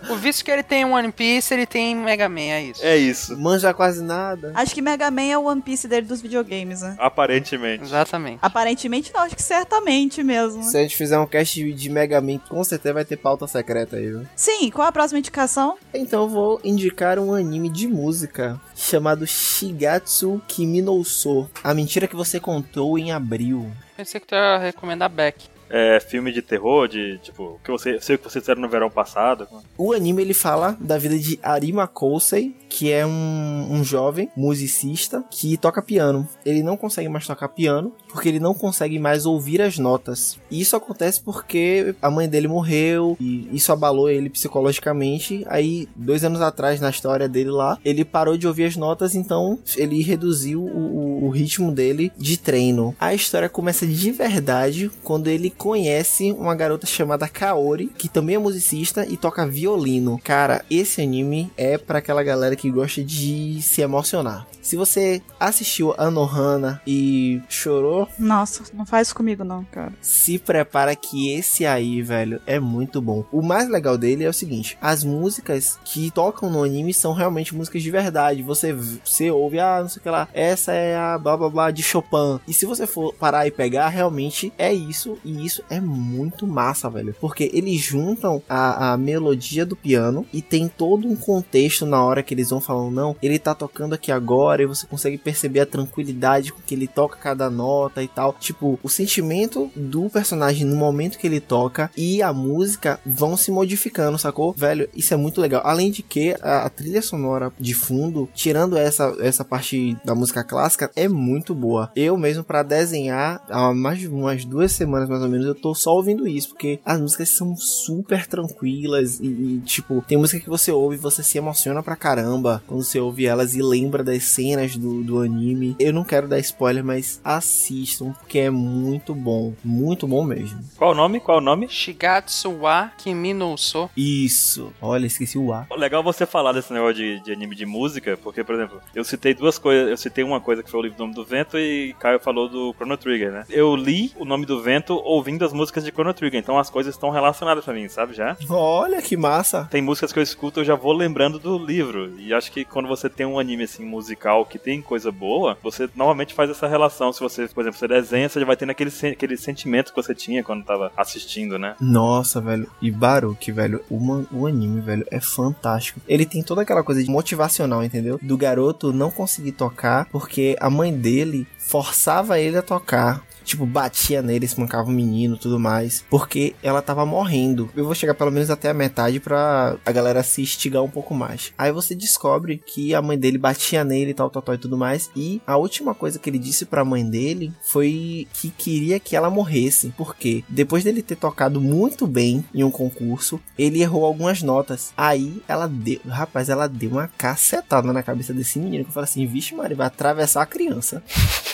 E: O vício que ele tem em One Piece, ele tem em Mega Man, é isso.
D: É isso.
B: Manja quase nada.
C: Acho que Mega Man é o One Piece dele dos videogames, né?
D: Aparentemente.
E: Exatamente.
C: Aparentemente não, acho que certamente mesmo.
B: Se a gente fizer um cast de Mega Man, com certeza vai ter pauta secreta aí, viu?
C: Sim, qual a próxima indicação?
B: Então eu vou indicar um anime de música chamado Shigatsu Kimi no Uso. A mentira que você contou em abril.
E: Pensei que tu ia recomendar Beck.
D: É filme de terror, de tipo, que você, sei o que vocês fizeram no verão passado.
B: O anime ele fala da vida de Arima Kousei, que é um, um jovem musicista que toca piano. Ele não consegue mais tocar piano porque ele não consegue mais ouvir as notas. E isso acontece porque a mãe dele morreu e isso abalou ele psicologicamente. Aí, dois anos atrás, na história dele lá, ele parou de ouvir as notas, então ele reduziu o, o- o ritmo dele de treino. A história começa de verdade quando ele conhece uma garota chamada Kaori, que também é musicista e toca violino. Cara, esse anime é pra aquela galera que gosta de se emocionar. Se você assistiu Anohana e chorou,
C: Nossa, não faz isso comigo não, cara.
B: se prepara que esse aí, velho, é muito bom. O mais legal dele é o seguinte: as músicas que tocam no anime são realmente músicas de verdade. Você, v- você ouve, ah, não sei o que lá, essa é a blá blá blá de Chopin. E se você for parar e pegar, realmente é isso. E isso é muito massa, velho. Porque eles juntam a, a melodia do piano e tem todo um contexto na hora que eles vão falando, não, ele tá tocando aqui agora e você consegue perceber a tranquilidade com que ele toca cada nota e tal. Tipo, o sentimento do personagem no momento que ele toca e a música vão se modificando, sacou? Velho, isso é muito legal. Além de que a, a trilha sonora de fundo, tirando essa, essa parte da música clássica, é muito boa. Eu mesmo, pra desenhar, há mais de umas duas semanas mais ou menos, eu tô só ouvindo isso, porque as músicas são super tranquilas e, e, tipo, tem música que você ouve e você se emociona pra caramba quando você ouve elas e lembra da essência cenas do, do anime. Eu não quero dar spoiler, mas assistam, porque é muito bom. Muito bom mesmo.
D: Qual o nome? Qual o nome?
E: Shigatsu wa Kimi no Uso.
B: Isso. Olha, esqueci o A.
D: Pô, Legal você falar desse negócio de, de anime de música, porque, por exemplo, eu citei duas coisas. Eu citei uma coisa que foi o livro Nome do Vento e Caio falou do Chrono Trigger, né? Eu li o Nome do Vento ouvindo as músicas de Chrono Trigger, então as coisas estão relacionadas pra mim, sabe já?
B: Olha que massa.
D: Tem músicas que eu escuto, eu já vou lembrando do livro. E acho que quando você tem um anime assim musical que tem coisa boa, você normalmente faz essa relação. Se você, por exemplo, você desenha, você já vai tendo aquele, sen- aquele sentimento que você tinha quando tava assistindo, né?
B: Nossa, velho. E Baruch, velho, o, man- o anime, velho, é fantástico. Ele tem toda aquela coisa de motivacional, entendeu? Do garoto não conseguir tocar porque a mãe dele forçava ele a tocar. Tipo, batia nele, espancava o menino tudo mais. Porque ela tava morrendo. Eu vou chegar pelo menos até a metade pra a galera se instigar um pouco mais. Aí você descobre que a mãe dele batia nele e tal, tal, tal e tudo mais. E a última coisa que ele disse pra mãe dele foi que queria que ela morresse. Porque depois dele ter tocado muito bem em um concurso, ele errou algumas notas. Aí ela deu. Rapaz, ela deu uma cacetada na cabeça desse menino. Que eu falei assim: vixe, Maria, vai atravessar a criança.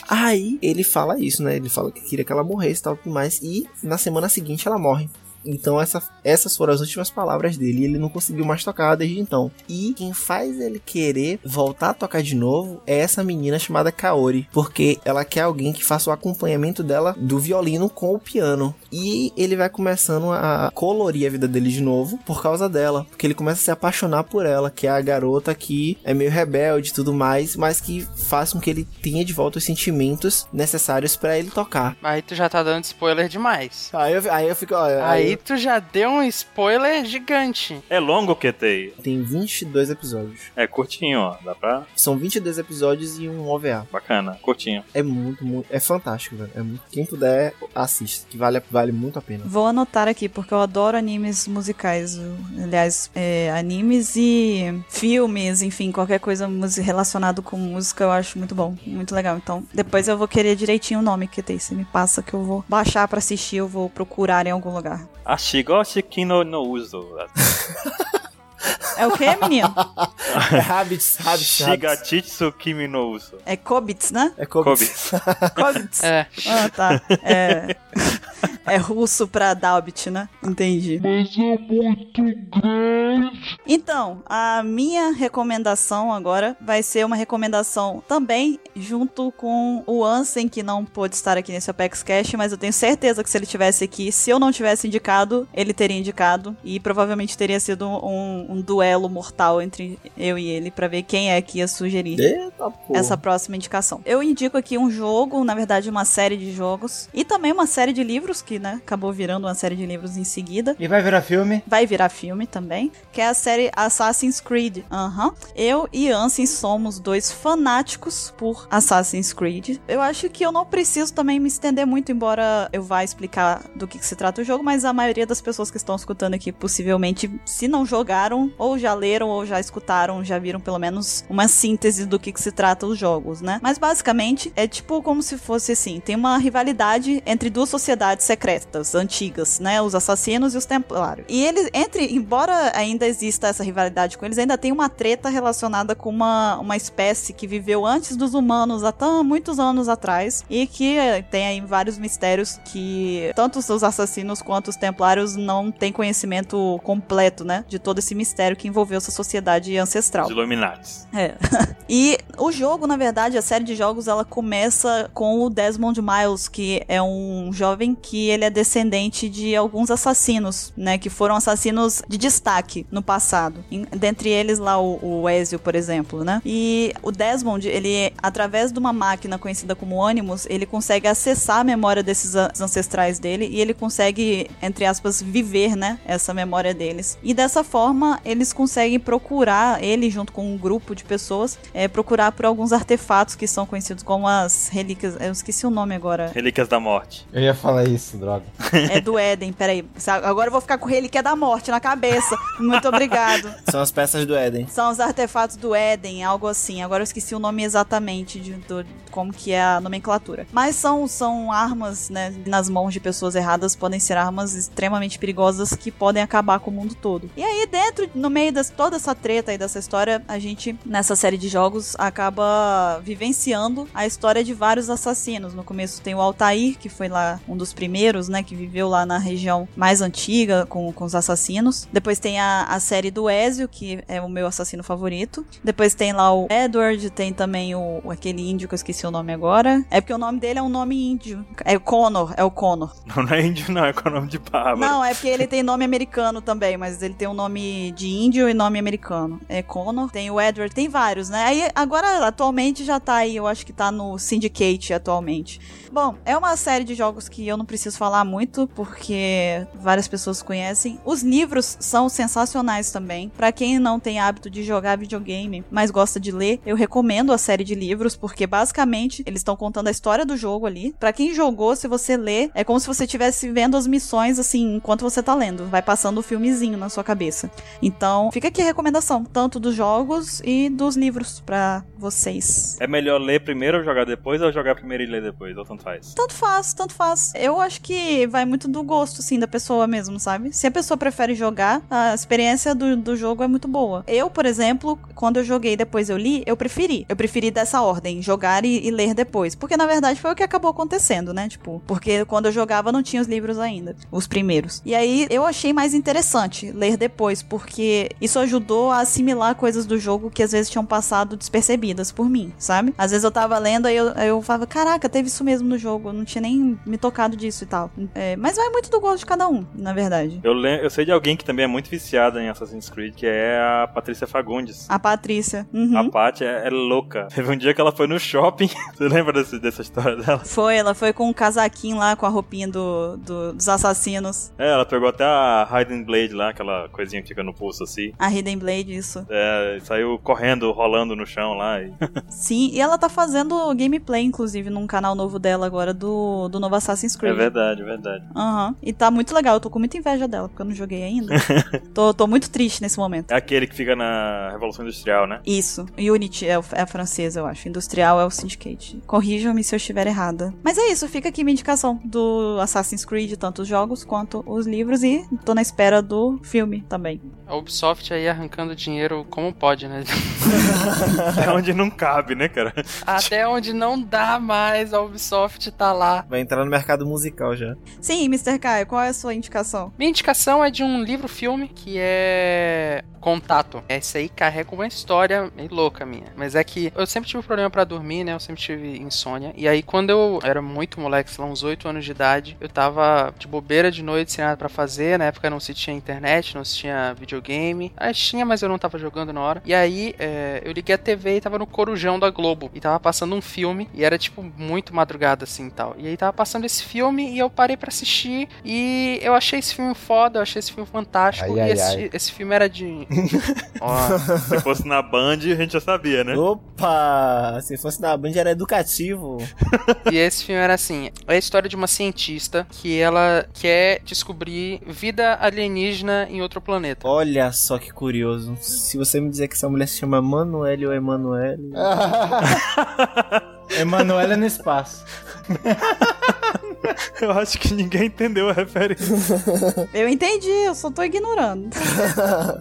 B: Aí ele fala isso, né? Ele fala que queria que ela morresse e tal, tudo mais. E na semana seguinte ela morre. Então essa- essas foram as últimas palavras dele e ele não conseguiu mais tocar desde então. E quem faz ele querer voltar a tocar de novo é essa menina chamada Kaori, porque ela quer alguém que faça o acompanhamento dela do violino com o piano. E ele vai começando a colorir a vida dele de novo por causa dela, porque ele começa a se apaixonar por ela, que é a garota que é meio rebelde e tudo mais, mas que faz com que ele tenha de volta os sentimentos necessários pra ele tocar.
E: Aí tu já tá dando spoiler demais.
B: Aí eu, aí eu fico, ó,
E: Aí tu já deu um spoiler gigante.
D: É longo o QTI.
B: tem 22 episódios.
D: É curtinho, ó. Dá pra.
B: São 22 episódios e um OVA.
D: Bacana, curtinho.
B: É muito, muito. É fantástico, velho. É muito- quem puder, assista. Que vale, vale muito a pena.
C: Vou anotar aqui, porque eu adoro animes musicais. eu- Aliás, é, animes e filmes, enfim, qualquer coisa musi- relacionado com música eu acho muito bom, muito legal. Então, depois eu vou querer direitinho o nome que tem. Você me passa que eu vou baixar pra assistir, eu vou procurar em algum lugar.
D: A Shigoshi Kino no Uso.
C: É o que, menino?
B: Habits, habits, habits.
D: Shigatitsu Kimi no Uso.
C: É Kobits, né?
B: É Kobe.
D: Kobe.
C: Kobits.
E: É.
C: Ah, tá. É, é russo pra Dalbit, né? Entendi. Mas é muito grande. Então, a minha recomendação agora vai ser uma recomendação também junto com o Ansem, que não pôde estar aqui nesse Apex Cash, mas eu tenho certeza que se ele tivesse aqui, se eu não tivesse indicado, ele teria indicado. E provavelmente teria sido um, um duelo mortal entre eu e ele pra ver quem é que ia sugerir
B: Eita porra.
C: essa próxima indicação. Eu indico aqui um jogo, na verdade uma série de jogos e também uma série de livros que, né, acabou virando uma série de livros em seguida.
A: E vai virar filme?
C: Vai virar filme também, que é a série Assassin's Creed. Aham. Eu e Ansem somos dois fanáticos por Assassin's Creed. Eu acho que eu não preciso também me estender muito, embora eu vá explicar do que, que se trata o jogo, mas a maioria das pessoas que estão escutando aqui possivelmente, se não jogaram, ou já leram, ou já escutaram, já viram pelo menos uma síntese do que, que se trata os jogos, né? Mas basicamente é tipo como se fosse assim: tem uma rivalidade entre duas sociedades secretas, antigas, né? Os assassinos e os templários. E eles, entre, embora ainda exista essa rivalidade com eles, ainda tem uma treta relacionada com uma, uma espécie que viveu antes dos humanos há tão, muitos anos atrás e que eh, tem aí vários mistérios que tanto os seus assassinos quanto os templários não têm conhecimento completo, né? De todo esse mistério que envolveu essa sociedade ancestral.
D: Os Illuminatis.
C: É. e o jogo, na verdade, a série de jogos, ela começa com o Desmond Miles, que é um jovem que ele é descendente de alguns assassinos, né? Que foram assassinos de destaque no passado. Em- dentre eles lá o, o Ezio, por exemplo, né? E o Desmond, ele, através de uma máquina conhecida como Animus, ele consegue acessar a memória desses an- ancestrais dele e ele consegue, entre aspas, viver, né? Essa memória deles. E dessa forma, eles conseguem procurar, ele junto com um grupo de pessoas, é, procurar por alguns artefatos que são conhecidos como as relíquias. Eu esqueci o nome agora.
D: Relíquias da Morte.
A: Eu ia falar isso, droga.
C: É do Éden, peraí. Sa- Agora eu vou ficar com relíquia da morte na cabeça. Muito obrigado.
B: São as peças do Éden.
C: São os artefatos do Éden, algo assim. Agora eu esqueci o nome exatamente de do- como que é a nomenclatura. Mas são, são armas, né? Nas mãos de pessoas erradas podem ser armas extremamente perigosas que podem acabar com o mundo todo. E aí, dentro, no meio de toda essa treta aí dessa história, a gente, nessa série de jogos, acaba vivenciando a história de vários assassinos. No começo tem o Altair, que foi lá um dos primeiros, né? Que viveu lá na região mais antiga com, com os assassinos. Depois tem a, a série do Ezio, que é o meu assassino favorito. Depois tem lá o Edward, tem também o, o- aquele índio que eu esqueci o nome agora. É porque o nome dele é um nome índio. É o Connor, é o Connor.
D: Não, não é índio, não, é com o nome de Bárbara.
C: Não, é porque ele tem nome americano também, mas ele tem um nome de índio e nome americano. É Connor, tem o Edward, tem vários, né? Aí agora, atualmente, já tá aí, eu acho que tá no Syndicate atualmente. Bom, é uma série de jogos que eu não preciso falar muito, porque várias pessoas conhecem. Os livros são sensacionais também. Pra quem não tem hábito de jogar videogame, mas gosta de ler, eu recomendo a série de livros, porque basicamente eles estão contando a história do jogo ali. Pra quem jogou, se você lê, é como se você estivesse vendo as missões assim, enquanto você tá lendo. Vai passando o filmezinho na sua cabeça. Então, fica aqui a recomendação, tanto dos jogos e dos livros pra vocês.
D: É melhor ler primeiro ou jogar depois, ou jogar primeiro e ler depois, ou tanto faz.
C: Tanto faz, tanto faz. Eu acho que vai muito do gosto, assim, da pessoa mesmo, sabe? Se a pessoa prefere jogar, a experiência do, do jogo é muito boa. Eu, por exemplo, quando eu joguei e depois eu li, eu preferi. Eu preferi dessa ordem, jogar e, e ler depois. Porque, na verdade, foi o que acabou acontecendo, né? Tipo, porque quando eu jogava não tinha os livros ainda, os primeiros. E aí eu achei mais interessante ler depois, porque isso ajudou a assimilar coisas do jogo que às vezes tinham passado despercebidas por mim, sabe? Às vezes eu tava lendo, aí eu, aí eu falava, caraca, teve isso mesmo no jogo, eu não tinha nem me tocado disso e tal. É, mas vai muito do gosto de cada um, na verdade.
D: Eu, le- eu sei de alguém que também é muito viciada em Assassin's Creed, que é a Patrícia Fagundes.
C: A Patrícia. Uhum.
D: A Paty é, é louca. Teve um dia que ela foi no shopping. Você lembra desse- dessa história dela?
C: Foi, ela foi com um casaquinho lá, com a roupinha do, do- dos assassinos.
D: É, ela pegou até a Hidden Blade lá, aquela coisinha que fica no pulso assim.
C: A Hidden Blade, isso.
D: É, e saiu correndo, rolando no chão lá. e- É
C: Sim, e ela tá fazendo gameplay, inclusive, num canal novo dela agora, do, do novo Assassin's
D: É
C: Creed.
D: verdade, é verdade.
C: Aham. E tá muito legal. Eu tô com muita inveja dela, porque eu não joguei ainda. tô, tô muito triste nesse momento.
D: É aquele que fica na Revolução Industrial, né?
C: Isso. Unity é, o- é a francesa, eu acho. Industrial é o Syndicate. Corrijam-me se eu estiver errada. Mas é isso. Fica aqui minha indicação do Assassin's Creed, tanto os jogos quanto os livros. E tô na espera do filme também.
E: A Ubisoft aí arrancando dinheiro como pode, né?
D: É onde não cabe, né, cara?
E: Até onde não dá mais, a Ubisoft tá lá.
B: Vai entrar no mercado musical já.
C: Sim, Mr. Caio, qual é a sua indicação?
E: Minha indicação é de um livro-filme que é Contato. Esse aí carrega uma história meio louca minha. Mas é que eu sempre tive problema pra dormir, né? Eu sempre tive insônia. E aí, quando eu era muito moleque, sei lá, uns 8 anos de idade, eu tava de bobeira de noite, sem nada pra fazer. Na época um não se tinha internet, não se tinha videogame. Ah, tinha, mas eu não tava jogando na hora. E aí, é, eu liguei a TV e tava no Corujão da Globo. E tava passando um filme. E era, tipo, muito madrugada, assim, e tal. E aí tava passando esse filme e eu parei pra assistir. E eu achei esse filme foda, eu achei esse filme fantástico.
H: Ai,
E: e
H: ai,
E: esse,
H: ai.
E: esse filme era de... Ó,
D: Se fosse na Band, a gente já sabia, né?
B: Opa! Se fosse na Band era educativo.
E: E esse filme era assim: é a história de uma cientista que ela quer descobrir vida alienígena em outro planeta.
B: Olha só que curioso. Se você me dizer que essa mulher se chama Manuele ou Emanuele.
A: Emanuela é no espaço.
D: Eu acho que ninguém entendeu a referência.
C: Eu entendi, eu só tô ignorando.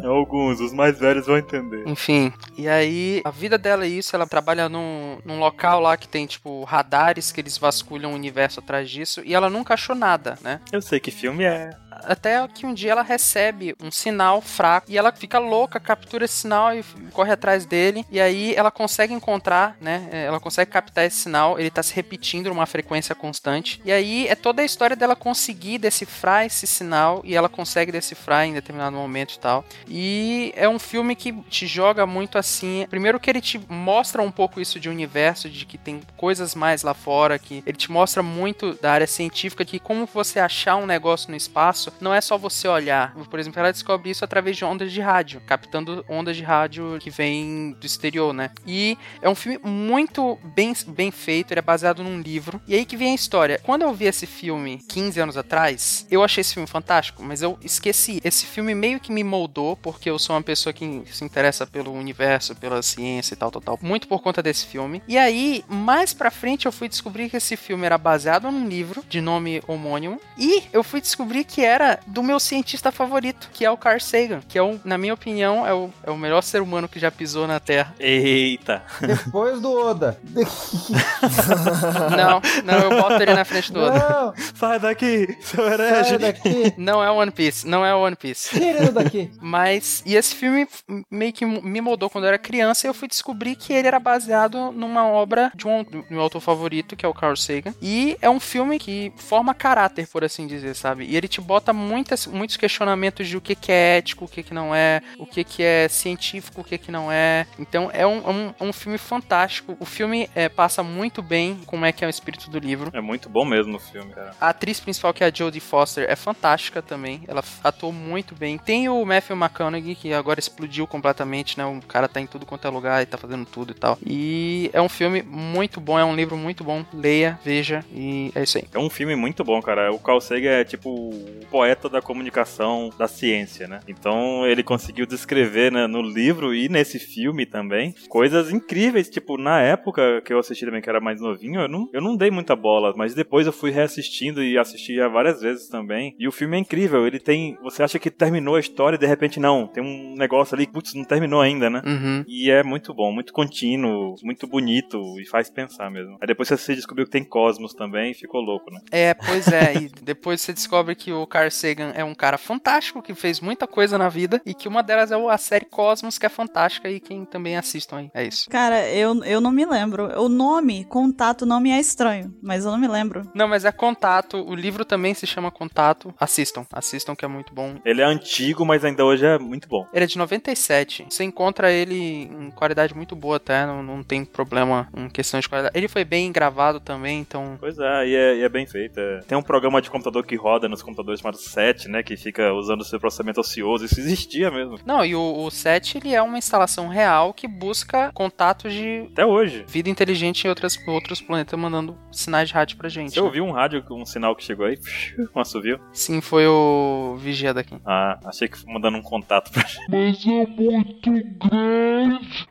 D: Alguns, os mais velhos vão entender.
E: Enfim, e aí a vida dela é isso, ela trabalha num, num local lá que tem, tipo, radares que eles vasculham o universo atrás disso, e ela nunca achou nada, né?
D: Eu sei que filme é.
E: Até que um dia ela recebe um sinal fraco e ela fica louca, captura esse sinal e f- corre atrás dele. E aí ela consegue encontrar, né? é, Ela consegue captar esse sinal, ele tá se repetindo numa frequência constante. E aí é toda a história dela conseguir decifrar esse sinal e ela consegue decifrar em determinado momento e tal. E é um filme que te joga muito assim. Primeiro que ele te mostra um pouco isso de universo, de que tem coisas mais lá fora, que ele te mostra muito da área científica, que como você achar um negócio no espaço, não é só você olhar. Por exemplo, ela descobre isso através de ondas de rádio, captando ondas de rádio que vem do exterior, né? E é um filme muito bem, bem feito, ele é baseado num livro. E aí que vem a história. Quando eu vi esse filme 15 anos atrás, eu achei esse filme fantástico, mas eu esqueci. Esse filme meio que me moldou, porque eu sou uma pessoa que se interessa pelo universo, pela ciência e tal, tal, tal. Muito por conta desse filme. E aí, mais pra frente, eu fui descobrir que esse filme era baseado num livro de nome homônimo. E eu fui descobrir que era do meu cientista favorito, que é o Carl Sagan, que é, o, na minha opinião, é o, é o melhor ser humano que já pisou na Terra.
D: Eita.
A: Depois do Oda.
E: Não, não, eu boto ele na frente do outro.
A: Não,
D: Sai daqui, seu
A: sai
D: herege.
A: daqui.
E: Não é One Piece, não é One Piece.
A: Tira daqui.
E: Mas, e esse filme f- meio que me moldou quando eu era criança e eu fui descobrir que ele era baseado numa obra de um do meu autor favorito, que é o Carl Sagan. E é um filme que forma caráter, por assim dizer, sabe? E ele te bota muitas, muitos questionamentos de o que, que é ético, o que, que não é, o que, que é científico, o que, que não é. Então é um, é um, é um filme fantástico. O filme eh, passa muito bem como é que é o espírito do livro.
D: É muito bom mesmo o filme, cara.
E: A atriz principal, que é a Jodie Foster, é fantástica também. Ela f- atuou muito bem. Tem o Matthew McConaughey, que agora explodiu completamente, né? O cara tá em tudo quanto é lugar e tá fazendo tudo e tal. E é um filme muito bom, é um livro muito bom. Leia, veja e é isso aí.
D: É um filme muito bom, cara. O Carl Sagan é tipo o poeta da comunicação, da ciência, né? Então ele conseguiu descrever né, no livro e nesse filme também coisas incríveis. Tipo, na época que eu assisti também, que era mais novinho, eu não, eu não dei muita bola, mas depois eu fui reassistindo e assisti já várias vezes também. E o filme é incrível. Ele tem. Você acha que terminou a história e de repente não. Tem um negócio ali, putz, não terminou ainda, né?
E: Uhum.
D: E é muito bom, muito contínuo, muito bonito e faz pensar mesmo. Aí depois você descobriu que tem Cosmos também e ficou louco, né?
E: É, pois é. e depois você descobre que o Carl Sagan é um cara fantástico, que fez muita coisa na vida e que uma delas é o- a série Cosmos, que é fantástica e quem também assistam aí. É isso.
C: Cara, eu, eu não me lembro. O nome, contato, não me é estranho, mas eu não me lembro.
E: Não, mas é Contato. O livro também se chama Contato. Assistam, assistam que é muito bom.
D: Ele é antigo, mas ainda hoje é muito bom.
E: Ele é de 97. Você encontra ele em qualidade muito boa até, não, não tem problema em questão de qualidade. Ele foi bem gravado também, então.
D: Pois é, e é, e é bem feito. é. Tem um programa de computador que roda nos computadores chamado SET, né? Que fica usando o seu processamento ocioso. Isso existia mesmo.
E: Não, e o, o set ele é uma instalação real que busca contatos de
D: Até hoje.
E: vida inteligente em outras, outros planetas mandando sinais de rádio pra gente. né?
D: Você ouviu um rádio, um sinal que chegou aí? Um assovio?
E: Sim, foi o Vigia daqui.
D: Ah, achei que foi mandando um contato pra gente.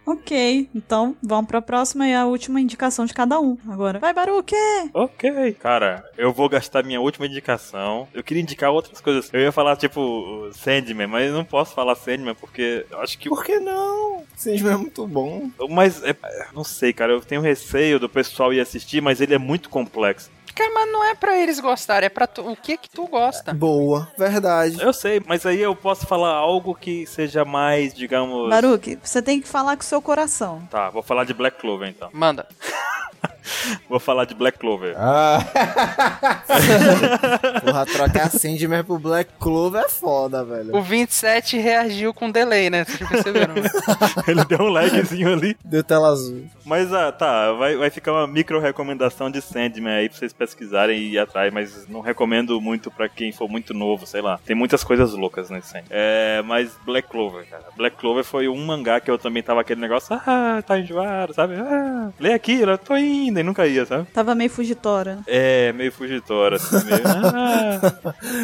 C: Ok, então vamos pra próxima e a última indicação de cada um. Agora, vai Baruque!
D: Ok. Cara, eu vou gastar minha última indicação. Eu queria indicar outras coisas. Eu ia falar, tipo, Sandman, mas eu não posso falar Sandman porque eu acho que o
B: Por que não? Sandman é muito bom.
D: Mas, é, não sei, cara, eu tenho receio do pessoal ir assistir, mas ele é muito complexo.
E: Cara, mas não é pra eles gostarem, é pra tu, o que que tu gosta.
B: Boa, verdade.
D: Eu sei, mas aí eu posso falar algo que seja mais, digamos.
C: Baruque, você tem que falar com o seu coração.
D: Tá, vou falar de Black Clover então.
E: Manda.
D: Vou falar de Black Clover.
A: Ah,
B: Porra, trocar Sandman pro Black Clover é foda, velho.
E: O 27 reagiu com delay, né? Vocês perceberam, né?
D: Ele deu um lagzinho ali.
B: Deu tela azul.
D: Mas ah, tá, vai, vai ficar uma micro recomendação de Sandman aí pra vocês pesquisarem e ir atrás, mas não recomendo muito pra quem for muito novo, sei lá. Tem muitas coisas loucas nesse Sandman. É, mas Black Clover, cara. Black Clover foi um mangá que eu também tava aquele negócio, ah, tá enjoado, sabe? Ah, lê aqui, eu tô indo, e nunca ia, sabe?
C: Tava meio fugitora.
D: É, meio fugitora, assim, meio. Ah,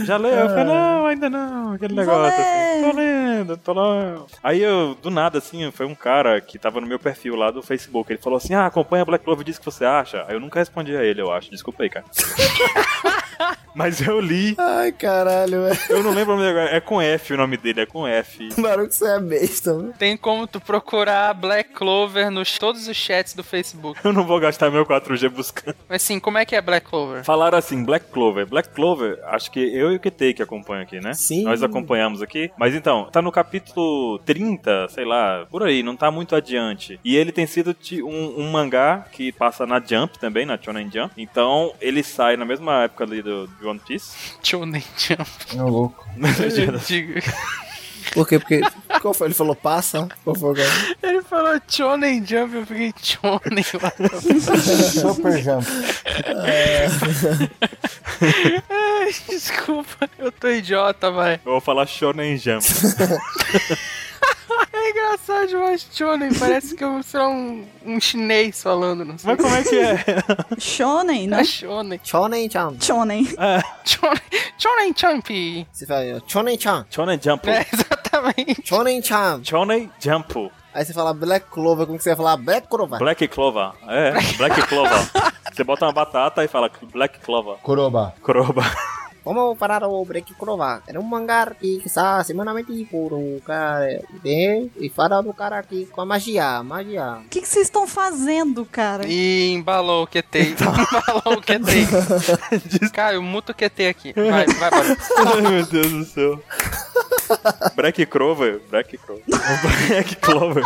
D: já leu? Eu falei, não, ainda não, aquele
C: Vou
D: negócio.
C: ler.
D: Assim, tô lendo, tô lá. Aí eu, do nada, assim, foi um cara que tava no meu perfil lá do Facebook. Ele falou assim: ah, acompanha Black Clover, diz o que você acha. Aí eu nunca respondi a ele, eu acho. Desculpa aí, cara. Mas eu li,
B: Ai, caralho, velho.
D: eu não lembro o nome agora. É com F o nome dele, é com F.
B: Barulho que você é besta, velho.
E: Tem como tu procurar Black Clover nos todos os chats do Facebook.
D: Eu não vou gastar meu 4G buscando.
E: Mas sim, como é que é Black Clover?
D: Falaram assim, Black Clover. Black Clover, acho que eu e o QT que acompanham aqui, né?
B: Sim.
D: Nós acompanhamos aqui. Mas então, tá no capítulo 30, sei lá, por aí, não tá muito adiante. E ele tem sido ti- um, um mangá que passa na Jump também, na Shonen Jump. Então, ele sai na mesma época ali do, do One Piece.
E: Shonen Jump.
A: é louco.
E: Digo.
B: Por quê? Porque. Qual foi? Ele falou passa? Qual foi o cara?
E: Ele falou Shonen Jump, eu fiquei Shonen lá.
A: Super Jump.
E: Ai, Desculpa, eu tô idiota, vai.
D: Eu vou falar Shonen Jump.
E: É engraçado Massage Shonen, parece que eu sei lá, um, um chinês falando, não sei.
D: Mas como é né? que é?
C: Shonen, não
E: É Shonen.
B: Chonen Chan.
C: Shonen.
D: É,
E: Shonen, Shonen Champ.
B: Você fala Chonen Chan.
D: Shonen Jump.
E: É, exatamente.
B: Chonen Chan.
D: Shonen Jump.
B: Aí você fala Black Clover, como que você vai falar? Black Clover.
D: Black Clover. É, Black Clover. Você bota uma batata e fala Black Clover.
A: Coroba.
D: Coroba.
B: Como para o Black Clover? Era um mangá que está semanalmente por um cara. Bem, e fala do cara aqui com a magia, magia.
C: O que que vocês estão fazendo, cara?
E: Ih, embalou o QT.
D: Então.
E: Embalou o QT. Caio, muta o QT aqui. Vai, vai, vai.
D: Ai, meu Deus do céu. Black Clover. Black Clover. Black Clover.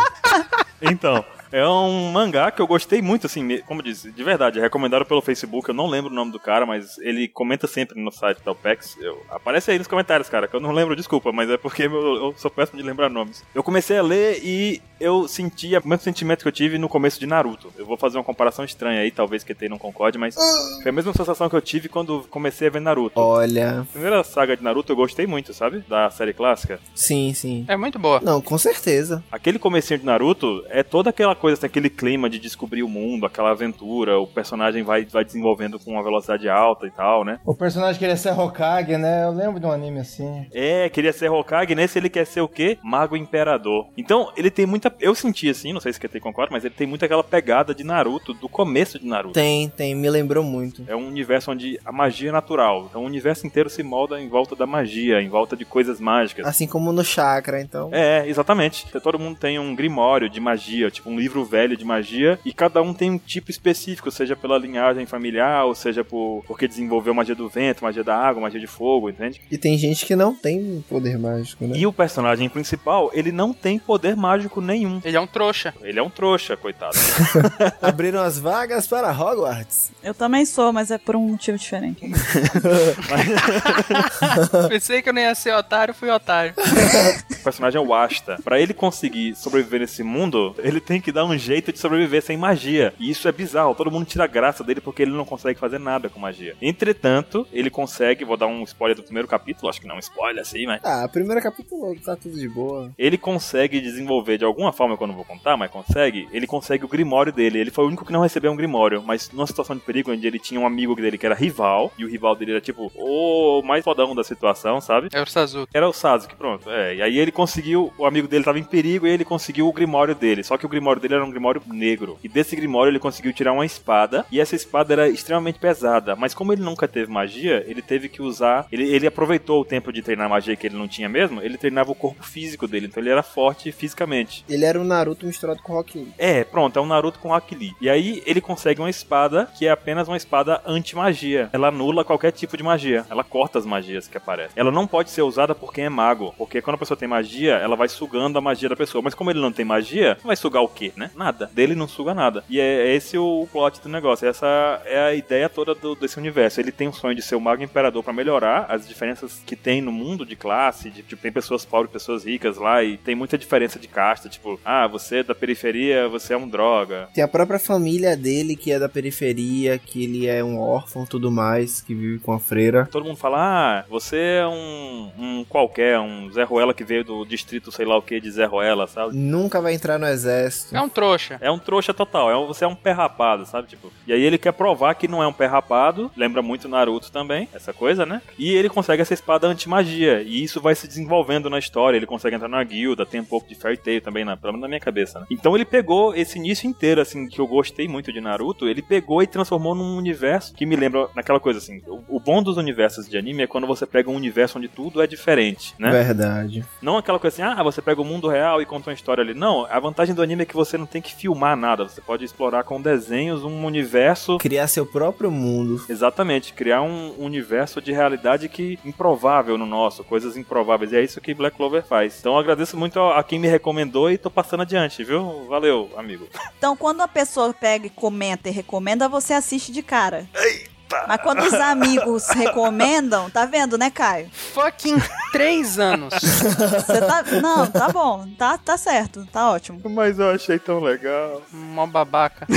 D: Então. É um mangá que eu gostei muito, assim, me- como eu disse, de verdade, recomendaram pelo Facebook, eu não lembro o nome do cara, mas ele comenta sempre no site da OPEX. Eu, aparece aí nos comentários, cara, que eu não lembro, desculpa, mas é porque eu, eu sou péssimo de lembrar nomes. Eu comecei a ler e eu sentia o mesmo sentimento que eu tive no começo de Naruto. Eu vou fazer uma comparação estranha aí, talvez que não concorde, mas foi a mesma sensação que eu tive quando comecei a ver Naruto.
B: Olha,
D: Primeira saga de Naruto eu gostei muito, sabe? Da série clássica.
B: sim, sim.
E: É muito boa.
B: Não, com certeza.
D: Aquele comecinho de Naruto é toda aquela coisa, assim, aquele clima de descobrir o mundo, aquela aventura, o personagem vai, vai desenvolvendo com uma velocidade alta e tal, né?
A: O personagem queria ser Hokage, né? Eu lembro de um anime assim.
D: É, queria ser Hokage, nesse ele quer ser o quê? Mago Imperador. Então, ele tem muita... Eu senti assim, não sei se você concorda, mas ele tem muito aquela pegada de Naruto, do começo de Naruto.
B: Tem, tem, me lembrou muito.
D: É um universo onde a magia é natural. Então, o universo inteiro se molda em volta da magia, em volta de coisas mágicas.
B: Assim como no chakra, então.
D: É, exatamente. Todo mundo tem um grimório de magia, tipo um livro velho de magia, e cada um tem um tipo específico, seja pela linhagem familiar, ou seja por, porque desenvolveu magia do vento, magia da água, magia de fogo, entende?
B: E tem gente que não tem poder mágico, né?
D: E o personagem principal, ele não tem poder mágico nenhum.
E: Ele é um trouxa.
D: Ele é um trouxa, coitado.
B: Abriram as vagas para Hogwarts.
C: Eu também sou, mas é por um motivo diferente.
D: Ah.
E: Pensei que eu não ia ser otário, fui otário.
D: O personagem é o Asta. Pra ele conseguir sobreviver nesse mundo, ele tem que dar um jeito de sobreviver sem magia. E isso é bizarro. Todo mundo tira a graça dele porque ele não consegue fazer nada com magia. Entretanto, ele consegue. Vou dar um spoiler do primeiro capítulo, acho que não é um spoiler assim, mas.
B: Ah, primeiro capítulo tá tudo de boa.
D: Ele consegue desenvolver de alguma forma, que eu não vou contar, mas consegue. Ele consegue o grimório dele. Ele foi o único que não recebeu um grimório, mas numa situação de perigo onde ele tinha um amigo dele que era rival, e o rival dele era tipo o mais fodão da situação, sabe?
E: É o Sazuki.
D: Era o Sasuke, pronto. É, e aí ele conseguiu, o amigo dele tava em perigo e ele conseguiu o grimório dele. Só que o grimório dele era um grimório negro. E desse grimório ele conseguiu tirar uma espada. E essa espada era extremamente pesada. Mas como ele nunca teve magia, ele teve que usar. Ele, ele aproveitou o tempo de treinar magia que ele não tinha mesmo. Ele treinava o corpo físico dele. Então ele era forte fisicamente.
B: Ele era um Naruto misturado com Rock Lee.
D: É, pronto, é um Naruto com Rock Lee. E aí ele consegue uma espada que é apenas uma espada anti-magia. Ela anula qualquer tipo de magia. Ela corta as magias que aparecem. Ela não pode ser usada por quem é mago. Porque quando a pessoa tem magia, ela vai sugando a magia da pessoa. Mas como ele não tem magia, vai sugar o quê, né? Nada. Dele não suga nada. E é esse o plot do negócio. Essa é a ideia toda do- desse universo. Ele tem um sonho de ser o mago imperador pra melhorar as diferenças que tem no mundo de classe. De, tipo, tem pessoas pobres, pessoas ricas lá. E tem muita diferença de casta. Tipo, ah, você é da periferia, você é um droga.
B: Tem a própria família dele que é da periferia, que ele é um órfão e tudo mais, que vive com a freira.
D: Todo mundo fala, ah, você é um, um qualquer, um Zé Ruela que veio do distrito sei lá o que de Zé Ruela, sabe?
B: Nunca vai entrar no exército.
E: É um trouxa.
D: É um trouxa total, é um- você é um pé rapado, sabe? Tipo, e aí ele quer provar que não é um pé rapado, lembra muito Naruto também, essa coisa, né? E ele consegue essa espada anti-magia, e isso vai se desenvolvendo na história, ele consegue entrar na guilda, tem um pouco de fairy tale também, na, pelo menos na minha cabeça, né? Então ele pegou esse início inteiro, assim, que eu gostei muito de Naruto, ele pegou e transformou num universo que me lembra naquela coisa, assim, o, o bom dos universos de anime é quando você pega um universo onde tudo é diferente, né?
B: Verdade.
D: Não aquela coisa assim, ah, você pega o mundo real e conta uma história ali. Não, a vantagem do anime é que você não tem que filmar nada. Você pode explorar com desenhos um universo.
B: Criar seu próprio mundo.
D: Exatamente, criar um universo de realidade que improvável no nosso, coisas improváveis. E é isso que Black Clover faz. Então eu agradeço muito a a quem me recomendou e tô passando adiante, viu? Valeu, amigo.
C: Então, quando a pessoa pega e comenta e recomenda, você assiste de cara. Mas quando os amigos recomendam, tá vendo, né, Caio?
E: Fucking três anos.
C: Você tá. Não, tá bom, tá, tá certo, tá ótimo.
D: Mas eu achei tão legal.
E: Mó babaca.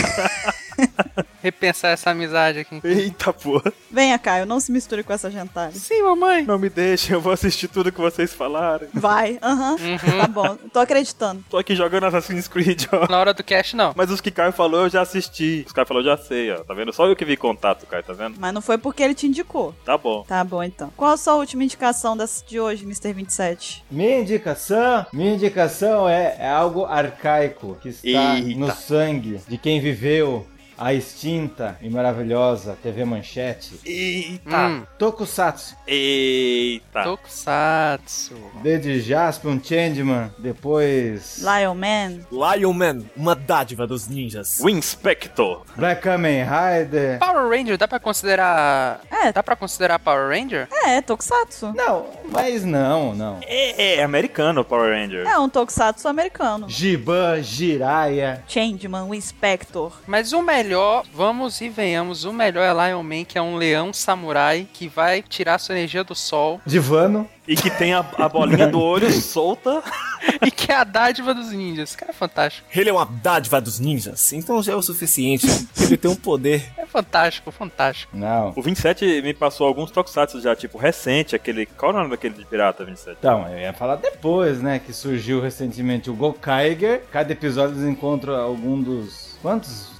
E: repensar essa amizade aqui.
D: Eita porra.
C: Venha, Caio, não se misture com essa gentalha.
E: Sim, mamãe.
D: Não me deixem, eu vou assistir tudo que vocês falaram.
C: Vai, aham.
E: Uhum.
C: Tá bom, tô acreditando.
D: Tô aqui jogando Assassin's Creed, ó.
E: Na hora do cast, não.
D: Mas os que Caio falou, eu já assisti. Os Caio falou, eu já sei, ó. Tá vendo? Só eu que vi contato, Caio, tá vendo?
C: Mas não foi porque ele te indicou.
D: Tá bom.
C: Tá bom, então. Qual a sua última indicação dessa de hoje, Mr. 27?
A: Minha indicação, minha indicação é, é algo arcaico que está
D: Eita.
A: no sangue de quem viveu a extinta e maravilhosa TV Manchete.
D: Eita.
E: Hum,
A: Tokusatsu,
E: tá.
D: Eita.
E: Tokusatsu.
A: desde Jaspion, Changeman, depois
C: Lion Man?
B: Lion Man, uma dádiva dos ninjas.
D: O Inspector.
A: Black Kamen Rider.
E: Power Ranger, dá pra considerar.
C: É,
E: Dá pra considerar Power Ranger?
C: é, Tokusatsu.
A: Não, mas não, não.
D: É, é americano o Power Ranger.
C: É um Tokusatsu americano.
A: Giban, Jiraiya.
C: Changeman, o Inspector.
E: Mas o melhor, vamos e venhamos, o melhor é Lion Man, que é um leão samurai que vai tirar sua energia do sol
A: Divano.
D: E que tem a, a bolinha do olho solta.
E: e que é a dádiva dos ninjas. Esse cara é fantástico.
B: Ele é uma dádiva dos ninjas, então já é o suficiente. Ele tem um poder.
E: É fantástico, fantástico.
A: Não.
D: O 27 me passou alguns tokusatsu já, tipo, recente, aquele. Qual é o nome daquele de pirata, 27?
A: Então, eu ia falar depois, né? Que surgiu recentemente o Gokaiger. Cada episódio eles encontram algum dos. Quantos?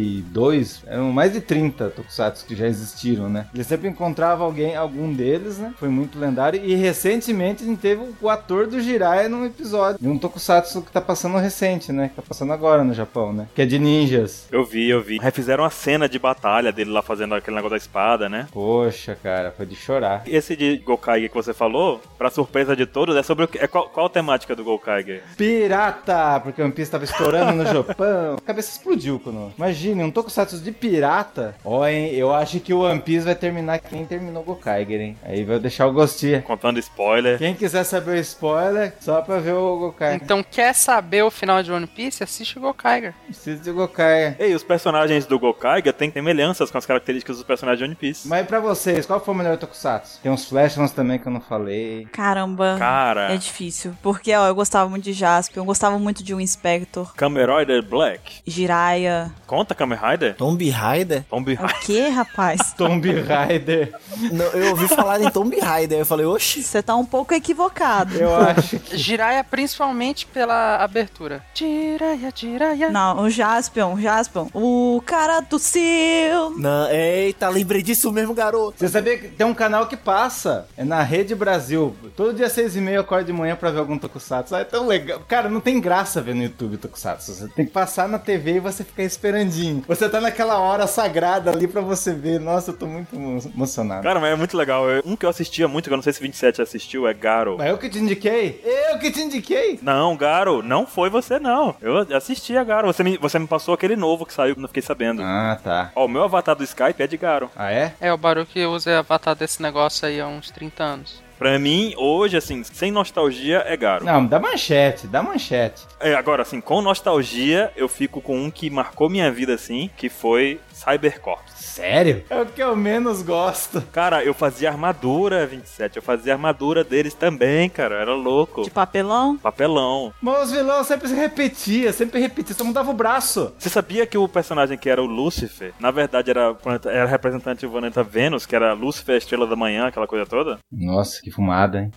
A: 32? Eram mais de 30 tokusatsu que já existiram, né? Ele sempre encontrava alguém, algum deles, né? Foi muito lendário. E recentemente a gente teve o ator do Jiraiya num episódio. De um tokusatsu que tá passando recente, né? Que tá passando agora no Japão, né? Que é de ninjas.
D: Eu vi, eu vi. Refizeram a cena de batalha dele lá fazendo aquele negócio da espada, né?
A: Poxa, cara, foi de chorar.
D: Esse de Gokaiger que você falou, pra surpresa de todos, é sobre o que, é qual, qual a temática do Gokaiger?
A: Pirata! Porque o One Piece tava estourando no Japão. A cabeça explodiu quando. Imagine, um tokusatsu de pirata. Ó, hein, eu acho que o One Piece vai terminar quem terminou o Gokaiger, hein? Aí vai deixar o gostinho.
D: Contando spoiler.
A: Quem quiser saber o spoiler, só pra ver o Gokaiger.
E: Então, quer saber o final de One Piece? Assiste o Gokaiger.
A: Preciso de Gokaiger.
D: Ei, os personagens do Gokaiger têm semelhanças com as características dos personagens de One Piece.
A: Mas pra vocês, qual foi o melhor tokusatsu? Tem uns flashmans também que eu não falei.
C: Caramba.
D: Cara,
C: É difícil. Porque, ó, eu gostava muito de Jaspion, eu gostava muito de um Inspector,
D: Kamen Rider Black.
C: Jiraiya.
D: Conta Kamen Rider?
B: Tomb Raider?
D: Tomb
C: É
D: Raider.
C: o quê, rapaz?
A: Tomb Raider.
B: Não, eu ouvi falar em Tomb Raider, eu falei, oxi.
C: Você tá um pouco equivocado.
A: Eu acho que.
E: Jiraiya, principalmente pela abertura. Jiraiya, Jiraiya.
C: Não, o Jaspion, o Jaspion. O cara do seu.
B: Não, eita, lembrei disso mesmo, garoto.
A: Você sabia que tem um canal que passa? É na Rede Brasil. Todo dia seis e meia eu acordo de manhã pra ver algum Tokusatsu. Ah, é tão legal. Cara, não tem graça ver no YouTube Tokusatsu. Você tem que passar na TV e você ficar esperandinho. Você tá naquela hora sagrada ali pra você ver. Nossa, eu tô muito emo- emocionado.
D: Cara, mas é muito legal. Eu- Um que eu assistia muito, que eu não sei se 27 assistiu, é Garo.
A: Mas eu que te indiquei? Eu que te indiquei?
D: Não, Garo, não foi você, não. Eu assisti a Garo. Você me, você me passou aquele novo que saiu, que eu não fiquei sabendo.
A: Ah, tá.
D: Ó, o meu avatar do Skype é de Garo.
A: Ah, é?
E: É, o Baruch usa avatar desse negócio aí há uns 30 anos.
D: Pra mim, hoje, assim, sem nostalgia, é Garo.
A: Não, dá manchete, dá manchete.
D: É, agora, assim, com nostalgia, eu fico com um que marcou minha vida, assim, que foi Cybercorps.
A: Sério? É o que eu menos gosto.
D: Cara, eu fazia armadura 27, eu fazia armadura deles também, cara, eu era louco.
C: De papelão?
D: Papelão.
A: Mas os vilões sempre se repetia, sempre repetia, só mudava o braço.
D: Você sabia que o personagem que era o Lúcifer, na verdade era, o planeta- era representante do planeta Vênus, que era Lúcifer, a estrela da manhã, aquela coisa toda?
A: Nossa, que fumada, hein?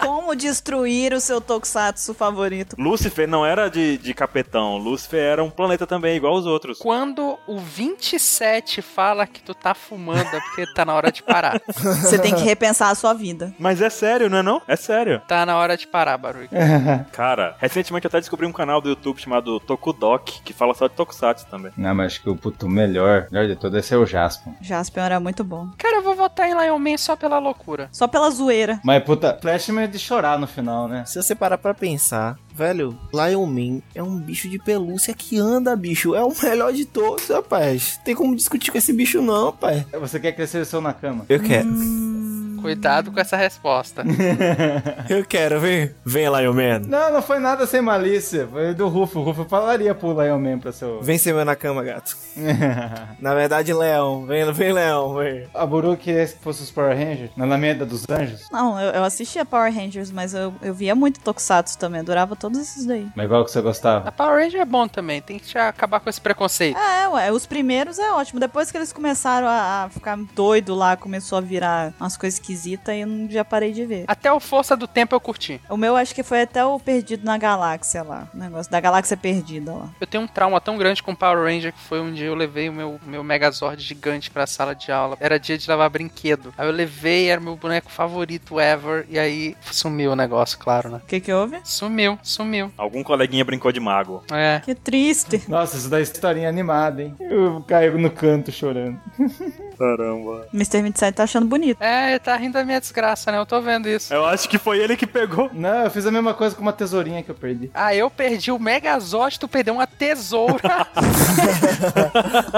C: Como destruir o seu Tokusatsu favorito?
D: Lúcifer não era de, de capetão, Lúcifer era um planeta também, igual os outros.
E: Quando o 27 fala que tu tá fumando, é porque tá na hora de parar.
C: Você tem que repensar a sua vida.
D: Mas é sério, não é não? É sério.
E: Tá na hora de parar, Baruch.
D: Cara, recentemente eu até descobri um canal do YouTube chamado Tokudok, que fala só de Tokusatsu também.
A: Não, mas acho que o puto melhor, melhor de todo, esse é o Jaspion.
C: Jaspion era muito bom.
E: Cara, eu vou votar em Lion Man só pela loucura.
C: Só pela zoeira.
A: Mas, puta, Flashman é de chorar no final, né?
B: Se você parar pra pensar, velho, Lion Man é um bicho de pelúcia que anda, bicho. É o melhor de todos, rapaz. Tem como discutir com esse bicho, não, pai.
A: Você quer crescer o seu na cama?
B: Eu quero.
C: Hum,
E: Cuidado com essa resposta.
B: Eu quero, vem.
G: Vem, Lion Man.
A: Não, não foi nada sem malícia. Foi do Rufo. O Rufo falaria pro Lion Man pra seu.
B: Vem ser meu na cama, gato. Na verdade, Leão. Vem, vem Leão, vem.
A: A Buru queria que fosse os Power Rangers na Alameda dos Anjos.
C: Não, eu, eu assistia Power Rangers, mas eu, eu via muito Tokusatsu também. Adorava todos esses daí.
A: Mas igual que você gostava.
E: A Power Ranger é bom também, tem que te acabar com esse preconceito.
C: É, ué, os primeiros é ótimo. Depois que eles começaram a, a ficar doido lá, começou a virar umas coisas esquisitas e eu não- já parei de ver.
E: Até o Força do Tempo eu curti.
C: O meu acho que foi até o Perdido na Galáxia lá. O negócio da Galáxia Perdida lá.
E: Eu tenho um trauma tão grande com Power Ranger que foi um dia eu levei o meu, meu Megazord gigante pra sala de aula. Era dia de lavar brinquedo. Aí eu levei, era meu boneco favorito ever. E aí sumiu o negócio, claro, né?
C: O que que houve?
E: Sumiu, sumiu.
D: Algum coleguinha brincou de mago.
E: É.
C: Que triste.
A: Nossa, isso da historinha animada, hein? Eu caio no canto chorando.
D: Caramba.
C: Mr. 27 tá achando bonito.
E: É, ele tá rindo da minha desgraça, né? Eu tô vendo isso.
D: Eu acho que foi ele que pegou.
A: Não, eu fiz a mesma coisa com uma tesourinha que eu perdi.
E: Ah, eu perdi o Megazord, tu perdeu uma tesoura.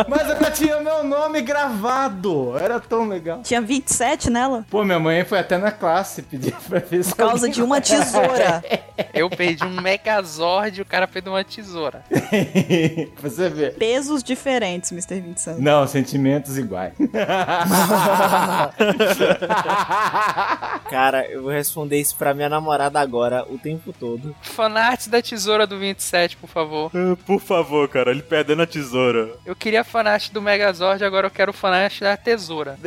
A: Mas ela tinha meu nome gravado. Era tão legal.
C: Tinha 27 nela.
A: Pô, minha mãe foi até na classe pedir pra ver se
C: Por causa de uma tesoura.
E: eu perdi um Megazord e o cara perdeu uma tesoura.
A: alguém- pra você ver.
C: Pesos diferentes, Mr. 27.
A: Não, sentimentos iguais.
B: Cara, eu vou responder isso pra minha namorada agora o tempo todo.
E: Fanart da tesoura do 27, por favor.
D: Ah, Por favor, cara, ele perdendo a tesoura.
E: Eu queria fanart do Megazord, agora eu quero fanart da tesoura.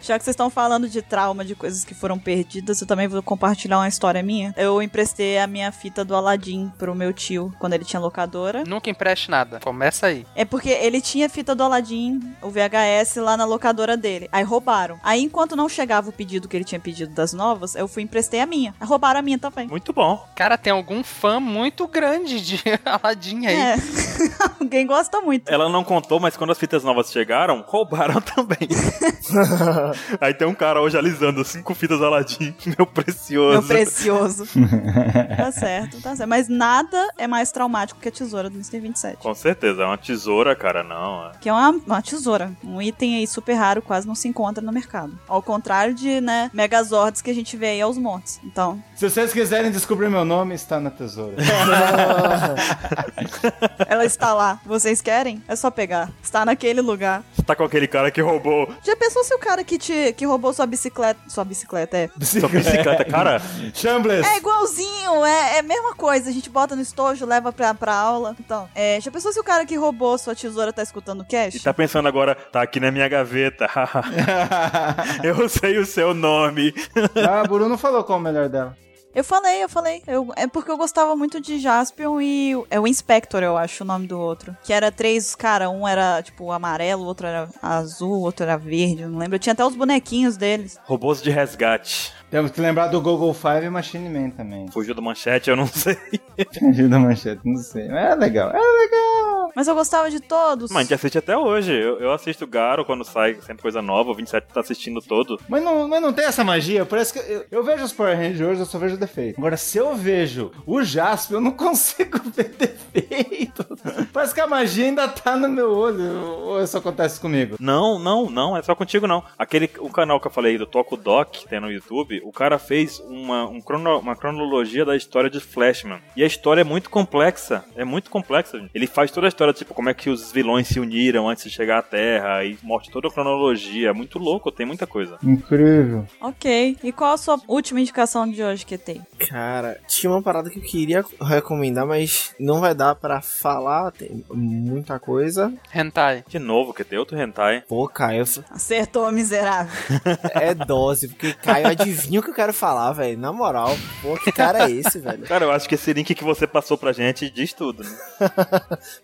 C: Já que vocês estão falando de trauma, de coisas que foram perdidas, eu também vou compartilhar uma história minha. Eu emprestei a minha fita do Aladdin pro meu tio quando ele tinha locadora.
E: Nunca empreste nada. Começa aí.
C: É porque ele tinha fita do Aladdin, o VHS, lá na locadora dele. Aí roubaram. Aí, enquanto não chegava o pedido que ele tinha pedido das novas, eu fui e emprestei a minha. Aí Roubaram a minha também.
D: Muito bom.
E: Cara, tem algum fã muito grande de Aladdin aí.
C: É. Alguém gosta muito.
D: Ela não contou, mas quando as fitas novas chegaram, roubaram também. Aí tem um cara hoje alisando cinco fitas Aladdin, meu precioso.
C: Meu precioso. tá certo, tá certo. Mas nada é mais traumático que a tesoura do Mr. 27.
D: Com certeza, é uma tesoura, cara, não. é.
C: Que é uma, uma tesoura. Um item aí super raro, quase não se encontra no mercado. Ao contrário de, né, megazords que a gente vê aí aos montes. Então,
A: se vocês quiserem descobrir meu nome, está na tesoura.
C: ela está lá. Vocês querem? É só pegar. Está naquele lugar.
D: Você tá com aquele cara que roubou
C: Já pensou se o cara que te que roubou sua bicicleta. Sua bicicleta é.
D: sua bicicleta, cara?
A: Chambliss.
C: É igualzinho, é, é a mesma coisa. A gente bota no estojo, leva pra, pra aula. Então, é, já pensou se o cara que roubou sua tesoura tá escutando o
D: E
C: cash?
D: tá pensando agora, tá aqui na minha gaveta. Eu sei o seu nome.
A: ah, a Buru não falou qual o melhor dela.
C: Eu falei, eu falei. Eu, é porque eu gostava muito de Jaspion e. o- É o Inspector, eu acho, o nome do outro. Que era três, cara, um era tipo amarelo, o outro era azul, o outro era verde, eu não lembro. Eu tinha até os bonequinhos deles.
D: Robôs de resgate.
A: Temos que lembrar do Google Five e Machine Man também.
D: Fugiu do manchete, eu não sei.
A: Ajuda a manchete, não sei. Mas é legal, é legal.
C: Mas eu gostava de todos.
D: Mas a gente assiste até hoje. Eu, eu assisto Garo quando sai sempre coisa nova. O 27 tá assistindo todo.
A: Mas não, mas não tem essa magia? Parece que eu, eu vejo os Power Rangers hoje, eu só vejo defeito. Agora, se eu vejo o Jasper, eu não consigo ver defeito. Parece que a magia ainda tá no meu olho. Ou isso acontece comigo?
D: Não, não, não, é só contigo não. Aquele o canal que eu falei do Toco Doc, que tem no YouTube, o cara fez uma, um crono- uma cronologia da história de Flashman. E a história é muito complexa, é muito complexa. gente. Ele faz toda a história, tipo, como é que os vilões se uniram antes de chegar à Terra e mostra toda a cronologia. É muito louco, tem muita coisa.
A: Incrível.
C: Ok. E qual a sua última indicação de hoje que tem?
B: Cara, tinha uma parada que eu queria recomendar, mas não vai dar pra falar, tem muita coisa.
E: Hentai.
D: De novo, que tem outro hentai.
B: Pô, Caio,
C: Acertou, miserável.
B: é dose, porque Caio adivinha o que eu quero falar, velho. Na moral, pô, que cara é esse, velho?
D: Cara, eu acho que esse link que você passou pra gente diz tudo, né?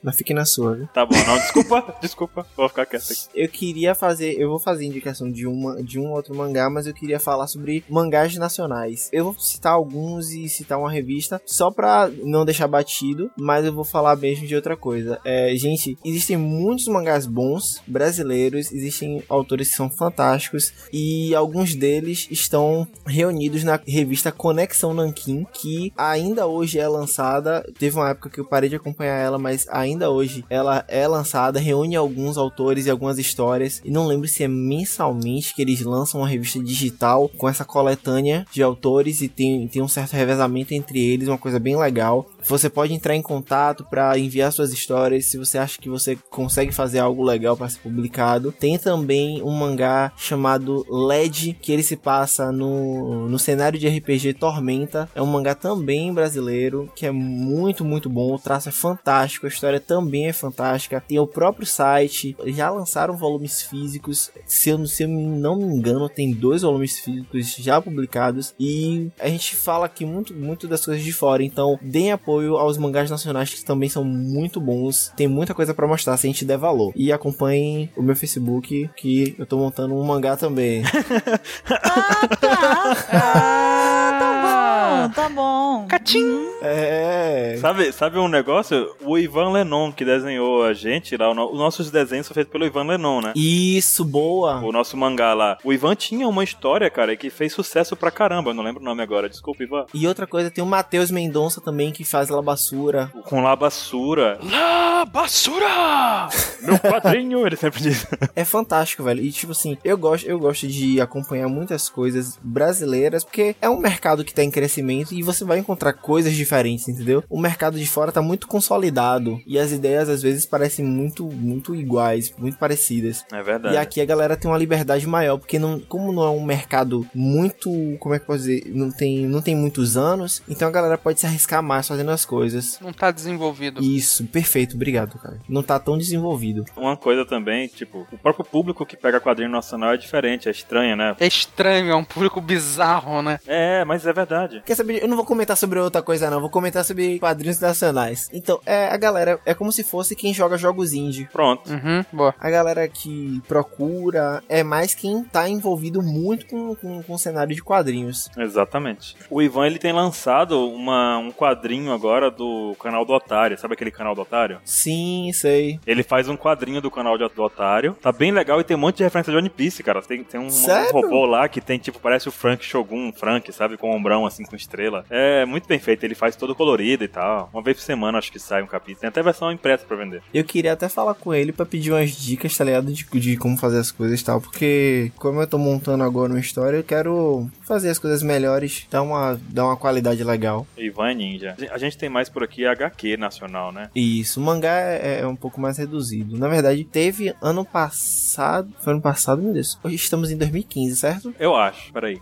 B: Mas fique na sua, viu?
D: Tá bom, não, desculpa, desculpa. Vou ficar quieto aqui.
B: Eu queria fazer, eu vou fazer indicação de, uma, de um outro mangá, mas eu queria falar sobre mangás nacionais. Eu vou citar alguns e citar uma revista, só pra não deixar batido, mas eu vou falar mesmo de outra coisa. É, gente, existem muitos mangás bons brasileiros, existem autores que são fantásticos, e alguns deles estão reunidos na revista Conexão Nanquim, que ainda hoje é lançada. Teve uma época que eu parei de acompanhar ela, mas ainda hoje hoje ela é lançada, reúne alguns autores e algumas histórias. E não lembro se é mensalmente que eles lançam uma revista digital com essa coletânea de autores e tem, tem um certo revezamento entre eles, uma coisa bem legal. Você pode entrar em contato para enviar suas histórias se você acha que você consegue fazer algo legal para ser publicado. Tem também um mangá chamado LED, que ele se passa no, no cenário de RPG Tormenta. É um mangá também brasileiro, que é muito, muito bom. O traço é fantástico, a história também é fantástica. Tem o próprio site, já lançaram volumes físicos. Se eu, se eu não me engano, tem dois volumes físicos já publicados. E a gente fala aqui muito, muito das coisas de fora, então deem apoio apoio aos mangás nacionais que também são muito bons. Tem muita coisa para mostrar se a gente der valor. E acompanhem o meu Facebook que eu tô montando um mangá também.
C: Ah, tá. Ah, tá bom, tá bom.
E: Catim!
B: é.
D: Sabe, sabe um negócio? O Ivan Lenon, que desenhou a gente lá, o no- os nossos desenhos são feitos pelo Ivan Lenon, né?
B: Isso, boa.
D: O nosso mangá lá. O Ivan tinha uma história, cara, que fez sucesso pra caramba. Eu não lembro o nome agora. Desculpa, Ivan.
B: E outra coisa, tem o Matheus Mendonça também que faz Labassura.
D: Com Labassura. Ah,
E: Lá, basura!
D: Meu padrinho, ele sempre diz.
B: É fantástico, velho. E tipo assim, eu gosto, eu gosto de acompanhar muitas coisas brasileiras, porque é um mercado que tá em crescimento e você vai encontrar coisas diferentes, entendeu? O mercado de fora tá muito consolidado e as ideias às vezes parecem muito muito iguais, muito parecidas.
D: É
B: E
D: verdade.
B: aqui a galera tem uma liberdade maior, porque não, como não é um mercado muito, como é que eu posso dizer, não tem, não tem muitos anos, então a galera pode se arriscar mais fazendo as coisas.
E: Não tá desenvolvido.
B: Isso, perfeito, obrigado, cara. Não tá tão desenvolvido.
D: Uma coisa também, tipo, o próprio público que pega quadrinho nacional é diferente, é estranho, né?
E: É estranho, é um público bizarro, né?
D: É, mas é verdade.
B: Quer saber? Eu não vou comentar sobre outra coisa, não. Vou comentar sobre quadrinhos nacionais. Então, é a galera. É como se fosse quem joga jogos indie.
D: Pronto.
E: Uhum, boa.
B: A galera que procura é mais quem tá envolvido muito com, com, com o cenário de quadrinhos.
D: Exatamente. O Ivan ele tem lançado uma, um quadrinho agora do canal do Otário. Sabe aquele canal do Otário?
B: Sim, sei.
D: Ele faz um quadrinho do canal de- do Otário. Tá bem legal e tem um monte de referência de One Piece, cara. Tem, tem um,
B: Sério?
D: um robô lá que tem, tipo, parece o Frank Shogun, um Frank, sabe? Com ombrão, assim, com estrela. É muito bem feito. Ele faz todo colorido e tal. Uma vez por semana acho que sai um capítulo. Tem até versão impressa pra vender.
B: Eu queria até falar com ele pra pedir umas dicas, tá ligado? De, de como fazer as coisas e tal. Porque, como eu tô montando agora uma história, eu quero fazer as coisas melhores, dar uma, dar uma qualidade legal.
D: Ivan é Ninja. A gente tem mais por aqui HQ nacional, né?
B: Isso, o mangá é, é um pouco mais reduzido. Na verdade, teve ano passado. Foi ano passado, meu Deus. Hoje estamos em 2015, certo?
D: Eu acho, peraí.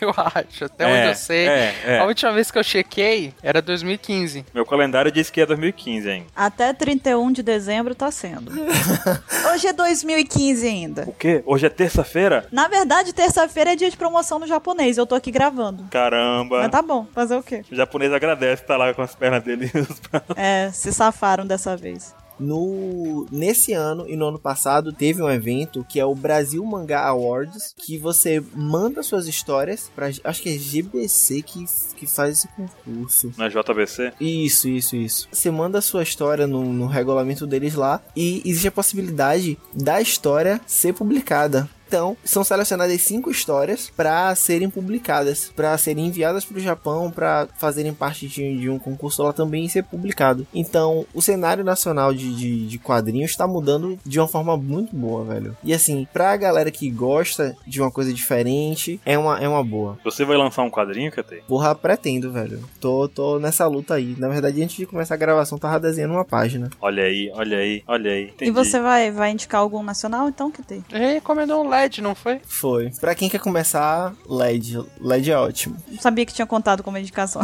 E: Eu acho, até
D: É,
E: onde eu sei.
D: É, é.
E: A última vez que eu chequei era 2015.
D: Meu calendário diz que é 2015 ainda.
C: Até 31 de dezembro tá sendo. Hoje é 2015 ainda.
D: O quê? Hoje é terça-feira?
C: Na verdade, terça-feira é dia de promoção no japonês. Eu tô aqui gravando.
D: Caramba.
C: Mas tá bom, fazer o quê?
D: O japonês agradece, tá lá com as pernas dele. os braços.
C: É, se safaram dessa vez.
B: No nesse ano e no ano passado teve um evento que é o Brasil Mangá Awards, que você manda suas histórias pra acho que é GBC que que faz esse concurso.
D: Na JBC?
B: Isso, isso, isso. Você manda a sua história no, no regulamento deles lá e existe a possibilidade da história ser publicada. Então, são selecionadas cinco histórias para serem publicadas, para serem enviadas para o Japão, para fazerem parte de, de um concurso lá também e ser publicado. Então, o cenário nacional de, de, de quadrinhos está mudando de uma forma muito boa, velho. E assim, pra galera que gosta de uma coisa diferente, é uma, é uma boa.
D: Você vai lançar um quadrinho, KT?
B: Porra, pretendo, velho. Tô, tô nessa luta aí. Na verdade, antes de começar a gravação, tava desenhando uma página.
D: Olha aí, olha aí, olha aí. Entendi.
C: E você vai, vai indicar algum nacional, então, que tem?
E: Ele recomendou um LED, não foi?
B: Foi. Pra quem quer começar, LED. LED é ótimo.
C: Não sabia que tinha contado como indicação.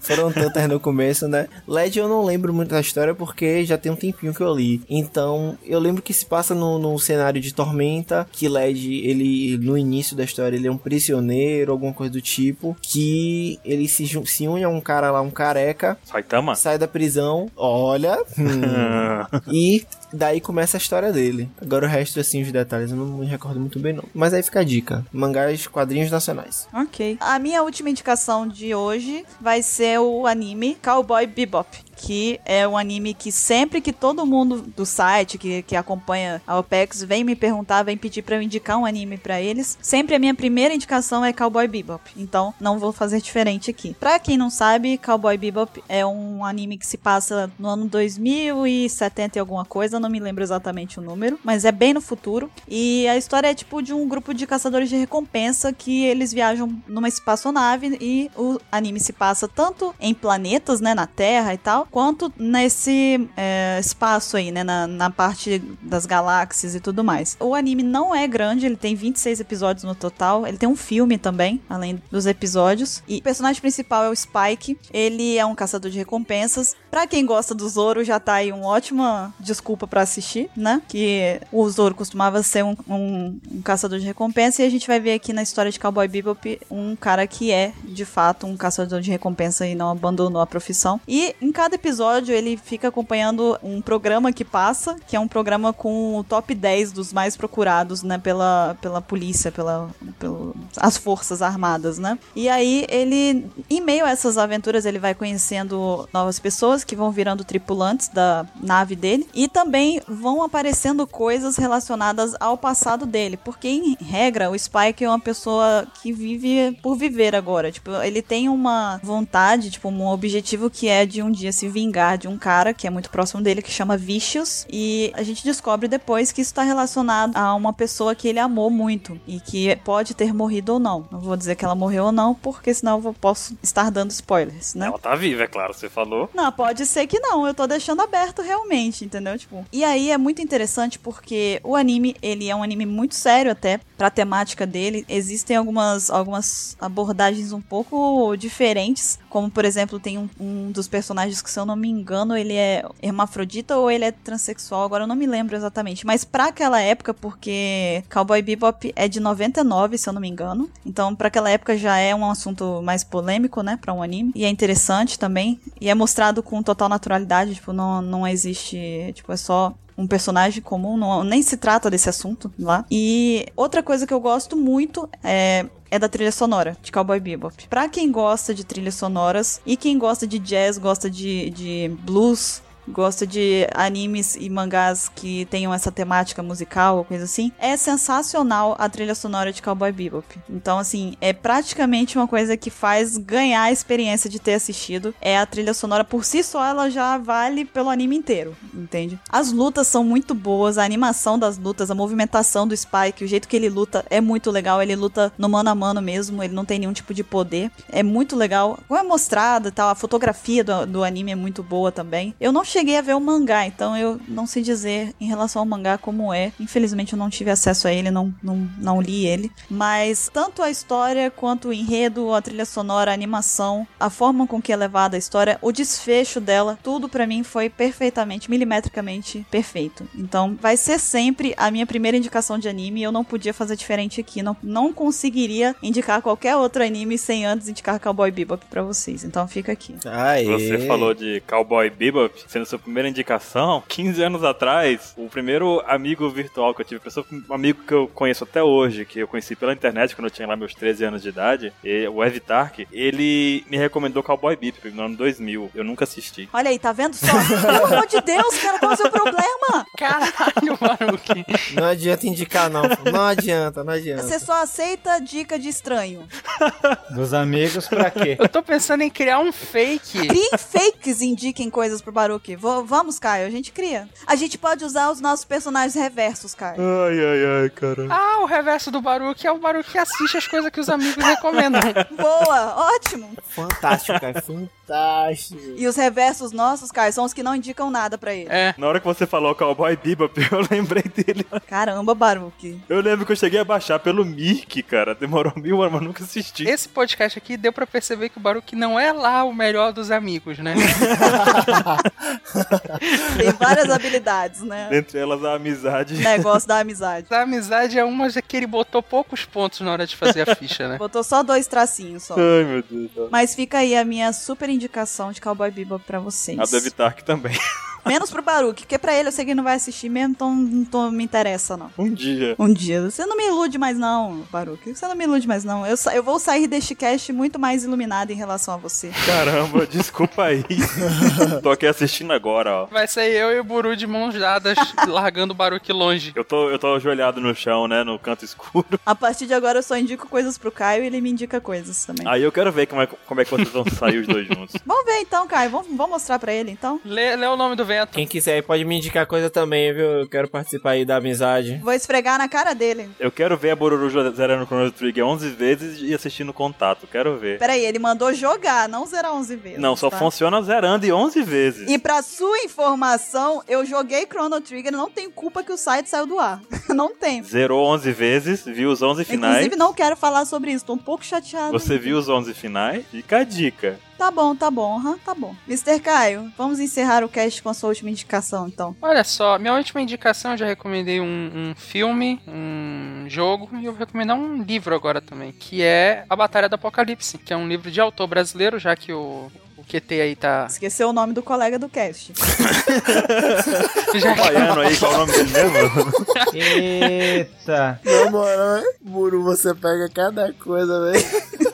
B: Foram tantas no começo, né? LED eu não lembro muito da história porque já tem um tempinho que eu li. Então, eu lembro que se passa no, no cenário de Tormenta, que LED, ele, no início da história, ele é um prisioneiro, alguma coisa do tipo, que ele se, jun- se une a um cara lá, um careca,
D: Saitama?
B: sai da prisão, olha... hum, E daí começa a história dele. Agora o resto, assim, os detalhes eu não me recordo muito bem, não. Mas aí fica a dica: mangás, quadrinhos nacionais.
C: ok. A minha última indicação de hoje vai ser o anime Cowboy Bebop. que é um anime que sempre que todo mundo do site que, que acompanha a OPEX vem me perguntar, vem pedir pra eu indicar um anime pra eles, sempre a minha primeira indicação é Cowboy Bebop. Então, não vou fazer diferente aqui. Pra quem não sabe, Cowboy Bebop é um anime que se passa no ano 2070 e alguma coisa, não me lembro exatamente o número, mas é bem no futuro. E a história é tipo de um grupo de caçadores de recompensa que eles viajam numa espaçonave e o anime se passa tanto em planetas, né, na Terra e tal, quanto nesse é, espaço aí, né, na, na parte das galáxias e tudo mais. O anime não é grande, ele tem 26 episódios no total, ele tem um filme também, além dos episódios. E o personagem principal é o Spike, ele é um caçador de recompensas. Pra quem gosta do Zoro, já tá aí uma ótima desculpa pra assistir, né, que o Zoro costumava ser um, um, um caçador de recompensa e a gente vai ver aqui na história de Cowboy Bebop um cara que é, de fato, um caçador de recompensa e não abandonou a profissão. E em cada episódio ele fica acompanhando um programa que passa, que é um programa com o top 10 dos mais procurados, né, pela, pela polícia, pela, pelo, as forças armadas, né? E aí ele, em meio a essas aventuras, ele vai conhecendo novas pessoas que vão virando tripulantes da nave dele e também vão aparecendo coisas relacionadas ao passado dele, porque em regra o Spike é uma pessoa que vive por viver agora, tipo, ele tem uma vontade, tipo, um objetivo que é de um dia se vingar de um cara que é muito próximo dele, que chama Vicious. E a gente descobre depois que isso está relacionado a uma pessoa que ele amou muito e que pode ter morrido ou não. Não vou dizer que ela morreu ou não, porque senão eu vou- posso estar dando spoilers, né?
D: Ela tá viva, é claro, você falou.
C: Não, pode ser que não. Eu tô deixando aberto realmente, entendeu? Tipo. E aí é muito interessante porque o anime, ele é um anime muito sério até pra temática dele. Existem algumas, algumas abordagens um pouco diferentes, como por exemplo, tem um, um dos personagens que se eu não me engano, ele é hermafrodita ou ele é transexual, agora eu não me lembro exatamente, mas pra aquela época porque Cowboy Bebop é de 99, se eu não me engano. Então, pra aquela época já é um assunto mais polêmico, né, Pra um anime. E é interessante também e é mostrado com total naturalidade, tipo, não, não existe, tipo, é só um personagem comum, não- nem se trata desse assunto lá. E outra coisa que eu gosto muito é é da trilha sonora de Cowboy Bebop. Pra quem gosta de trilhas sonoras e quem gosta de jazz, gosta de, de blues, gosta de animes e mangás que tenham essa temática musical ou coisa assim, é sensacional a trilha sonora de Cowboy Bebop. Então, assim, é praticamente uma coisa que faz ganhar a experiência de ter assistido. É a trilha sonora por si só, ela já vale pelo anime inteiro, entende? As lutas são muito boas, a animação das lutas, a movimentação do Spike, o jeito que ele luta é muito legal. Ele luta no mano a mano mesmo, ele não tem nenhum tipo de poder. É muito legal. Como é mostrado e tal, a fotografia do, do anime é muito boa também. Eu não cheguei a ver o mangá, então eu não sei dizer em relação ao mangá como é. Infelizmente eu não tive acesso a ele, não, não, não li ele. Mas tanto a história quanto o enredo, a trilha sonora, a animação, a forma com que é levada a história, o desfecho dela, tudo pra mim foi perfeitamente, milimetricamente perfeito. Então vai ser sempre a minha primeira indicação de anime. Eu não podia fazer diferente aqui. Não, não conseguiria indicar qualquer outro anime sem antes indicar Cowboy Bebop pra vocês. Então fica aqui.
B: Aê.
D: Você falou de Cowboy Bebop sendo sua primeira indicação. 15 anos atrás, o primeiro amigo virtual que eu tive, pessoa, um amigo que eu conheço até hoje, que eu conheci pela internet quando eu tinha lá meus 13 anos de idade, e- o Evitark, ele me recomendou Cowboy Bebop no ano 2000. Eu nunca assisti.
C: Olha aí, tá vendo só? Pelo amor de Deus, cara, qual é o seu problema?
E: Caralho, Baruque.
B: Não adianta indicar, não. Não adianta, não
C: Você
B: adianta.
C: só aceita dica de estranho.
A: Dos amigos pra quê?
E: Eu tô pensando em criar um fake.
C: Criem fakes e indiquem coisas pro Baruque. Vo- vamos, Caio, a gente cria. A gente pode usar os nossos personagens reversos, Caio.
D: Ai, ai, ai, cara.
E: Ah, o reverso do Baruque é o Baruque que assiste as coisas que os amigos recomendam.
C: Boa, ótimo.
B: Fantástico, cara. Fantástico.
C: E os reversos nossos, Caio, são os que não indicam nada pra ele.
E: É.
D: Na hora que você falou Cowboy Bebop, eu lembrei dele.
C: Caramba, Baruque.
D: Eu lembro que eu cheguei a baixar pelo Mirk, cara. Demorou mil anos, mas nunca assisti.
E: Esse podcast aqui deu pra perceber que o Baruque não é lá o melhor dos amigos, né?
C: Tem várias habilidades, né?
D: Entre elas, a amizade.
C: Negócio da amizade.
E: A amizade é uma de que ele botou poucos pontos na hora de fazer a ficha, né?
C: Botou só dois tracinhos só.
D: Ai, meu Deus.
C: Mas fica aí a minha super indicação de Cowboy Bebop pra vocês.
D: A do Evitark é também.
C: Menos pro Baruque, porque pra ele eu sei que ele não vai assistir mesmo, então não tô- me interessa, não.
D: Um dia.
C: Um dia. Você não me ilude mais, não, Baruque. Você não me ilude mais, não. Eu, sa- eu vou sair deste cast muito mais iluminado em relação a você.
D: Caramba, desculpa aí. tô aqui assistindo agora, ó.
E: Vai sair eu e o Buru de mãos dadas, largando o Baruque longe.
D: Eu tô, eu tô ajoelhado no chão, né? No canto escuro.
C: A partir de agora eu só indico coisas pro Caio e ele me indica coisas também.
D: Aí eu quero ver como é, como é que vocês vão sair os dois juntos.
C: Vamos ver então, Caio. Vamos, vamos mostrar pra ele então.
E: Lê, lê o nome do vento.
B: Quem quiser aí pode me indicar coisa também, viu? Eu quero participar aí da amizade.
C: Vou esfregar na cara dele.
D: Eu quero ver a Boruruja zerando o Chrono Trigger 11 vezes e assistindo Contato. Quero ver.
C: Peraí, ele mandou jogar, não zerar 11 vezes.
D: Não, só
C: tá?
D: funciona zerando e 11 vezes.
C: E pra sua informação, eu joguei Chrono Trigger, não tem culpa que o site saiu do ar. não tem.
D: Zerou 11 vezes, viu os 11 finais.
C: Inclusive, não quero falar sobre isso, tô um pouco chateado.
D: Você viu os 11 finais? Fica a dica.
C: Tá bom, tá bom, aham, tá bom. Mr. Caio, vamos encerrar o cast com a sua última indicação, então.
E: Olha só, minha última indicação, eu já recomendei um, um filme, um jogo, e eu vou recomendar um livro agora também, que é A Batalha do Apocalipse, que é um livro de autor brasileiro, já que o, o QT aí tá...
C: Esqueceu o nome do colega do cast.
E: já-
D: O baiano aí, qual é o nome dele mesmo?
A: Eita!
B: Na moral, Buru, você pega cada coisa, velho.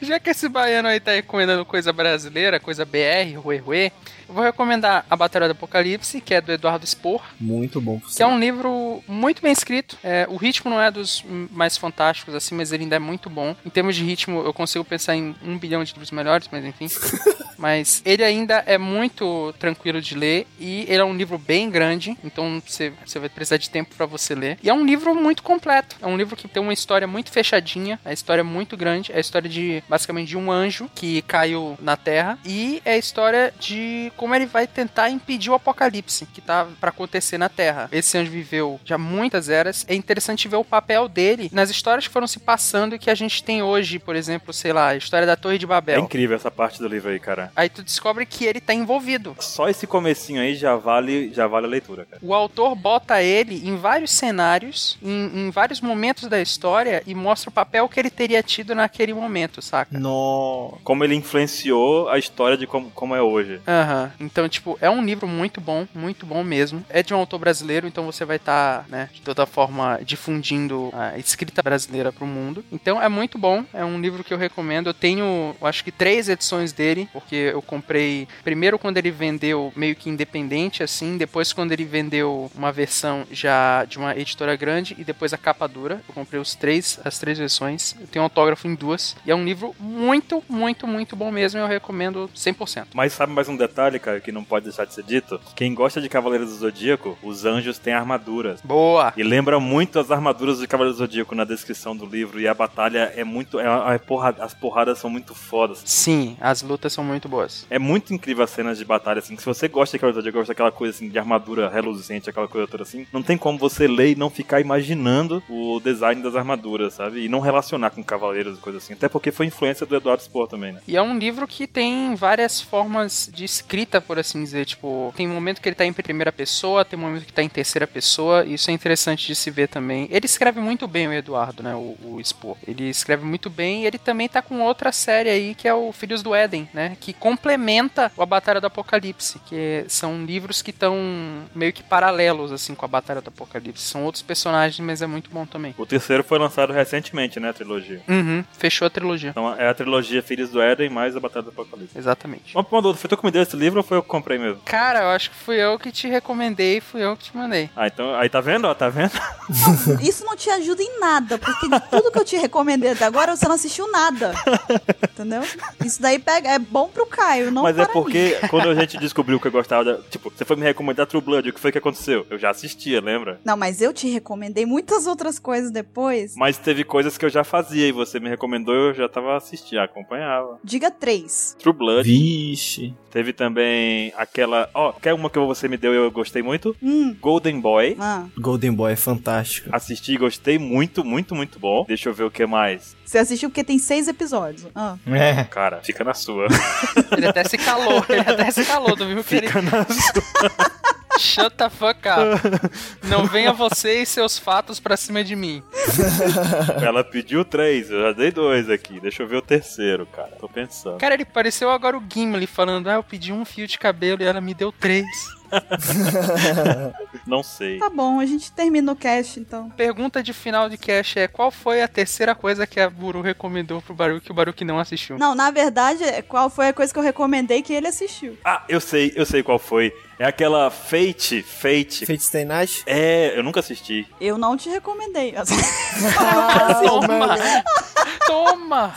E: Já que esse baiano aí tá recomendando coisa brasileira, coisa BR, ruê, ruê, eu vou recomendar A Batalha do Apocalipse, que é do Eduardo Spor,
B: Muito bom.
E: que é um livro muito bem escrito. É, o ritmo não é dos hum, mais fantásticos, assim, mas ele ainda é muito bom. Em termos de ritmo, eu consigo pensar em um bilhão de livros melhores, mas enfim. mas ele ainda é muito tranquilo de ler e ele é um livro bem grande, então você, você vai precisar de tempo pra você ler. E é um livro muito completo. É um livro que tem uma história muito fechadinha, a história é muito grande, é a história de basicamente de um anjo que caiu na Terra e é a história de como ele vai tentar impedir o apocalipse que tá pra acontecer na Terra. Esse anjo viveu já muitas eras. É interessante ver o papel dele nas histórias que foram se passando e que a gente tem hoje, por exemplo, sei lá, a história da Torre de
D: É
E: Babel.
D: incrível essa parte do livro aí, cara.
E: Aí tu descobre que ele tá envolvido.
D: Só esse comecinho aí já vale, já vale a leitura, cara.
E: O autor bota ele em vários cenários, em, em vários momentos da história e mostra o papel que ele teria tido naquele momento, saca?
B: Nó.
D: Como ele influenciou a história de como, como é hoje.
E: Aham. Então, tipo, é um livro muito bom, muito bom mesmo. É de um autor brasileiro, então você vai estar, né, de toda forma, difundindo a escrita brasileira pro mundo. Então, é muito bom, é um livro que eu recomendo. Eu tenho, eu acho que três edições dele, porque eu comprei primeiro quando ele vendeu meio que independente, assim, depois quando ele vendeu uma versão já de uma editora grande e depois a capa dura. Eu comprei os três, as três versões. Eu tenho autógrafo em duas. E é um livro muito, muito, muito bom mesmo. Eu recomendo 100%.
D: Mas sabe mais um detalhe, cara, que não pode deixar de ser dito? Quem gosta de Cavaleiros do Zodíaco, os anjos têm armaduras.
E: Boa!
D: E lembra muito as armaduras de Cavaleiro do Zodíaco na descrição do livro. E a batalha é muito. é- é porra- as porradas são muito fodas.
E: Sim, as lutas são muito boas.
D: É muito incrível as cenas de batalha, assim. que Se você gosta de Cavaleiro do Zodíaco, gosta daquela coisa assim, de armadura reluzente, aquela coisa toda assim, não tem como você ler e não ficar imaginando o design das armaduras, sabe? E não relacionar com cavaleiros e coisa assim. Até porque foi influência do Eduardo Spohr também, né?
E: E é um livro que tem várias formas de escrita, por assim dizer. Tipo, tem momento que ele tá em primeira pessoa, tem momento que tá em terceira pessoa. E isso é interessante de se ver também. Ele escreve muito bem o Eduardo, né? O, o Spohr. Ele escreve muito bem e ele também tá com outra série aí, que é o Filhos do Éden, né? Que complementa o A Batalha do Apocalipse. Que são livros que estão meio que paralelos, assim, com a Batalha do Apocalipse. São outros personagens, mas é muito bom também.
D: O terceiro foi lançado recentemente, né? A trilogia.
E: Uhum, fechou a trilogia.
D: Então é a trilogia Filhos do Éden mais a Batalha do Apocalipse.
E: Exatamente.
D: Vamos pro Mandudo, foi tu que me deu esse livro ou foi eu que comprei mesmo?
E: Cara, eu acho que fui eu que te recomendei, fui eu que te mandei.
D: Ah, então. Aí tá vendo, ó, tá vendo?
C: Isso não te ajuda em nada, porque de tudo que eu te recomendei até agora, você não assistiu nada. Entendeu? Isso daí pega, é bom pro Caio, não
D: Mas é
C: para mim.
D: porque quando a gente descobriu que eu gostava da. Tipo, você foi me recomendar True Blood, o que foi que aconteceu? Eu já assistia, lembra?
C: Não, mas eu te recomendei muitas outras coisas depois.
D: Mas teve coisas que eu já fazia e você me recomendou eu já tava assistindo, acompanhava.
C: Diga três.
D: True Blood.
B: Vixe.
D: Teve também aquela. Ó, quer uma que você me deu e eu gostei muito?
C: Hum.
D: Golden Boy.
C: Ah,
B: Golden Boy é fantástico.
D: Assisti e gostei muito, muito, muito bom. Deixa eu ver o que mais.
C: você assistiu porque tem seis episódios. Ah.
A: É.
D: Cara, fica na sua.
E: Ele até se calou, ele até se calou, tu viu que ele...
D: fica na sua.
E: Shut the fuck up. Não venha você e seus fatos pra cima de mim.
D: Ela pediu três, eu já dei dois aqui. Deixa eu ver o terceiro, cara. Tô pensando.
E: Cara, ele pareceu agora o Gimli falando: Ah, eu pedi um fio de cabelo e ela me deu três.
D: Não sei.
C: Tá bom, a gente termina o cast, então.
E: Pergunta de final de cast é: Qual foi a terceira coisa que a Buru recomendou pro Baru que o Baru que não assistiu?
C: Não, na verdade, qual foi a coisa que eu recomendei que ele assistiu?
D: Ah, eu sei, eu sei qual foi. É aquela Fate, Fate.
B: Fate Stay Night?
D: É, eu nunca assisti.
C: Eu não te recomendei.
B: Ah,
E: Toma! Toma!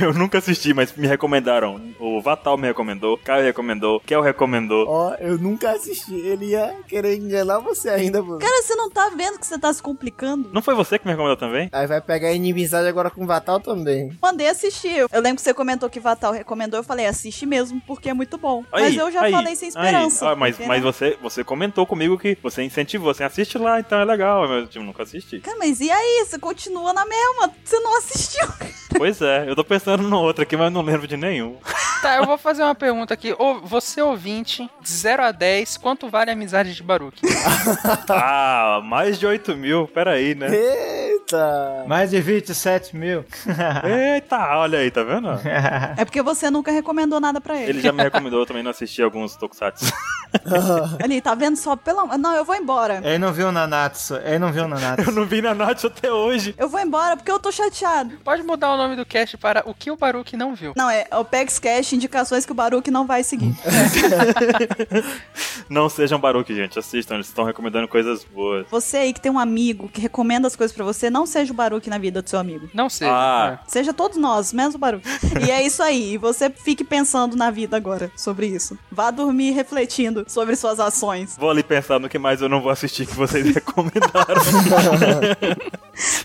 D: Eu nunca assisti, mas me recomendaram. O Vatal me recomendou, Caio recomendou, Kel recomendou.
B: Ó, eu nunca assisti. Ele ia querer enganar você ainda, mano.
C: Cara, você não tá vendo que você tá se complicando?
D: Não foi você que me recomendou também?
B: Aí vai pegar inimizade agora com o Vatal também.
C: Mandei assistir. Eu- Eu lembro que você comentou que Vatal recomendou. Eu falei, assiste mesmo, porque é muito bom. mas
D: Aí,
C: eu já
D: aí,
C: falei sem
D: aí.
C: esperança. né?
D: Ah, mas
C: entendeu?
D: mas você, você comentou comigo que você incentivou, você assiste lá, então é legal. Mas eu nunca assisti.
C: Cara, mas e aí? Você continua na mesma. Você não assistiu.
D: pois é, eu tô pensando no outro aqui, mas não lembro de nenhum.
E: Tá, eu vou fazer uma pergunta aqui. Ô, você ouvinte, de 0 a 10, quanto vale a amizade de Baruque?
D: ah, mais de 8 mil, peraí, né?
B: Eita!
A: Mais de 27 mil.
D: Eita, olha aí, tá vendo?
C: É porque você nunca recomendou nada pra ele.
D: Ele já me recomendou eu também não assistir alguns tokusatsu.
C: Ali, tá vendo só pela. Não, eu vou embora.
A: Ele não viu o Nanatsu. Ele não viu o
D: Eu
A: Nanatsu.
D: não vi na Nath até hoje.
C: Eu vou embora porque eu tô chateado.
E: Pode mudar o nome do cast para O que o Baruque não viu.
C: Não, é Opex Cash, indicações que o Baruque não vai seguir.
D: Não sejam Baruque, gente. Assistam, eles estão recomendando coisas boas.
C: Você aí que tem um amigo que recomenda as coisas pra você, não seja o Baruque na vida do seu amigo.
E: Não sei. né?
D: Ah.
C: Seja todos nós, menos o Baruque. e é isso aí. E você fique pensando na vida agora sobre isso. Vá dormir refletindo sobre suas ações.
D: Vou ali pensar no que mais eu não vou assistir que vocês recomendaram.